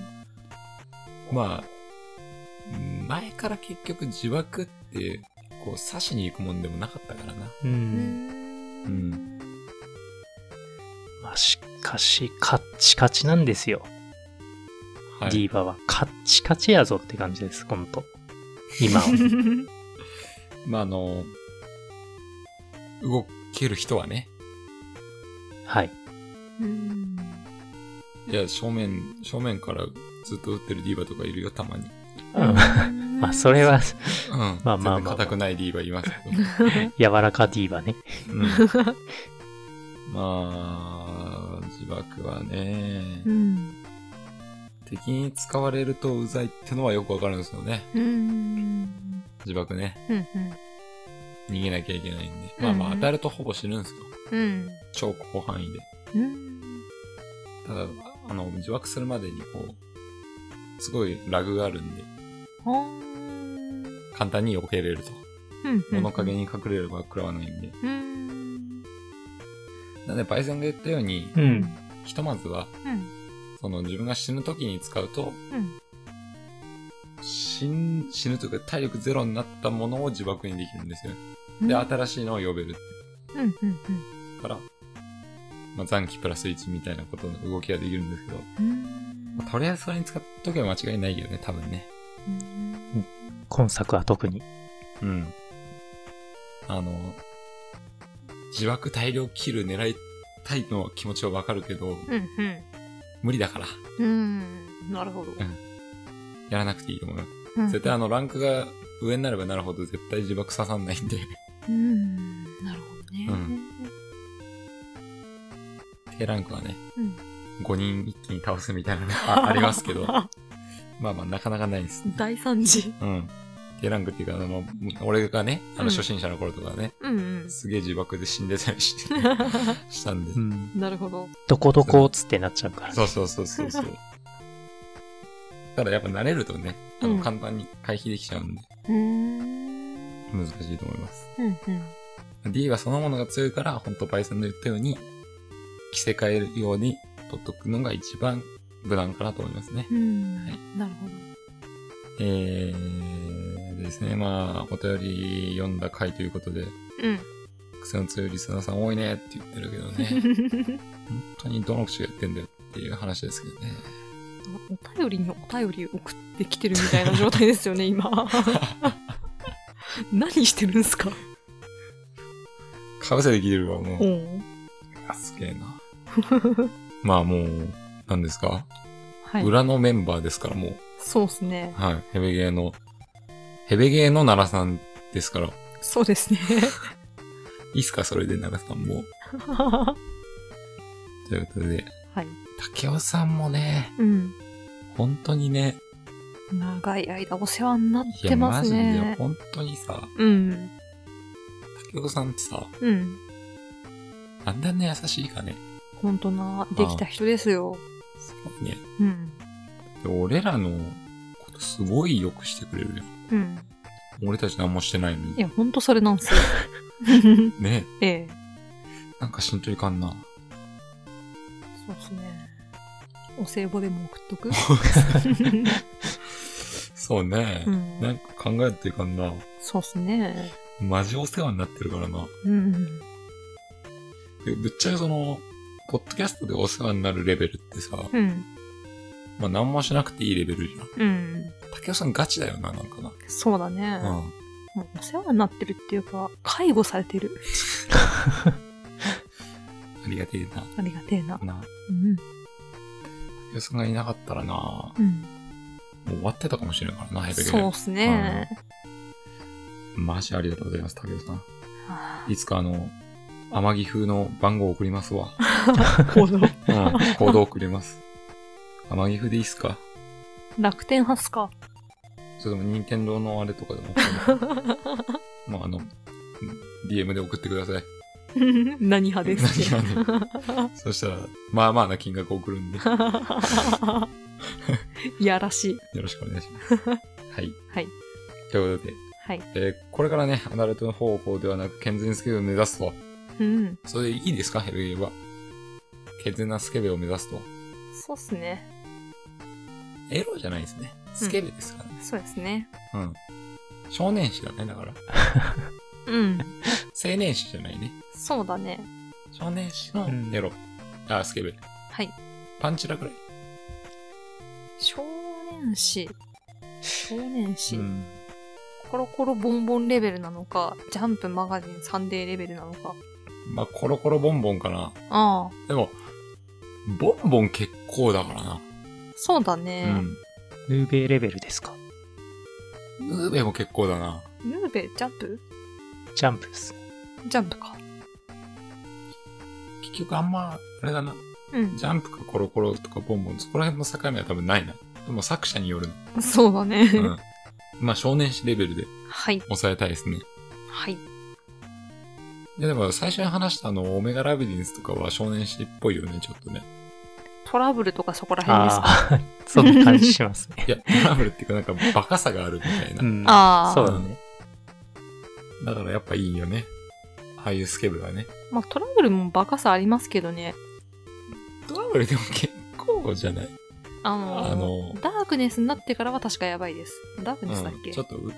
[SPEAKER 2] まあ、前から結局自爆って、こう刺しに行くもんでもなかったからな。
[SPEAKER 3] う。
[SPEAKER 1] うん。
[SPEAKER 2] うんん。
[SPEAKER 3] まあ、しかし、カッチカチなんですよ。
[SPEAKER 2] は
[SPEAKER 3] ディ
[SPEAKER 2] い。
[SPEAKER 3] ーバは。カッチカチやぞって感じです、ほんと。今は。 <laughs>
[SPEAKER 2] まあ、あの、動ける人はね、
[SPEAKER 3] はい。
[SPEAKER 1] うん。
[SPEAKER 2] いや、正面、正面からずっと撃ってるディーバとかいるよ、たまに。
[SPEAKER 3] うんまあ、それは、
[SPEAKER 2] うん。
[SPEAKER 3] まあまあまあ
[SPEAKER 2] 全然硬くないディーバいますけど。
[SPEAKER 3] 柔らかディーバね。 <laughs>
[SPEAKER 2] うんまあ、自爆はね、
[SPEAKER 1] うん。
[SPEAKER 2] 敵に使われるとうざいってのはよくわかるんですよね。
[SPEAKER 1] うん。うん。
[SPEAKER 2] 自爆ね。
[SPEAKER 1] うん。
[SPEAKER 2] 逃げなきゃいけないんで。まあまあ、
[SPEAKER 1] うん
[SPEAKER 2] 当たるとほぼ死ぬんですよ。
[SPEAKER 1] うん。
[SPEAKER 2] 超広範囲で。
[SPEAKER 1] うん。
[SPEAKER 2] ただ、あの、自爆するまでにこう、すごいラグがあるんで、
[SPEAKER 1] ほーん。
[SPEAKER 2] 簡単に避けれると。物陰に隠れれば食らわないんで。
[SPEAKER 1] うん。
[SPEAKER 2] なんで、パイセンが言ったように、
[SPEAKER 3] う。。
[SPEAKER 1] うん
[SPEAKER 2] ひとまずは、
[SPEAKER 1] うん。
[SPEAKER 2] その自分が死ぬ時に使うと、
[SPEAKER 1] うん
[SPEAKER 2] 死ん死ぬというか体力ゼロになったものを自爆にできるんですよ。で、新しいのを呼べる
[SPEAKER 1] うん。うん。うん。
[SPEAKER 2] から、まあ、残機プラス1みたいなことの動きができるんですけど、
[SPEAKER 1] うん
[SPEAKER 2] まあとりあえずそれに使っとけば間違いないよね、多分ね。
[SPEAKER 1] うん。
[SPEAKER 3] 今作は特に。
[SPEAKER 2] うん。あの、自爆大量キル狙いたいの気持ちはわかるけど、
[SPEAKER 1] うん。
[SPEAKER 2] 無理だから、
[SPEAKER 1] うん。なるほど。
[SPEAKER 2] やらなくていいと思う。絶対あの、ランクが上になればなるほど絶対自爆刺さんないんで、 <laughs>
[SPEAKER 1] うん。なるほどね。
[SPEAKER 2] 低ランクはね、
[SPEAKER 1] うん
[SPEAKER 2] 5人一気に倒すみたいなのがあ <laughs> ありますけど、まあまあなかなかないですね。
[SPEAKER 1] 大惨事。
[SPEAKER 2] うん。低ランクっていうか、あの、俺がね、あ
[SPEAKER 1] うん
[SPEAKER 2] の初心者の頃とかね、
[SPEAKER 1] うんうん。
[SPEAKER 2] すげえ自爆で死んでたりして、
[SPEAKER 1] <laughs>
[SPEAKER 2] したんで。
[SPEAKER 3] うん。
[SPEAKER 1] なるほど。
[SPEAKER 3] どこどこっつってなっちゃうからね。
[SPEAKER 2] そうそうそうそうそう。ただやっぱ慣れるとね、あ
[SPEAKER 1] う
[SPEAKER 2] の
[SPEAKER 1] ん
[SPEAKER 2] 簡単に回避できちゃうんで、
[SPEAKER 1] うん。
[SPEAKER 2] 難しいと思います。
[SPEAKER 1] うんうん。
[SPEAKER 2] D はそのものが強いから、ほんとバイソンの言ったように、着せ替えるように取っとくのが一番無難かなと思いますね。
[SPEAKER 1] うん
[SPEAKER 2] はい
[SPEAKER 1] なるほど。
[SPEAKER 2] えー、ですね、まあ、お便り読んだ回ということで、
[SPEAKER 1] うん。
[SPEAKER 2] 癖の強いリスナーさん多いねって言ってるけ
[SPEAKER 1] <laughs>
[SPEAKER 2] どね。本当にどの口がやってんだよっていう話ですけどね。
[SPEAKER 1] <laughs> お便りにお便り送ってきてるみたいな状態ですよね、 <laughs> 今。何してるんすか
[SPEAKER 2] かぶせてきてるわ、も
[SPEAKER 1] う
[SPEAKER 2] う。
[SPEAKER 1] ん。
[SPEAKER 2] あすげ
[SPEAKER 1] <laughs>
[SPEAKER 2] えな。まあもう、何ですか、
[SPEAKER 1] はい。
[SPEAKER 2] 裏のメンバーですから、もう。
[SPEAKER 1] そうっすね。
[SPEAKER 2] はい。ヘベゲーの、ヘベゲーの奈良さんですから。い
[SPEAKER 1] そうです <laughs> ね。
[SPEAKER 2] いっすか、それで奈良さんも。
[SPEAKER 1] は
[SPEAKER 2] ということで、
[SPEAKER 1] い。
[SPEAKER 2] 竹雄さんもね、
[SPEAKER 1] うん。
[SPEAKER 2] 本当にね、
[SPEAKER 1] 長い間お世話になっ
[SPEAKER 2] い
[SPEAKER 1] て
[SPEAKER 2] や、
[SPEAKER 1] ま
[SPEAKER 2] マ
[SPEAKER 1] す
[SPEAKER 2] ジで
[SPEAKER 1] ね。
[SPEAKER 2] 本当にさ、
[SPEAKER 1] うん。
[SPEAKER 2] 竹雄さんってさ、
[SPEAKER 1] うん。
[SPEAKER 2] なんであんな優しいかね。
[SPEAKER 1] ほんとな。できた人ですよ。
[SPEAKER 2] すごいね。
[SPEAKER 1] うん。
[SPEAKER 2] で俺らのことすごい良くしてくれるじゃん。
[SPEAKER 1] うん。
[SPEAKER 2] 俺たち何もしてないの
[SPEAKER 1] い
[SPEAKER 2] に。
[SPEAKER 1] や、ほんとそれなん <laughs> すよ。
[SPEAKER 2] ね
[SPEAKER 1] ええ。
[SPEAKER 2] なんかしんといかんな。
[SPEAKER 1] そうっすね。お歳暮でも送っ
[SPEAKER 2] <laughs>
[SPEAKER 1] とく
[SPEAKER 2] そうね、
[SPEAKER 1] うん
[SPEAKER 2] なんか考えていかんな。
[SPEAKER 1] そうっすね。
[SPEAKER 2] マジお世話になってるからな。
[SPEAKER 1] うん。
[SPEAKER 2] でぶっちゃけその、ポッドキャストでお世話になるレベルってさ、
[SPEAKER 1] うん。
[SPEAKER 2] まあ何もしなくていいレベルじゃん。
[SPEAKER 1] うん。
[SPEAKER 2] 竹雄さんガチだよな、なんかな。
[SPEAKER 1] そうだね。
[SPEAKER 2] うん。
[SPEAKER 1] もうお世話になってるっていうか、介護されてる。
[SPEAKER 2] ありがてえな。
[SPEAKER 1] ありがてえな。
[SPEAKER 2] な、
[SPEAKER 1] うん。
[SPEAKER 2] 予算がいなかったらな、も
[SPEAKER 1] うん。
[SPEAKER 2] う終わってたかもしれんからな、ヘベゲ
[SPEAKER 1] そうっすね。
[SPEAKER 2] マジありがとうございます、竹雄さん。
[SPEAKER 1] はい
[SPEAKER 2] つかあの、天城風の番号送りますわ。
[SPEAKER 1] あこの
[SPEAKER 2] <laughs> うん、コード送ります。天城風でいいっすか
[SPEAKER 1] 楽天ハスか。 <laughs>
[SPEAKER 2] それでも任天堂のあれとかでも送るまああの、うん DM で送ってください。
[SPEAKER 1] 何派ですけど
[SPEAKER 2] 何そしたら、まあまあな金額送るんで、よ
[SPEAKER 1] い <laughs> やらしい。
[SPEAKER 2] ろしくお願いします。はい。
[SPEAKER 1] はい。
[SPEAKER 2] ということで、
[SPEAKER 1] はい。
[SPEAKER 2] えーこれからね、アダルトの方向ではなく、健全スケベを目指すと。
[SPEAKER 1] うん。
[SPEAKER 2] それでいいですかヘルゲーは。健全なスケベを目指すと。
[SPEAKER 1] そうっすね。
[SPEAKER 2] エロじゃないですね。スケベですからね。
[SPEAKER 1] そうですね。
[SPEAKER 2] うん。少年誌だね、だから。
[SPEAKER 1] うん。
[SPEAKER 2] 青年誌じゃないね。
[SPEAKER 1] そうだね。
[SPEAKER 2] 少年誌のエロ。あ、スケベ。
[SPEAKER 1] はい。
[SPEAKER 2] パンチラくらい。
[SPEAKER 1] 少年誌。少年誌。
[SPEAKER 2] うん。
[SPEAKER 1] コロコロボンボンレベルなのか、ジャンプマガジンサンデーレベルなのか。
[SPEAKER 2] まあ、コロコロボンボンかな。
[SPEAKER 1] ああ、
[SPEAKER 2] でも、ボンボン結構だからな。
[SPEAKER 1] そうだ
[SPEAKER 2] う
[SPEAKER 1] ね。
[SPEAKER 2] ん。
[SPEAKER 3] ヌーベイレベルですか
[SPEAKER 2] ヌーベも結構だな。
[SPEAKER 1] ヌーベ、ジャンプ
[SPEAKER 3] ジャンプです。
[SPEAKER 1] ジャンプか。
[SPEAKER 2] 結局あんま、あれだな。
[SPEAKER 1] うん。
[SPEAKER 2] ジャンプかコロコロとかボンボン、そこら辺の境目は多分ないな。でも作者に <laughs> よるの。
[SPEAKER 1] そうだね。
[SPEAKER 2] うんまあ少年誌レベルで
[SPEAKER 1] はい。
[SPEAKER 2] 抑えたいですね。
[SPEAKER 1] はい。
[SPEAKER 2] いやでも最初に話したあの、オメガラビリンスとかは少年誌っぽいよね、ちょっとね。
[SPEAKER 1] トラブルとかそこら辺ですか。
[SPEAKER 3] あー、 <laughs> そんな感じしますね。
[SPEAKER 2] いや、トラブルっていうかなんかバカさがあるみたいな。
[SPEAKER 3] うん
[SPEAKER 1] あー
[SPEAKER 3] そうだね。
[SPEAKER 2] だからやっぱいいよね。ああいうスケベはね。
[SPEAKER 1] まあトラブルもバカさありますけどね。
[SPEAKER 2] トラブルでも結構じゃない
[SPEAKER 1] あのー
[SPEAKER 2] あのー
[SPEAKER 1] ダークネスになってからは確かやばいです。ダークネスだっけ、
[SPEAKER 2] うん、ちょっとう、こ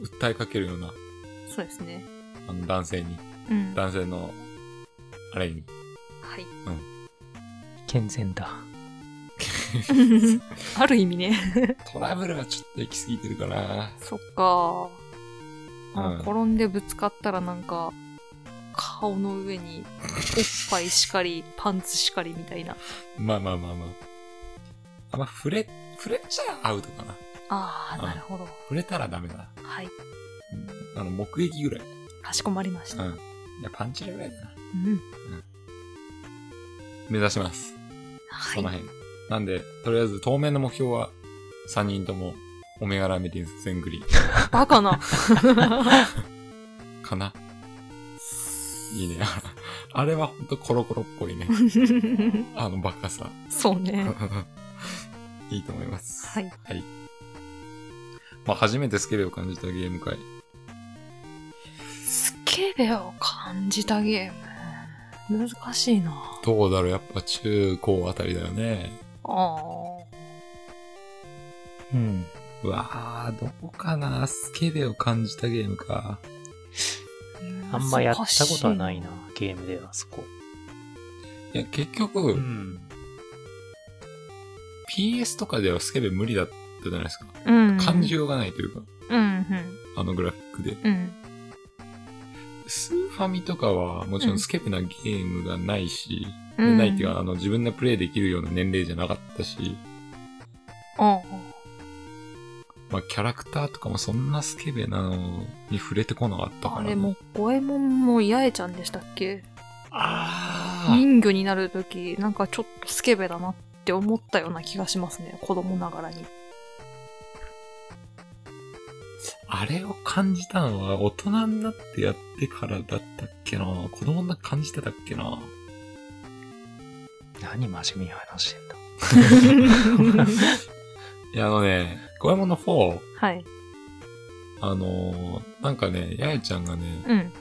[SPEAKER 2] う、訴えかけるような、
[SPEAKER 1] そうですね。
[SPEAKER 2] あの男性に、
[SPEAKER 1] うん。は
[SPEAKER 2] 男性の、あれに、
[SPEAKER 1] い。 <laughs>
[SPEAKER 3] 健全だ。
[SPEAKER 1] ある意味ね。
[SPEAKER 2] トラブルはちょっと行き過ぎてるかな。
[SPEAKER 1] そっか。あ
[SPEAKER 2] うん
[SPEAKER 1] 転んでぶつかったらなんか、顔の上に、おっぱいしかり、パンツしかりみたいな。
[SPEAKER 2] まあまあまあまあ。あんま触れ、触れちゃアウトかな。
[SPEAKER 1] あ
[SPEAKER 2] う
[SPEAKER 1] あ、
[SPEAKER 2] ん
[SPEAKER 1] なるほど。
[SPEAKER 2] 触れたらダメだな。
[SPEAKER 1] はい。
[SPEAKER 2] うんあの、目撃ぐらい。
[SPEAKER 1] かしこまりまし
[SPEAKER 2] う
[SPEAKER 1] た。
[SPEAKER 2] ん。いや、パンチラぐらいだな。
[SPEAKER 1] うん。
[SPEAKER 2] 目指します。
[SPEAKER 1] は
[SPEAKER 2] その
[SPEAKER 1] い。
[SPEAKER 2] 辺。なんで、とりあえず当面の目標は、3人とも、オメガラメディンス全グリ
[SPEAKER 1] バカな。
[SPEAKER 2] <laughs> かな。いいね。 <laughs> あれはほんとコロコロっぽいね。あのバカさ。 <laughs>
[SPEAKER 1] そうね。
[SPEAKER 2] いいと思います。
[SPEAKER 1] はい。
[SPEAKER 2] まあ、初めてスケベを感じたゲーム会。
[SPEAKER 1] スケベを感じたゲーム。難しいな。
[SPEAKER 2] どうだろうやっぱ中高あたりだよね。
[SPEAKER 1] あ
[SPEAKER 3] うん。
[SPEAKER 2] うわあどこかなスケベを感じたゲームか。
[SPEAKER 1] あ。
[SPEAKER 3] あんまやったことはない
[SPEAKER 1] 難し
[SPEAKER 3] な、ゲームではそこ。
[SPEAKER 2] いや、結局、
[SPEAKER 3] うん。
[SPEAKER 2] PS とかではスケベ無理だったじゃないですか。
[SPEAKER 1] い。うん。
[SPEAKER 2] 感じようがないというか、
[SPEAKER 1] うん、うん。
[SPEAKER 2] あのグラフィックで。
[SPEAKER 1] うん。
[SPEAKER 2] スーファミとかはもちろんスケベなゲームがないし、
[SPEAKER 1] うん。
[SPEAKER 2] ないっていうか、あの、自分でプレイできるような年齢じゃなかったし、
[SPEAKER 1] あ
[SPEAKER 2] まあ、キャラクターとかもそんなスケベなのに触れてこなかった
[SPEAKER 1] あ。
[SPEAKER 2] か
[SPEAKER 1] あ
[SPEAKER 2] ら、
[SPEAKER 1] れも、五右衛門も八重ちゃんでしたっけ
[SPEAKER 2] あー
[SPEAKER 1] 人魚になるとき、なんかちょっとスケベだなって思ったような気がしますね。子供ながら
[SPEAKER 2] <laughs>
[SPEAKER 1] に。
[SPEAKER 2] あれを感じたのは大人になってやってからだったっけな子供の時感じてたっけな
[SPEAKER 3] 何真面目に話してんだ。
[SPEAKER 2] いや、あのね、ゴエモンの4、
[SPEAKER 1] はい。
[SPEAKER 2] あのーなんかね、や重ちゃんがね、
[SPEAKER 1] うん。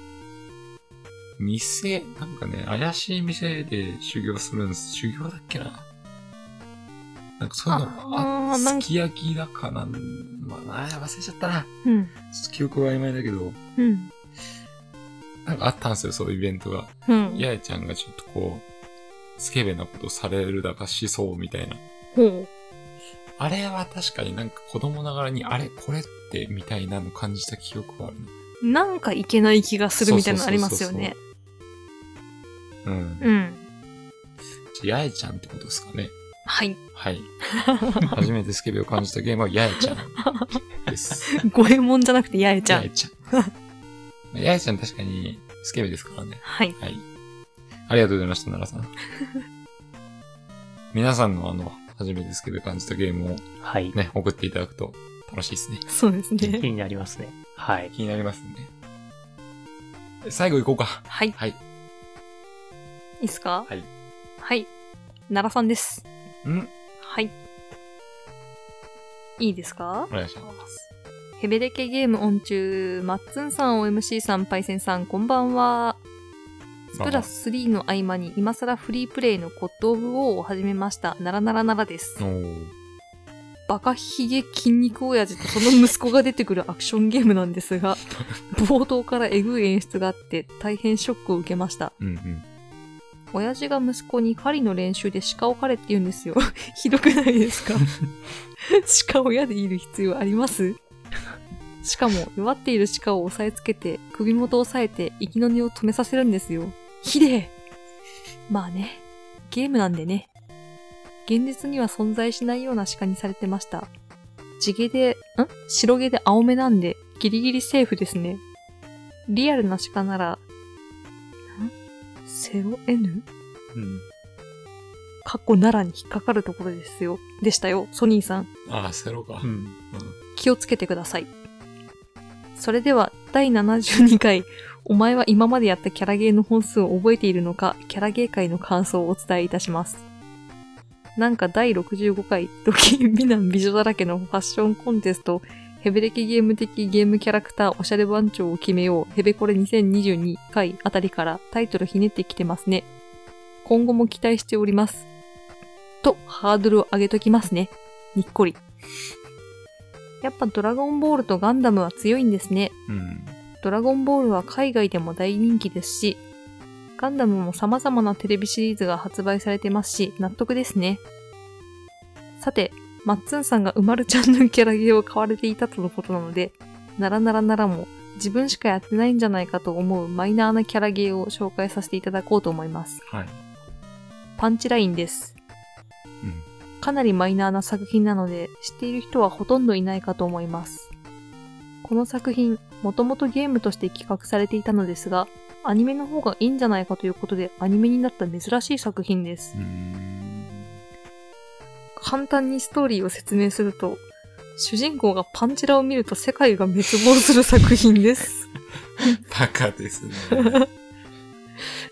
[SPEAKER 2] 店、なんかね、怪しい店で修行するんです。修行だっけななんかそういうの
[SPEAKER 1] あ
[SPEAKER 2] があ
[SPEAKER 1] あーなん
[SPEAKER 2] すき焼きだかなん、まあ、あー忘れちゃったな。
[SPEAKER 1] うん。
[SPEAKER 2] ちょっと記憶が曖昧だけど、
[SPEAKER 1] うん。
[SPEAKER 2] なんかあったんですよ、そういうイベントが。
[SPEAKER 1] うん。
[SPEAKER 2] や重ちゃんがちょっとこう、スケベなことされるだかしそうみたいな。
[SPEAKER 1] ほう。
[SPEAKER 2] あれは確かになんか子供ながらに、あれこれってみたいなの感じた記憶はあるね。
[SPEAKER 1] なんかいけない気がするみたいなのありますよね。
[SPEAKER 2] うん。
[SPEAKER 1] うん。
[SPEAKER 2] じゃあ八重ちゃんってことですかね。
[SPEAKER 1] はい。
[SPEAKER 2] はい。初めてスケベを感じたゲームは八重ちゃんです。
[SPEAKER 1] 五右衛門じゃなくて八重ちゃ
[SPEAKER 2] 八重
[SPEAKER 1] ん。
[SPEAKER 2] ちゃん。八重ちゃん確かにスケベですからね。
[SPEAKER 1] はい。
[SPEAKER 2] はい。ありがとうございました、奈良さん。 <laughs> 皆さんのあの、初めてスケベ感じたゲームを
[SPEAKER 3] はい。
[SPEAKER 2] ね、送っていただくと楽しいですね。
[SPEAKER 1] そうです
[SPEAKER 2] <laughs>
[SPEAKER 3] 気
[SPEAKER 1] ね。
[SPEAKER 3] になりますね。はい。
[SPEAKER 2] 気になりますね。最後行こうか。
[SPEAKER 1] はい。い
[SPEAKER 2] はい。
[SPEAKER 1] いっすか
[SPEAKER 2] はい。
[SPEAKER 1] はい。奈良さんです。
[SPEAKER 2] うん
[SPEAKER 1] はい。いいですか
[SPEAKER 2] お願いします。
[SPEAKER 1] ヘベレケゲームオン中、マッツンさん、OMC さん、パイセンさん、こんばんは。スプラス3の合間に今更フリープレイのコットオブウォーを始めました。ならならならです。
[SPEAKER 2] おー
[SPEAKER 1] バカヒゲ筋肉親父とその息子が出てくるアクションゲームなんですが、冒頭からえぐい演出があって大変ショックを受けました。
[SPEAKER 2] うんうん。
[SPEAKER 1] 親父が息子に狩りの練習で鹿を狩れって言うんですよ。 <laughs> ひどくないですか <laughs> 鹿を親でいる必要ありますしかも弱っている鹿を押さえつけて首元を押さえて息の根を止めさせるんですよ。ひでえまあね、ゲームなんでね。現実には存在しないような鹿にされてました。地毛で、ん白毛で青目なんでギリギリセーフですね。リアルな鹿なら、んセロ N?
[SPEAKER 2] うん。
[SPEAKER 1] 過去奈良に引っかかるところですよ。でしたよ、ソニーさん。
[SPEAKER 2] ああ、セロか。
[SPEAKER 3] うん。
[SPEAKER 1] 気をつけてください。それでは、第72回、お前は今までやったキャラゲーの本数を覚えているのか、キャラゲー界の感想をお伝えいたします。なんか第65回、ドキン美男美女だらけのファッションコンテスト、ヘベレキゲーム的ゲームキャラクターおしゃれ番長を決めよう、ヘベコレ2022回あたりからタイトルひねってきてますね。今後も期待しております。と、ハードルを上げときますね。にっこり。やっぱドラゴンボールとガンダムは強いんですね。
[SPEAKER 2] うん。
[SPEAKER 1] ドラゴンボールは海外でも大人気ですし、ガンダムも様々なテレビシリーズが発売されてますし、納得ですね。さて、マッツンさんがうまるちゃんのキャラゲーを買われていたとのことなので、ならならならも自分しかやってないんじゃないかと思うマイナーなキャラゲーを紹介させていただこうと思います。
[SPEAKER 2] はい。
[SPEAKER 1] パンチラインです。
[SPEAKER 2] うん。
[SPEAKER 1] かなりマイナーな作品なので、知っている人はほとんどいないかと思います。この作品、もともとゲームとして企画されていたのですが、アニメの方がいいんじゃないかということで、アニメになった珍しい作品です
[SPEAKER 2] うー。ん。
[SPEAKER 1] 簡単にストーリーを説明すると、主人公がパンチラを見ると世界が滅亡する作品です。
[SPEAKER 2] バカですね。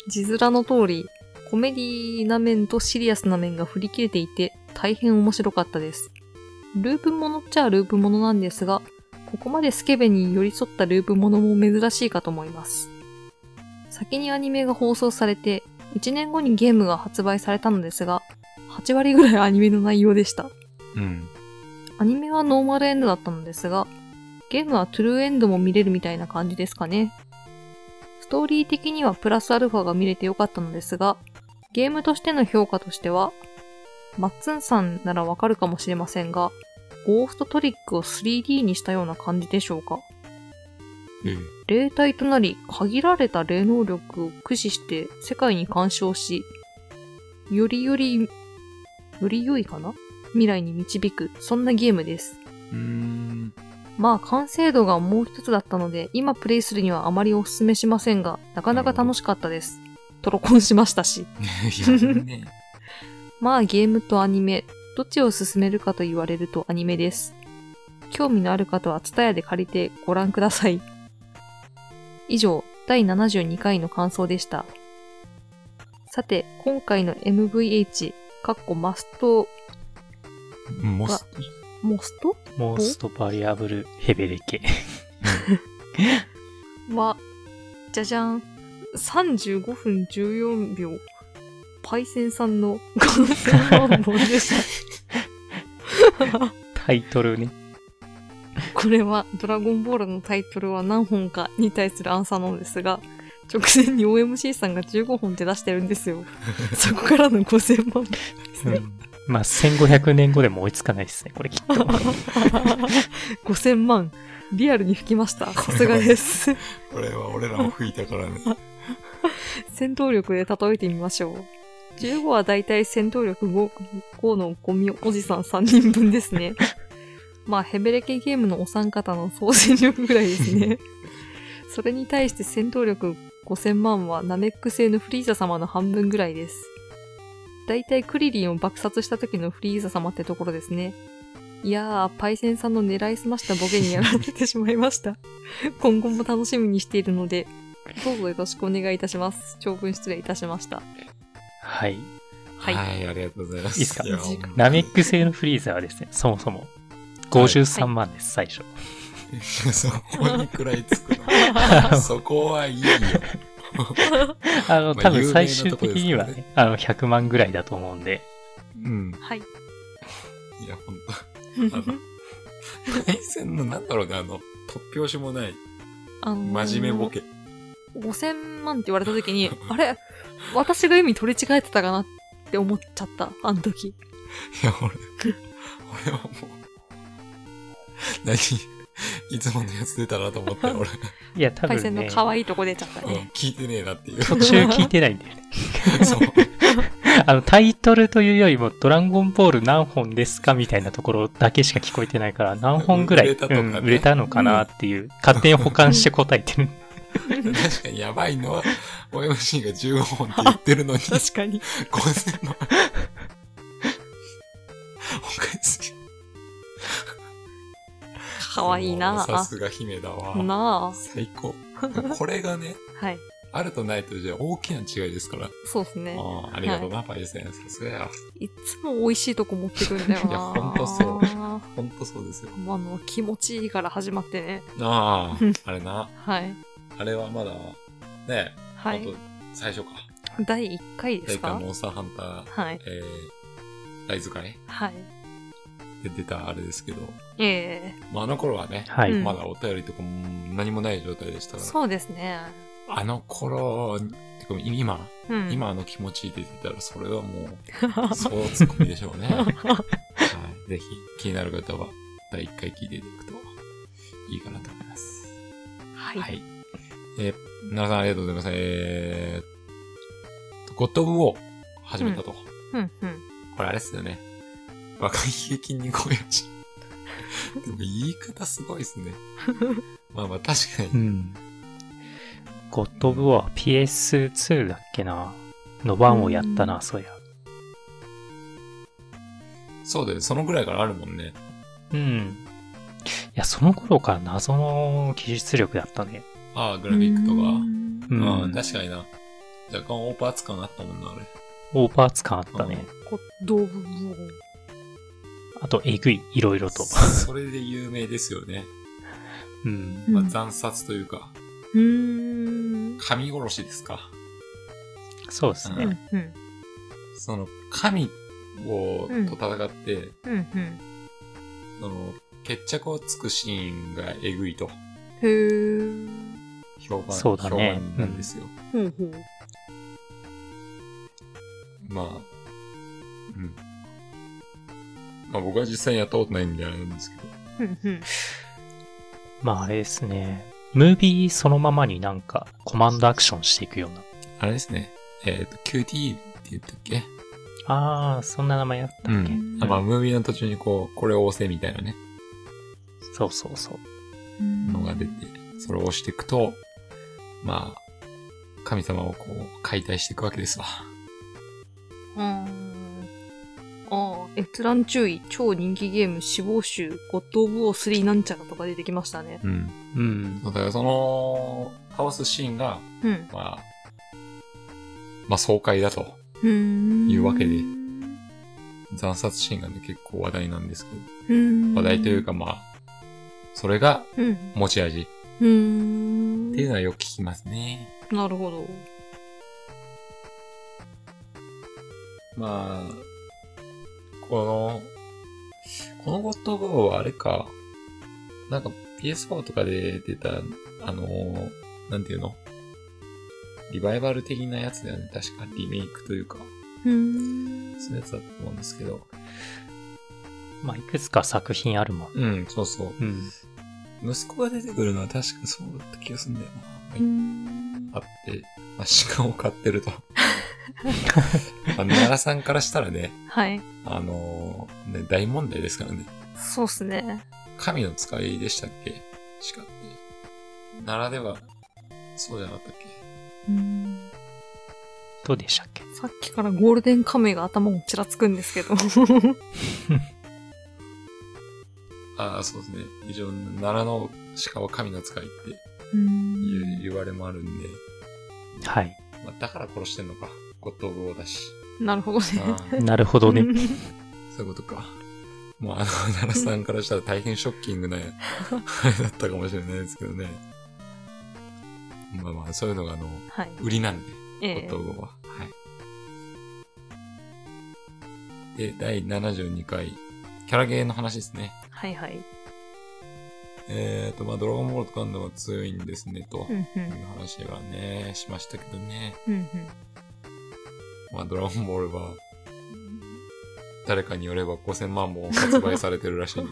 [SPEAKER 1] 字面の通り、コメディな面とシリアスな面が振り切れていて、大変面白かったです。ループものっちゃループものなんですが、ここまでスケベに寄り添ったループものも珍しいかと思います。先にアニメが放送されて、1年後にゲームが発売されたのですが、8割ぐらいアニメの内容でした。
[SPEAKER 2] うん。
[SPEAKER 1] アニメはノーマルエンドだったのですが、ゲームはトゥルーエンドも見れるみたいな感じですかね。ストーリー的にはプラスアルファが見れてよかったのですが、ゲームとしての評価としては、マッツンさんならわかるかもしれませんが、ゴーストトリックを 3D にしたような感じでしょうか。
[SPEAKER 2] ええ
[SPEAKER 1] 霊体となり限られた霊能力を駆使して世界に干渉しよりよりより良いかな未来に導くそんなゲームです
[SPEAKER 2] うーん。
[SPEAKER 1] まあ完成度がもう一つだったので今プレイするにはあまりお勧めしませんがなかなか楽しかったですトロコンしましたし
[SPEAKER 2] いや、ね。
[SPEAKER 1] まあゲームとアニメ、どっちを進めるかと言われるとアニメです。興味のある方は TSUTAYA で借りてご覧ください。以上、第72回の感想でした。さて、今回の MVH、かっこマスト、
[SPEAKER 2] もし、
[SPEAKER 1] モスト
[SPEAKER 3] モーストバリアブルヘベ
[SPEAKER 2] <laughs>
[SPEAKER 3] レケ。
[SPEAKER 1] は、じゃじゃん。35分14秒。パイセンさんの5000万本でした。
[SPEAKER 3] タイトルね。
[SPEAKER 1] これは「ドラゴンボール」のタイトルは何本かに対するアンサーなのですが直前に OMC さんが15本って出してるんですよそこからの5000万
[SPEAKER 3] うんまあ、1500年後でも追いつかないですね、これきっと。
[SPEAKER 1] 5000万リアルに吹きましたさすがです
[SPEAKER 2] これは俺らも吹いたからね。
[SPEAKER 1] <laughs> 戦闘力で例えてみましょう。15はだいたい戦闘力 5, 5のゴミおじさん3人分ですね。まあ、ヘベレケゲームのお三方の総戦力ぐらいですね。それに対して戦闘力5000万はナメック星のフリーザ様の半分ぐらいです。だいたいクリリンを爆殺した時のフリーザ様ってところですね。いやー、パイセンさんの狙いすましたボケにやられてしまいました。今後も楽しみにしているので、どうぞよろしくお願いいたします。長文失礼いたしました。
[SPEAKER 3] はい。
[SPEAKER 1] はい
[SPEAKER 2] はい、ありがとうございます。
[SPEAKER 3] いいっすか
[SPEAKER 2] や
[SPEAKER 1] 時間
[SPEAKER 2] ほんま
[SPEAKER 3] ナメック製のフリーザーはですね、そもそも53万です、最初。
[SPEAKER 2] そこにくらいつくの。 <laughs> そこはいいよ。
[SPEAKER 3] あの、
[SPEAKER 2] まあ
[SPEAKER 3] 多分
[SPEAKER 2] 有名
[SPEAKER 3] 最
[SPEAKER 2] な
[SPEAKER 3] 終
[SPEAKER 2] とこ
[SPEAKER 3] 的
[SPEAKER 2] ですからね
[SPEAKER 3] にはね、あの、100万ぐらいだと思うんで、
[SPEAKER 2] うん。
[SPEAKER 1] はい。
[SPEAKER 2] いや、ほんと。対戦のなんだろうね、あの、突拍子もない、
[SPEAKER 1] あのー
[SPEAKER 2] 真面目ボ。ケ。
[SPEAKER 1] 5000万って言われた時に、あれ私が意味取り違えてたかなって思っちゃった、あの時。
[SPEAKER 2] いや、俺、俺はもう、何、いつものやつ出たなと思って、 <laughs> 俺、
[SPEAKER 3] いや、多
[SPEAKER 1] パイ
[SPEAKER 3] 分
[SPEAKER 1] センの
[SPEAKER 3] ね、
[SPEAKER 1] 可愛いとこ出ちゃった
[SPEAKER 2] うん
[SPEAKER 1] ね。
[SPEAKER 2] 聞いてねえなっていう。
[SPEAKER 3] 途中聞いてないんだよね。
[SPEAKER 2] <laughs> そう。
[SPEAKER 3] <laughs> あの、タイトルというよりも、ドラゴンボール何本ですかみたいなところだけしか聞こえてないから、何本ぐらい、
[SPEAKER 2] 売れたとかね
[SPEAKER 3] うん売れたのかなっていう、勝手に保管して答えてる。
[SPEAKER 1] <laughs>
[SPEAKER 2] 確かにやばいのは、OMC が15本って言ってるのに、
[SPEAKER 1] 確かに。
[SPEAKER 2] 5000万。おかしい。
[SPEAKER 1] <laughs> 可愛いな
[SPEAKER 2] さ
[SPEAKER 1] あ。
[SPEAKER 2] すが姫だわ。
[SPEAKER 1] な
[SPEAKER 2] 最高。これがね、
[SPEAKER 1] あ。はい。
[SPEAKER 2] あるとないとじゃ大きな違いですから。
[SPEAKER 1] そうですね。
[SPEAKER 2] ああありがとうな、パイセン。さすがや。
[SPEAKER 1] いつも美味しいとこ持ってくんだよな。
[SPEAKER 2] いやほんとそうほんとそうですよ。
[SPEAKER 1] まああの、気持ちいいから始まってね。
[SPEAKER 2] あ
[SPEAKER 1] <laughs> うん
[SPEAKER 2] あ、あれな。
[SPEAKER 1] はい。
[SPEAKER 2] あれはまだ、ね、
[SPEAKER 1] は
[SPEAKER 2] あ
[SPEAKER 1] い
[SPEAKER 2] と。、最初か。
[SPEAKER 1] 第1回で
[SPEAKER 2] 第
[SPEAKER 1] す
[SPEAKER 2] 一回
[SPEAKER 1] か
[SPEAKER 2] モンスターハンター、
[SPEAKER 1] はい。
[SPEAKER 2] えー、ライズ会
[SPEAKER 1] はい。
[SPEAKER 2] で出たあれですけど、
[SPEAKER 1] ええ
[SPEAKER 2] まあ、あの頃はね、
[SPEAKER 3] はい。
[SPEAKER 1] うん
[SPEAKER 2] まだお便りとかも何もない状態でしたから、
[SPEAKER 1] そうですね。
[SPEAKER 2] あの頃、てか今、
[SPEAKER 1] うん。
[SPEAKER 2] 今あの気持ち出てたら、それはも
[SPEAKER 1] <laughs>
[SPEAKER 2] う、そうツッコミでしょうね。はい、ぜひ、気になる方は、第1回聞いていただくと、いいかなと思います。
[SPEAKER 1] はい。
[SPEAKER 2] はい。えー、奈良さんありがとうございます。えーと、ゴッド・オブ・ウォー、始めたと。
[SPEAKER 1] うんうん。
[SPEAKER 2] これあれっすよね。若いヒゲ筋肉親父。 <laughs> でも言い方すごいっ
[SPEAKER 1] <laughs>
[SPEAKER 2] すね。まあまあ確か
[SPEAKER 3] う
[SPEAKER 2] に。
[SPEAKER 3] ん。ゴッド・オブ・ワー PS2 だっけなの版をやったな、そうや。
[SPEAKER 2] そうだよね。そのぐらいからあるもんね。
[SPEAKER 3] うん。いや、その頃から謎の技術力だったね。
[SPEAKER 2] ああ、グラフィックとか。
[SPEAKER 3] う。
[SPEAKER 2] うんん、確かにな。若干オーパーツ感あったもんな、あれ。
[SPEAKER 3] オーバーツ感あったね。
[SPEAKER 1] こ動物も。
[SPEAKER 3] あと、えぐい、いろいろ
[SPEAKER 2] <laughs>
[SPEAKER 3] と。
[SPEAKER 2] それで有名ですよね。
[SPEAKER 3] うん。
[SPEAKER 2] まあ、
[SPEAKER 1] うん
[SPEAKER 2] 惨殺というか、
[SPEAKER 1] うーん。
[SPEAKER 2] 神殺しですか。
[SPEAKER 3] そうです
[SPEAKER 2] う
[SPEAKER 3] ね。
[SPEAKER 1] うんうん。
[SPEAKER 2] その、神を、
[SPEAKER 1] うん
[SPEAKER 2] と戦って、
[SPEAKER 1] うんうん。
[SPEAKER 2] その、決着をつくシーンがえぐいと、
[SPEAKER 1] へー。
[SPEAKER 2] 評判、
[SPEAKER 3] そうだね
[SPEAKER 2] 評判なんですよ。
[SPEAKER 1] ほうほう。
[SPEAKER 2] まあ、うん。まあ僕は実際にやったことないんであれなんですけど。
[SPEAKER 1] うんうん。
[SPEAKER 3] まあ、あれですね。ムービーそのままになんか、コマンドアクションしていくような。
[SPEAKER 2] あれですね。えっ、と、QT って言ったっけ
[SPEAKER 3] あー、そんな名前あったっけ、
[SPEAKER 2] うんあまあ、ムービーの途中にこう、これを押せみたいなね、
[SPEAKER 3] そうそうそう。
[SPEAKER 2] のが出て、それを押していくと、まあ、神様をこう、解体していくわけですわ。
[SPEAKER 1] うーんああ、閲覧注意、超人気ゲーム、死亡集、ゴッド・オブ・オー3なんちゃらとか出てきましたね。
[SPEAKER 2] うん。
[SPEAKER 3] うん。
[SPEAKER 2] だからその、倒すシーンが、
[SPEAKER 1] うん。
[SPEAKER 2] まあ、まあ爽快だと。
[SPEAKER 1] うーん。
[SPEAKER 2] いうわけで
[SPEAKER 1] う
[SPEAKER 2] 惨殺シーンがね、結構話題なんですけど。
[SPEAKER 1] ーん。
[SPEAKER 2] 話題というかまあ、それが
[SPEAKER 1] うん。う
[SPEAKER 2] 持ち味っ
[SPEAKER 1] ーん。
[SPEAKER 2] ていうのはよく聞きますね。
[SPEAKER 1] なるほど。
[SPEAKER 2] まあ、この、このゴッドボーはあれか、なんか PS4 とかで出た、あのー、なんていうのリバイバル的なやつだよね。確かリメイクというか、
[SPEAKER 1] うーん。
[SPEAKER 2] そういうやつだと思うんですけど。
[SPEAKER 3] まあ、いくつか作品あるもん。
[SPEAKER 2] うん、そうそう。
[SPEAKER 3] うん。
[SPEAKER 2] 息子が出てくるのは確かそうだった気がするんだよな。
[SPEAKER 1] うーん
[SPEAKER 2] あって、まあ、鹿を飼ってると。あの奈良さんからしたらね、
[SPEAKER 1] はい。
[SPEAKER 2] あのーね、大問題ですからね。
[SPEAKER 1] そうっすね。
[SPEAKER 2] 神の使いでしたっけ鹿って。奈良では、そうじゃなかったっけ
[SPEAKER 1] うん
[SPEAKER 3] どうでしたっけ
[SPEAKER 1] さっきからゴールデンカメが頭をちらつくんですけど。
[SPEAKER 2] ああ、そうですね。一応、奈良の鹿は神の使いっていう言われもあるんで、
[SPEAKER 3] はい。
[SPEAKER 2] まあ、だから殺してんのか。ゴッドオだし。
[SPEAKER 1] なるほどね。
[SPEAKER 2] ああ、
[SPEAKER 3] なるほどね。
[SPEAKER 2] そういうことか。もうあの、 <laughs> 奈良さんからしたら大変ショッキングな、あれだったかもしれないですけどね。まあまあ、そういうのが、あの、
[SPEAKER 1] はい。
[SPEAKER 2] 売りなんで、
[SPEAKER 1] え
[SPEAKER 2] ゴッ
[SPEAKER 1] え
[SPEAKER 2] ドオは。はい。で、第72回、キャラゲーの話ですね。
[SPEAKER 1] はいはい。
[SPEAKER 2] えーと、まあ、ドラゴンボールとガンダムは強いんですね、と。
[SPEAKER 1] うんう
[SPEAKER 2] い
[SPEAKER 1] ん。
[SPEAKER 2] う話はね、しましたけどね。
[SPEAKER 1] うんうん。
[SPEAKER 2] まあ、ドラゴンボールは、誰かによれば5000万本発売されてるらしいんで。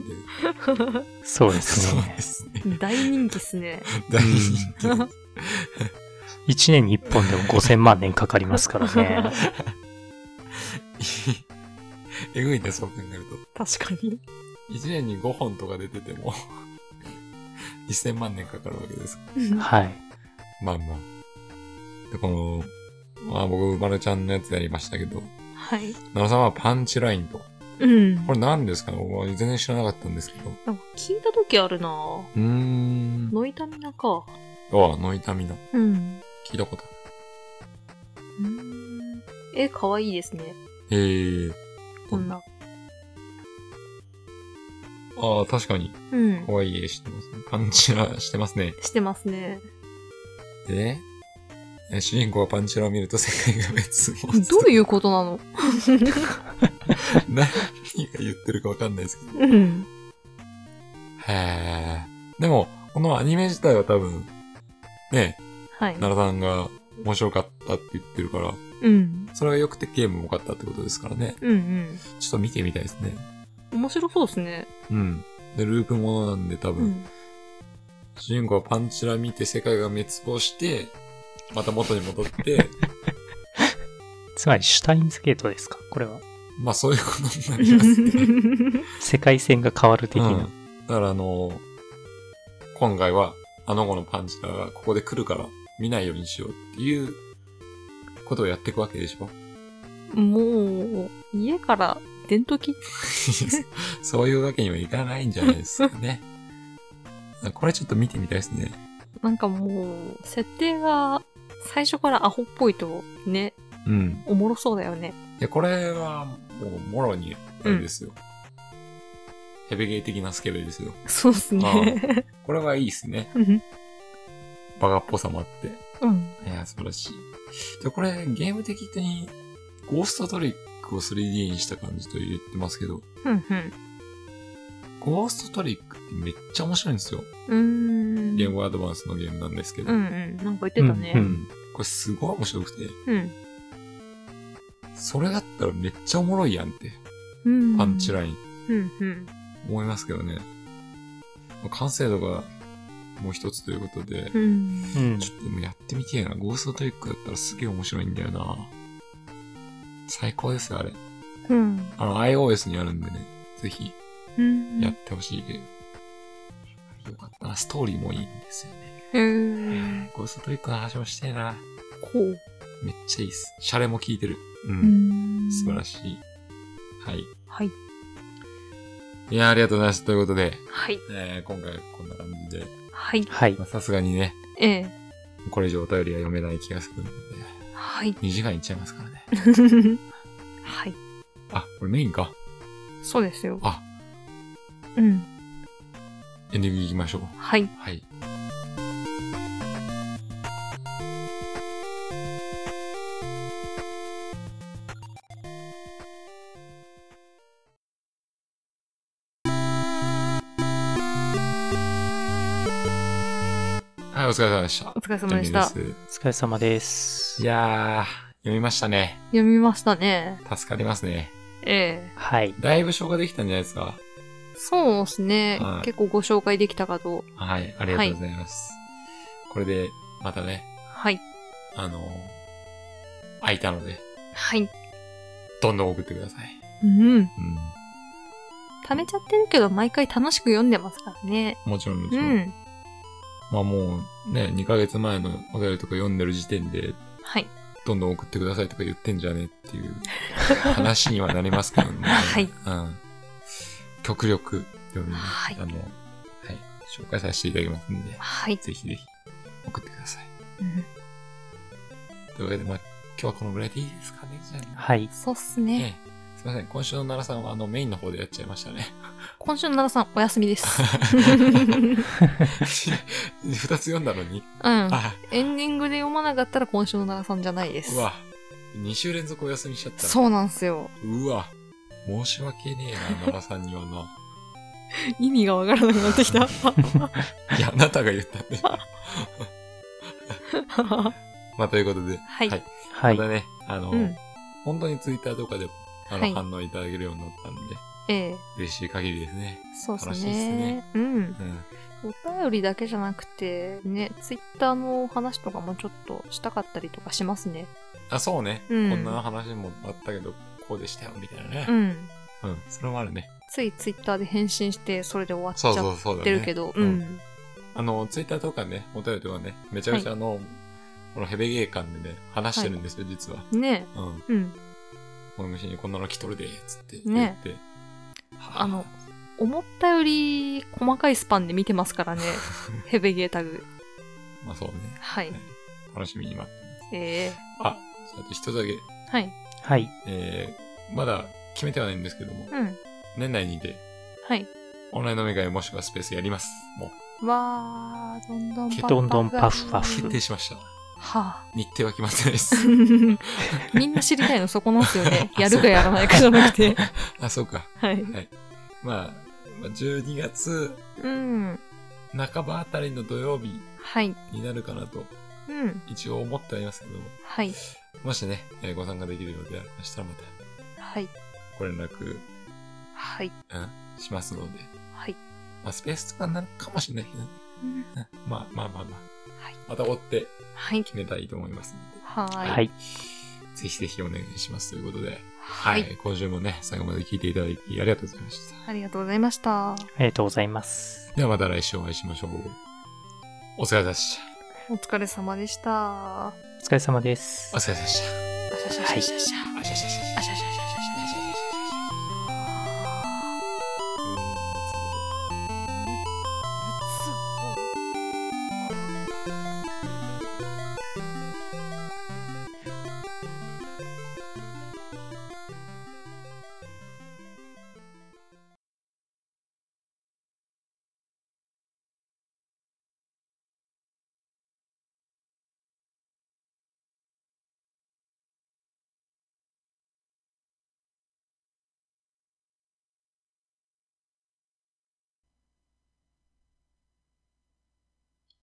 [SPEAKER 3] そうです
[SPEAKER 2] そう
[SPEAKER 3] ね
[SPEAKER 2] で。すね。
[SPEAKER 1] 大人気っすね。
[SPEAKER 2] 大人気
[SPEAKER 1] うん
[SPEAKER 3] 1年に1本でも5000万年かかりますからね。
[SPEAKER 2] <laughs> えぐいね、そう考えると。
[SPEAKER 1] 確かに。
[SPEAKER 2] 1年に5本とか出てても、1000万年かかるわけです。
[SPEAKER 3] <laughs> はい。
[SPEAKER 2] まあまあ。で、この、まあ僕、まるちゃんのやつやりましたけど、
[SPEAKER 1] はい。
[SPEAKER 2] 奈良さんはパンチラインと。
[SPEAKER 1] うん。
[SPEAKER 2] これ何ですか僕は全然知らなかったんですけど。
[SPEAKER 1] なんか聞いた時あるなぁ。
[SPEAKER 2] うーん。
[SPEAKER 1] ノイタミナか。
[SPEAKER 2] ああ、ノイタミナ。
[SPEAKER 1] うん。
[SPEAKER 2] 聞いたことあ
[SPEAKER 1] え、かわいいですね。
[SPEAKER 2] る。へえ。
[SPEAKER 1] こんな。
[SPEAKER 2] ああ、確かに。
[SPEAKER 1] うん
[SPEAKER 2] 可。愛い絵してますね。パンチラしてますね。
[SPEAKER 1] してますね。
[SPEAKER 2] で、え主人公がパンチラを見ると世界が別物。
[SPEAKER 1] どういうことなの
[SPEAKER 2] 何が言ってるかわかんないですけど。
[SPEAKER 1] うん。
[SPEAKER 2] へえ。でも、このアニメ自体は多分、ね、
[SPEAKER 1] はい。
[SPEAKER 2] 奈良さんが面白かったって言ってるから、
[SPEAKER 1] うん。
[SPEAKER 2] それが良くてゲームも良かったってことですからね。
[SPEAKER 1] うんうん。
[SPEAKER 2] ちょっと見てみたいですね。
[SPEAKER 1] 面白そうですね。
[SPEAKER 2] うん。で、ループものなんで多
[SPEAKER 1] う
[SPEAKER 2] 分、
[SPEAKER 1] ん。
[SPEAKER 2] 主人公はパンチラ見て世界が滅亡して、また元に戻って、
[SPEAKER 3] つまり、シュタインズゲートですかこれは。
[SPEAKER 2] まあそういうことになりますね。
[SPEAKER 1] <laughs>
[SPEAKER 3] 世界線が変わる的
[SPEAKER 2] う
[SPEAKER 3] な。
[SPEAKER 2] ん、だからあのー今回はあの子のパンチラがここで来るから見ないようにしようっていうことをやっていくわけでしょ
[SPEAKER 1] もう、家から電灯切っ
[SPEAKER 2] そういうわけにはいかないんじゃないですかね。これちょっと見てみたいですね。
[SPEAKER 1] なんかもう、設定が最初からアホっぽいとね、
[SPEAKER 2] うん。
[SPEAKER 1] おもろそうだよね。
[SPEAKER 2] いや、これはもうもろにあれですよ。ヘベゲー的なスケベですよ。
[SPEAKER 1] そうっすね。
[SPEAKER 2] これはいいですね。
[SPEAKER 1] うん。
[SPEAKER 2] バカっぽさもあって。
[SPEAKER 1] うん
[SPEAKER 2] いや、素晴らしい。で、これ、ゲーム的に、ゴーストトリックを 3D にした感じと言ってますけど、
[SPEAKER 1] うん。
[SPEAKER 2] ゴーストトリックってめっちゃ面白いんですよ。
[SPEAKER 1] うーん。
[SPEAKER 2] ゲームボーイアドバンスのゲームなんですけど。
[SPEAKER 1] うんうん。なんか言ってた
[SPEAKER 3] う
[SPEAKER 2] う
[SPEAKER 1] ね。
[SPEAKER 2] んこれすごい面白くて、
[SPEAKER 1] うん。
[SPEAKER 2] それだったらめっちゃおもろいやんって、
[SPEAKER 1] うん。
[SPEAKER 2] パンチライン、
[SPEAKER 1] うんうん。
[SPEAKER 2] 思いますけどね。まあ完成度がもう一つということで、
[SPEAKER 1] うん。
[SPEAKER 3] うん
[SPEAKER 2] ちょっとでもやってみてえな。ゴーストトリックだったらすげえ面白いんだよな。最高ですよ、あれ。
[SPEAKER 1] うん。
[SPEAKER 2] あの、iOS にあるんでね、ぜひ
[SPEAKER 1] うん。
[SPEAKER 2] やってほしいゲーム。よかったな、ストーリーもいいんですよね。
[SPEAKER 1] へー
[SPEAKER 2] ゴーストトリックの話もしてえな。
[SPEAKER 1] こう。
[SPEAKER 2] めっちゃいいっす。シャレも効いてる。う。
[SPEAKER 1] うんん
[SPEAKER 2] 素晴らしい。はい。
[SPEAKER 1] はい。
[SPEAKER 2] いやー、ありがとうございます。ということで、
[SPEAKER 1] はい。
[SPEAKER 2] えー、今回こんな感じで、
[SPEAKER 1] はい。
[SPEAKER 3] はい
[SPEAKER 2] ま。あさすがにね、
[SPEAKER 1] ええ。
[SPEAKER 2] これ以上お便りは読めない気がするので、
[SPEAKER 1] はい。
[SPEAKER 2] 2時間いっちゃいますからね。
[SPEAKER 1] はい。
[SPEAKER 2] あ、これメインか。
[SPEAKER 1] そうですよ。
[SPEAKER 2] あ、
[SPEAKER 1] うん。
[SPEAKER 2] エンディング行きましょう。
[SPEAKER 1] はい。
[SPEAKER 2] はい。はい、お疲れ様でした
[SPEAKER 1] お。疲れ様でした。
[SPEAKER 2] 読み
[SPEAKER 3] お
[SPEAKER 2] す
[SPEAKER 3] 疲れ様です。
[SPEAKER 2] いやー、読みましたね。
[SPEAKER 1] 読みましたね。
[SPEAKER 2] 助かりますね。
[SPEAKER 1] ええ。
[SPEAKER 3] はい。
[SPEAKER 2] だいぶ消化できたんじゃないですか。
[SPEAKER 1] そうですね
[SPEAKER 2] はい。
[SPEAKER 1] 結構ご紹介できたかと。
[SPEAKER 2] はい、ありがとうございます。これで、またね、
[SPEAKER 1] はい。
[SPEAKER 2] あの、空いたので、
[SPEAKER 1] はい。
[SPEAKER 2] どんどん送ってください。
[SPEAKER 1] うん。
[SPEAKER 2] うん。
[SPEAKER 1] 溜めちゃってるけど、毎回楽しく読んでますからね。
[SPEAKER 2] もちろんもち
[SPEAKER 1] う
[SPEAKER 2] ろん。
[SPEAKER 1] ん。
[SPEAKER 2] まあもうね、2ヶ月前のお便りとか読んでる時点で、
[SPEAKER 1] はい。
[SPEAKER 2] どんどん送ってくださいとか言ってんじゃねっ
[SPEAKER 1] <laughs>
[SPEAKER 2] ていう話にはなりますけどね。
[SPEAKER 1] はい
[SPEAKER 2] うん。極力、読み、
[SPEAKER 1] はい
[SPEAKER 2] あの、はい、紹介させていただきますんで、
[SPEAKER 1] はい。
[SPEAKER 2] ぜひぜひ送ってください。
[SPEAKER 1] うん
[SPEAKER 2] というわけで、まあ、今日はこのぐらいでいいですかね、じゃあ。
[SPEAKER 3] はい。
[SPEAKER 1] そうっすね。
[SPEAKER 2] ねすいません、今週の奈良さんはあのメインの方でやっちゃいましたね。 <laughs>
[SPEAKER 1] 今週の奈良さん、お休みです。
[SPEAKER 2] 二つ読んだのに。
[SPEAKER 1] うん。
[SPEAKER 2] あ、
[SPEAKER 1] エンディングで読まなかったら今週の奈良さんじゃないです
[SPEAKER 2] う。わ。二週連続お休みしちゃった。
[SPEAKER 1] そうなんすよ。
[SPEAKER 2] うわ。申し訳ねえな、奈良さんにはな。 <laughs>
[SPEAKER 1] 意味がわからなくなってきた。
[SPEAKER 2] いや、あなたが言ったんだよ。 <laughs> まあ、ということで、
[SPEAKER 1] はい。
[SPEAKER 2] はい
[SPEAKER 3] は
[SPEAKER 2] また
[SPEAKER 3] い。
[SPEAKER 2] ね、あの、
[SPEAKER 1] うん。
[SPEAKER 2] 本当にツイッターとかでも、あの、
[SPEAKER 1] はい
[SPEAKER 2] 反応いただけるようになったんで、
[SPEAKER 1] ええ
[SPEAKER 2] 嬉しい限りですね。
[SPEAKER 1] そうっす
[SPEAKER 2] 楽しいっす
[SPEAKER 1] ね
[SPEAKER 2] ね。
[SPEAKER 1] うん。
[SPEAKER 2] うん。
[SPEAKER 1] お便りだけじゃなくて、ね、ツイッターの話とかもちょっとしたかったりとかしますね。
[SPEAKER 2] あ、そうね。
[SPEAKER 1] うん
[SPEAKER 2] こんな話もあったけど、こうでしたよ、みたいなね
[SPEAKER 1] う。ん。
[SPEAKER 2] うん。それもあるね。
[SPEAKER 1] ついツイッターで返信して、それで終わっち
[SPEAKER 2] そうそ
[SPEAKER 1] ゃ
[SPEAKER 2] うそうだ
[SPEAKER 1] っ
[SPEAKER 2] ね。
[SPEAKER 1] てるけど、う
[SPEAKER 2] うん
[SPEAKER 1] ん。
[SPEAKER 2] あの、ツイッターとかね、お便りとかね、めちゃめちゃあの、このヘベゲー感でね、話してるんですよ、実は。
[SPEAKER 1] ね
[SPEAKER 2] うん。
[SPEAKER 1] うん。
[SPEAKER 2] この虫にこんなの来とるで、つって言
[SPEAKER 1] ね
[SPEAKER 2] って。は
[SPEAKER 1] あの、思ったより細かいスパンで見てますから
[SPEAKER 2] <laughs>
[SPEAKER 1] ね。ヘベゲータグ。
[SPEAKER 2] まあそうね。
[SPEAKER 1] はい。
[SPEAKER 2] 楽しみに待ってます。
[SPEAKER 1] ええ
[SPEAKER 2] あ、あと一つだけ、
[SPEAKER 1] はい。
[SPEAKER 3] はい。
[SPEAKER 2] えー、まだ決めてはないんですけども、
[SPEAKER 1] うん。
[SPEAKER 2] 年内にて、
[SPEAKER 1] はい。
[SPEAKER 2] オンライン飲み会もしくはスペースやります。も
[SPEAKER 1] わー、どんどんパフパフ。
[SPEAKER 3] どんどんパフパ
[SPEAKER 2] う、
[SPEAKER 3] フ
[SPEAKER 2] 決定しました。
[SPEAKER 1] は
[SPEAKER 2] 日程は決まってないで
[SPEAKER 1] あ。
[SPEAKER 2] す。
[SPEAKER 1] <laughs> みんな知りたいのそこなんですよね。やるかやらないかじゃなくて。
[SPEAKER 2] <laughs> あ、そうか。
[SPEAKER 1] <laughs> はい。
[SPEAKER 2] まあ、まあ12月
[SPEAKER 1] うん。
[SPEAKER 2] 半ばあたりの土曜日
[SPEAKER 1] はい。
[SPEAKER 2] になるかなと、
[SPEAKER 1] うん。
[SPEAKER 2] 一応思ってはいますけども、
[SPEAKER 1] はい。
[SPEAKER 2] もしね、えーご参加できるようでありましたら、また
[SPEAKER 1] はい。
[SPEAKER 2] ご連絡、
[SPEAKER 1] はい。
[SPEAKER 2] うん、しますので、
[SPEAKER 1] はい。
[SPEAKER 2] まあ、スペースとかになるかもしれないけどね、
[SPEAKER 1] うん
[SPEAKER 2] うんまあまあまあまあ、
[SPEAKER 1] はい。
[SPEAKER 2] また追って
[SPEAKER 1] はい。
[SPEAKER 2] 決めたいと思いますので、
[SPEAKER 1] はーい。
[SPEAKER 3] はい。
[SPEAKER 2] ぜひぜひお願いしますということで、
[SPEAKER 1] は。
[SPEAKER 2] はいい、今週もね、最後まで聞いていただきありがとうございました。
[SPEAKER 1] ありがとうございました。
[SPEAKER 3] ありがとうございます。
[SPEAKER 2] ではまた来週お会いしましょう。お疲れ様でし
[SPEAKER 1] お疲れ様でした。あ
[SPEAKER 3] お疲れ様で
[SPEAKER 2] た。お疲れ様でした。
[SPEAKER 1] しゃしゃしゃしゃしゃ。
[SPEAKER 2] あしゃしゃしゃし
[SPEAKER 1] あ
[SPEAKER 2] ゃ
[SPEAKER 1] しゃしゃしゃしゃ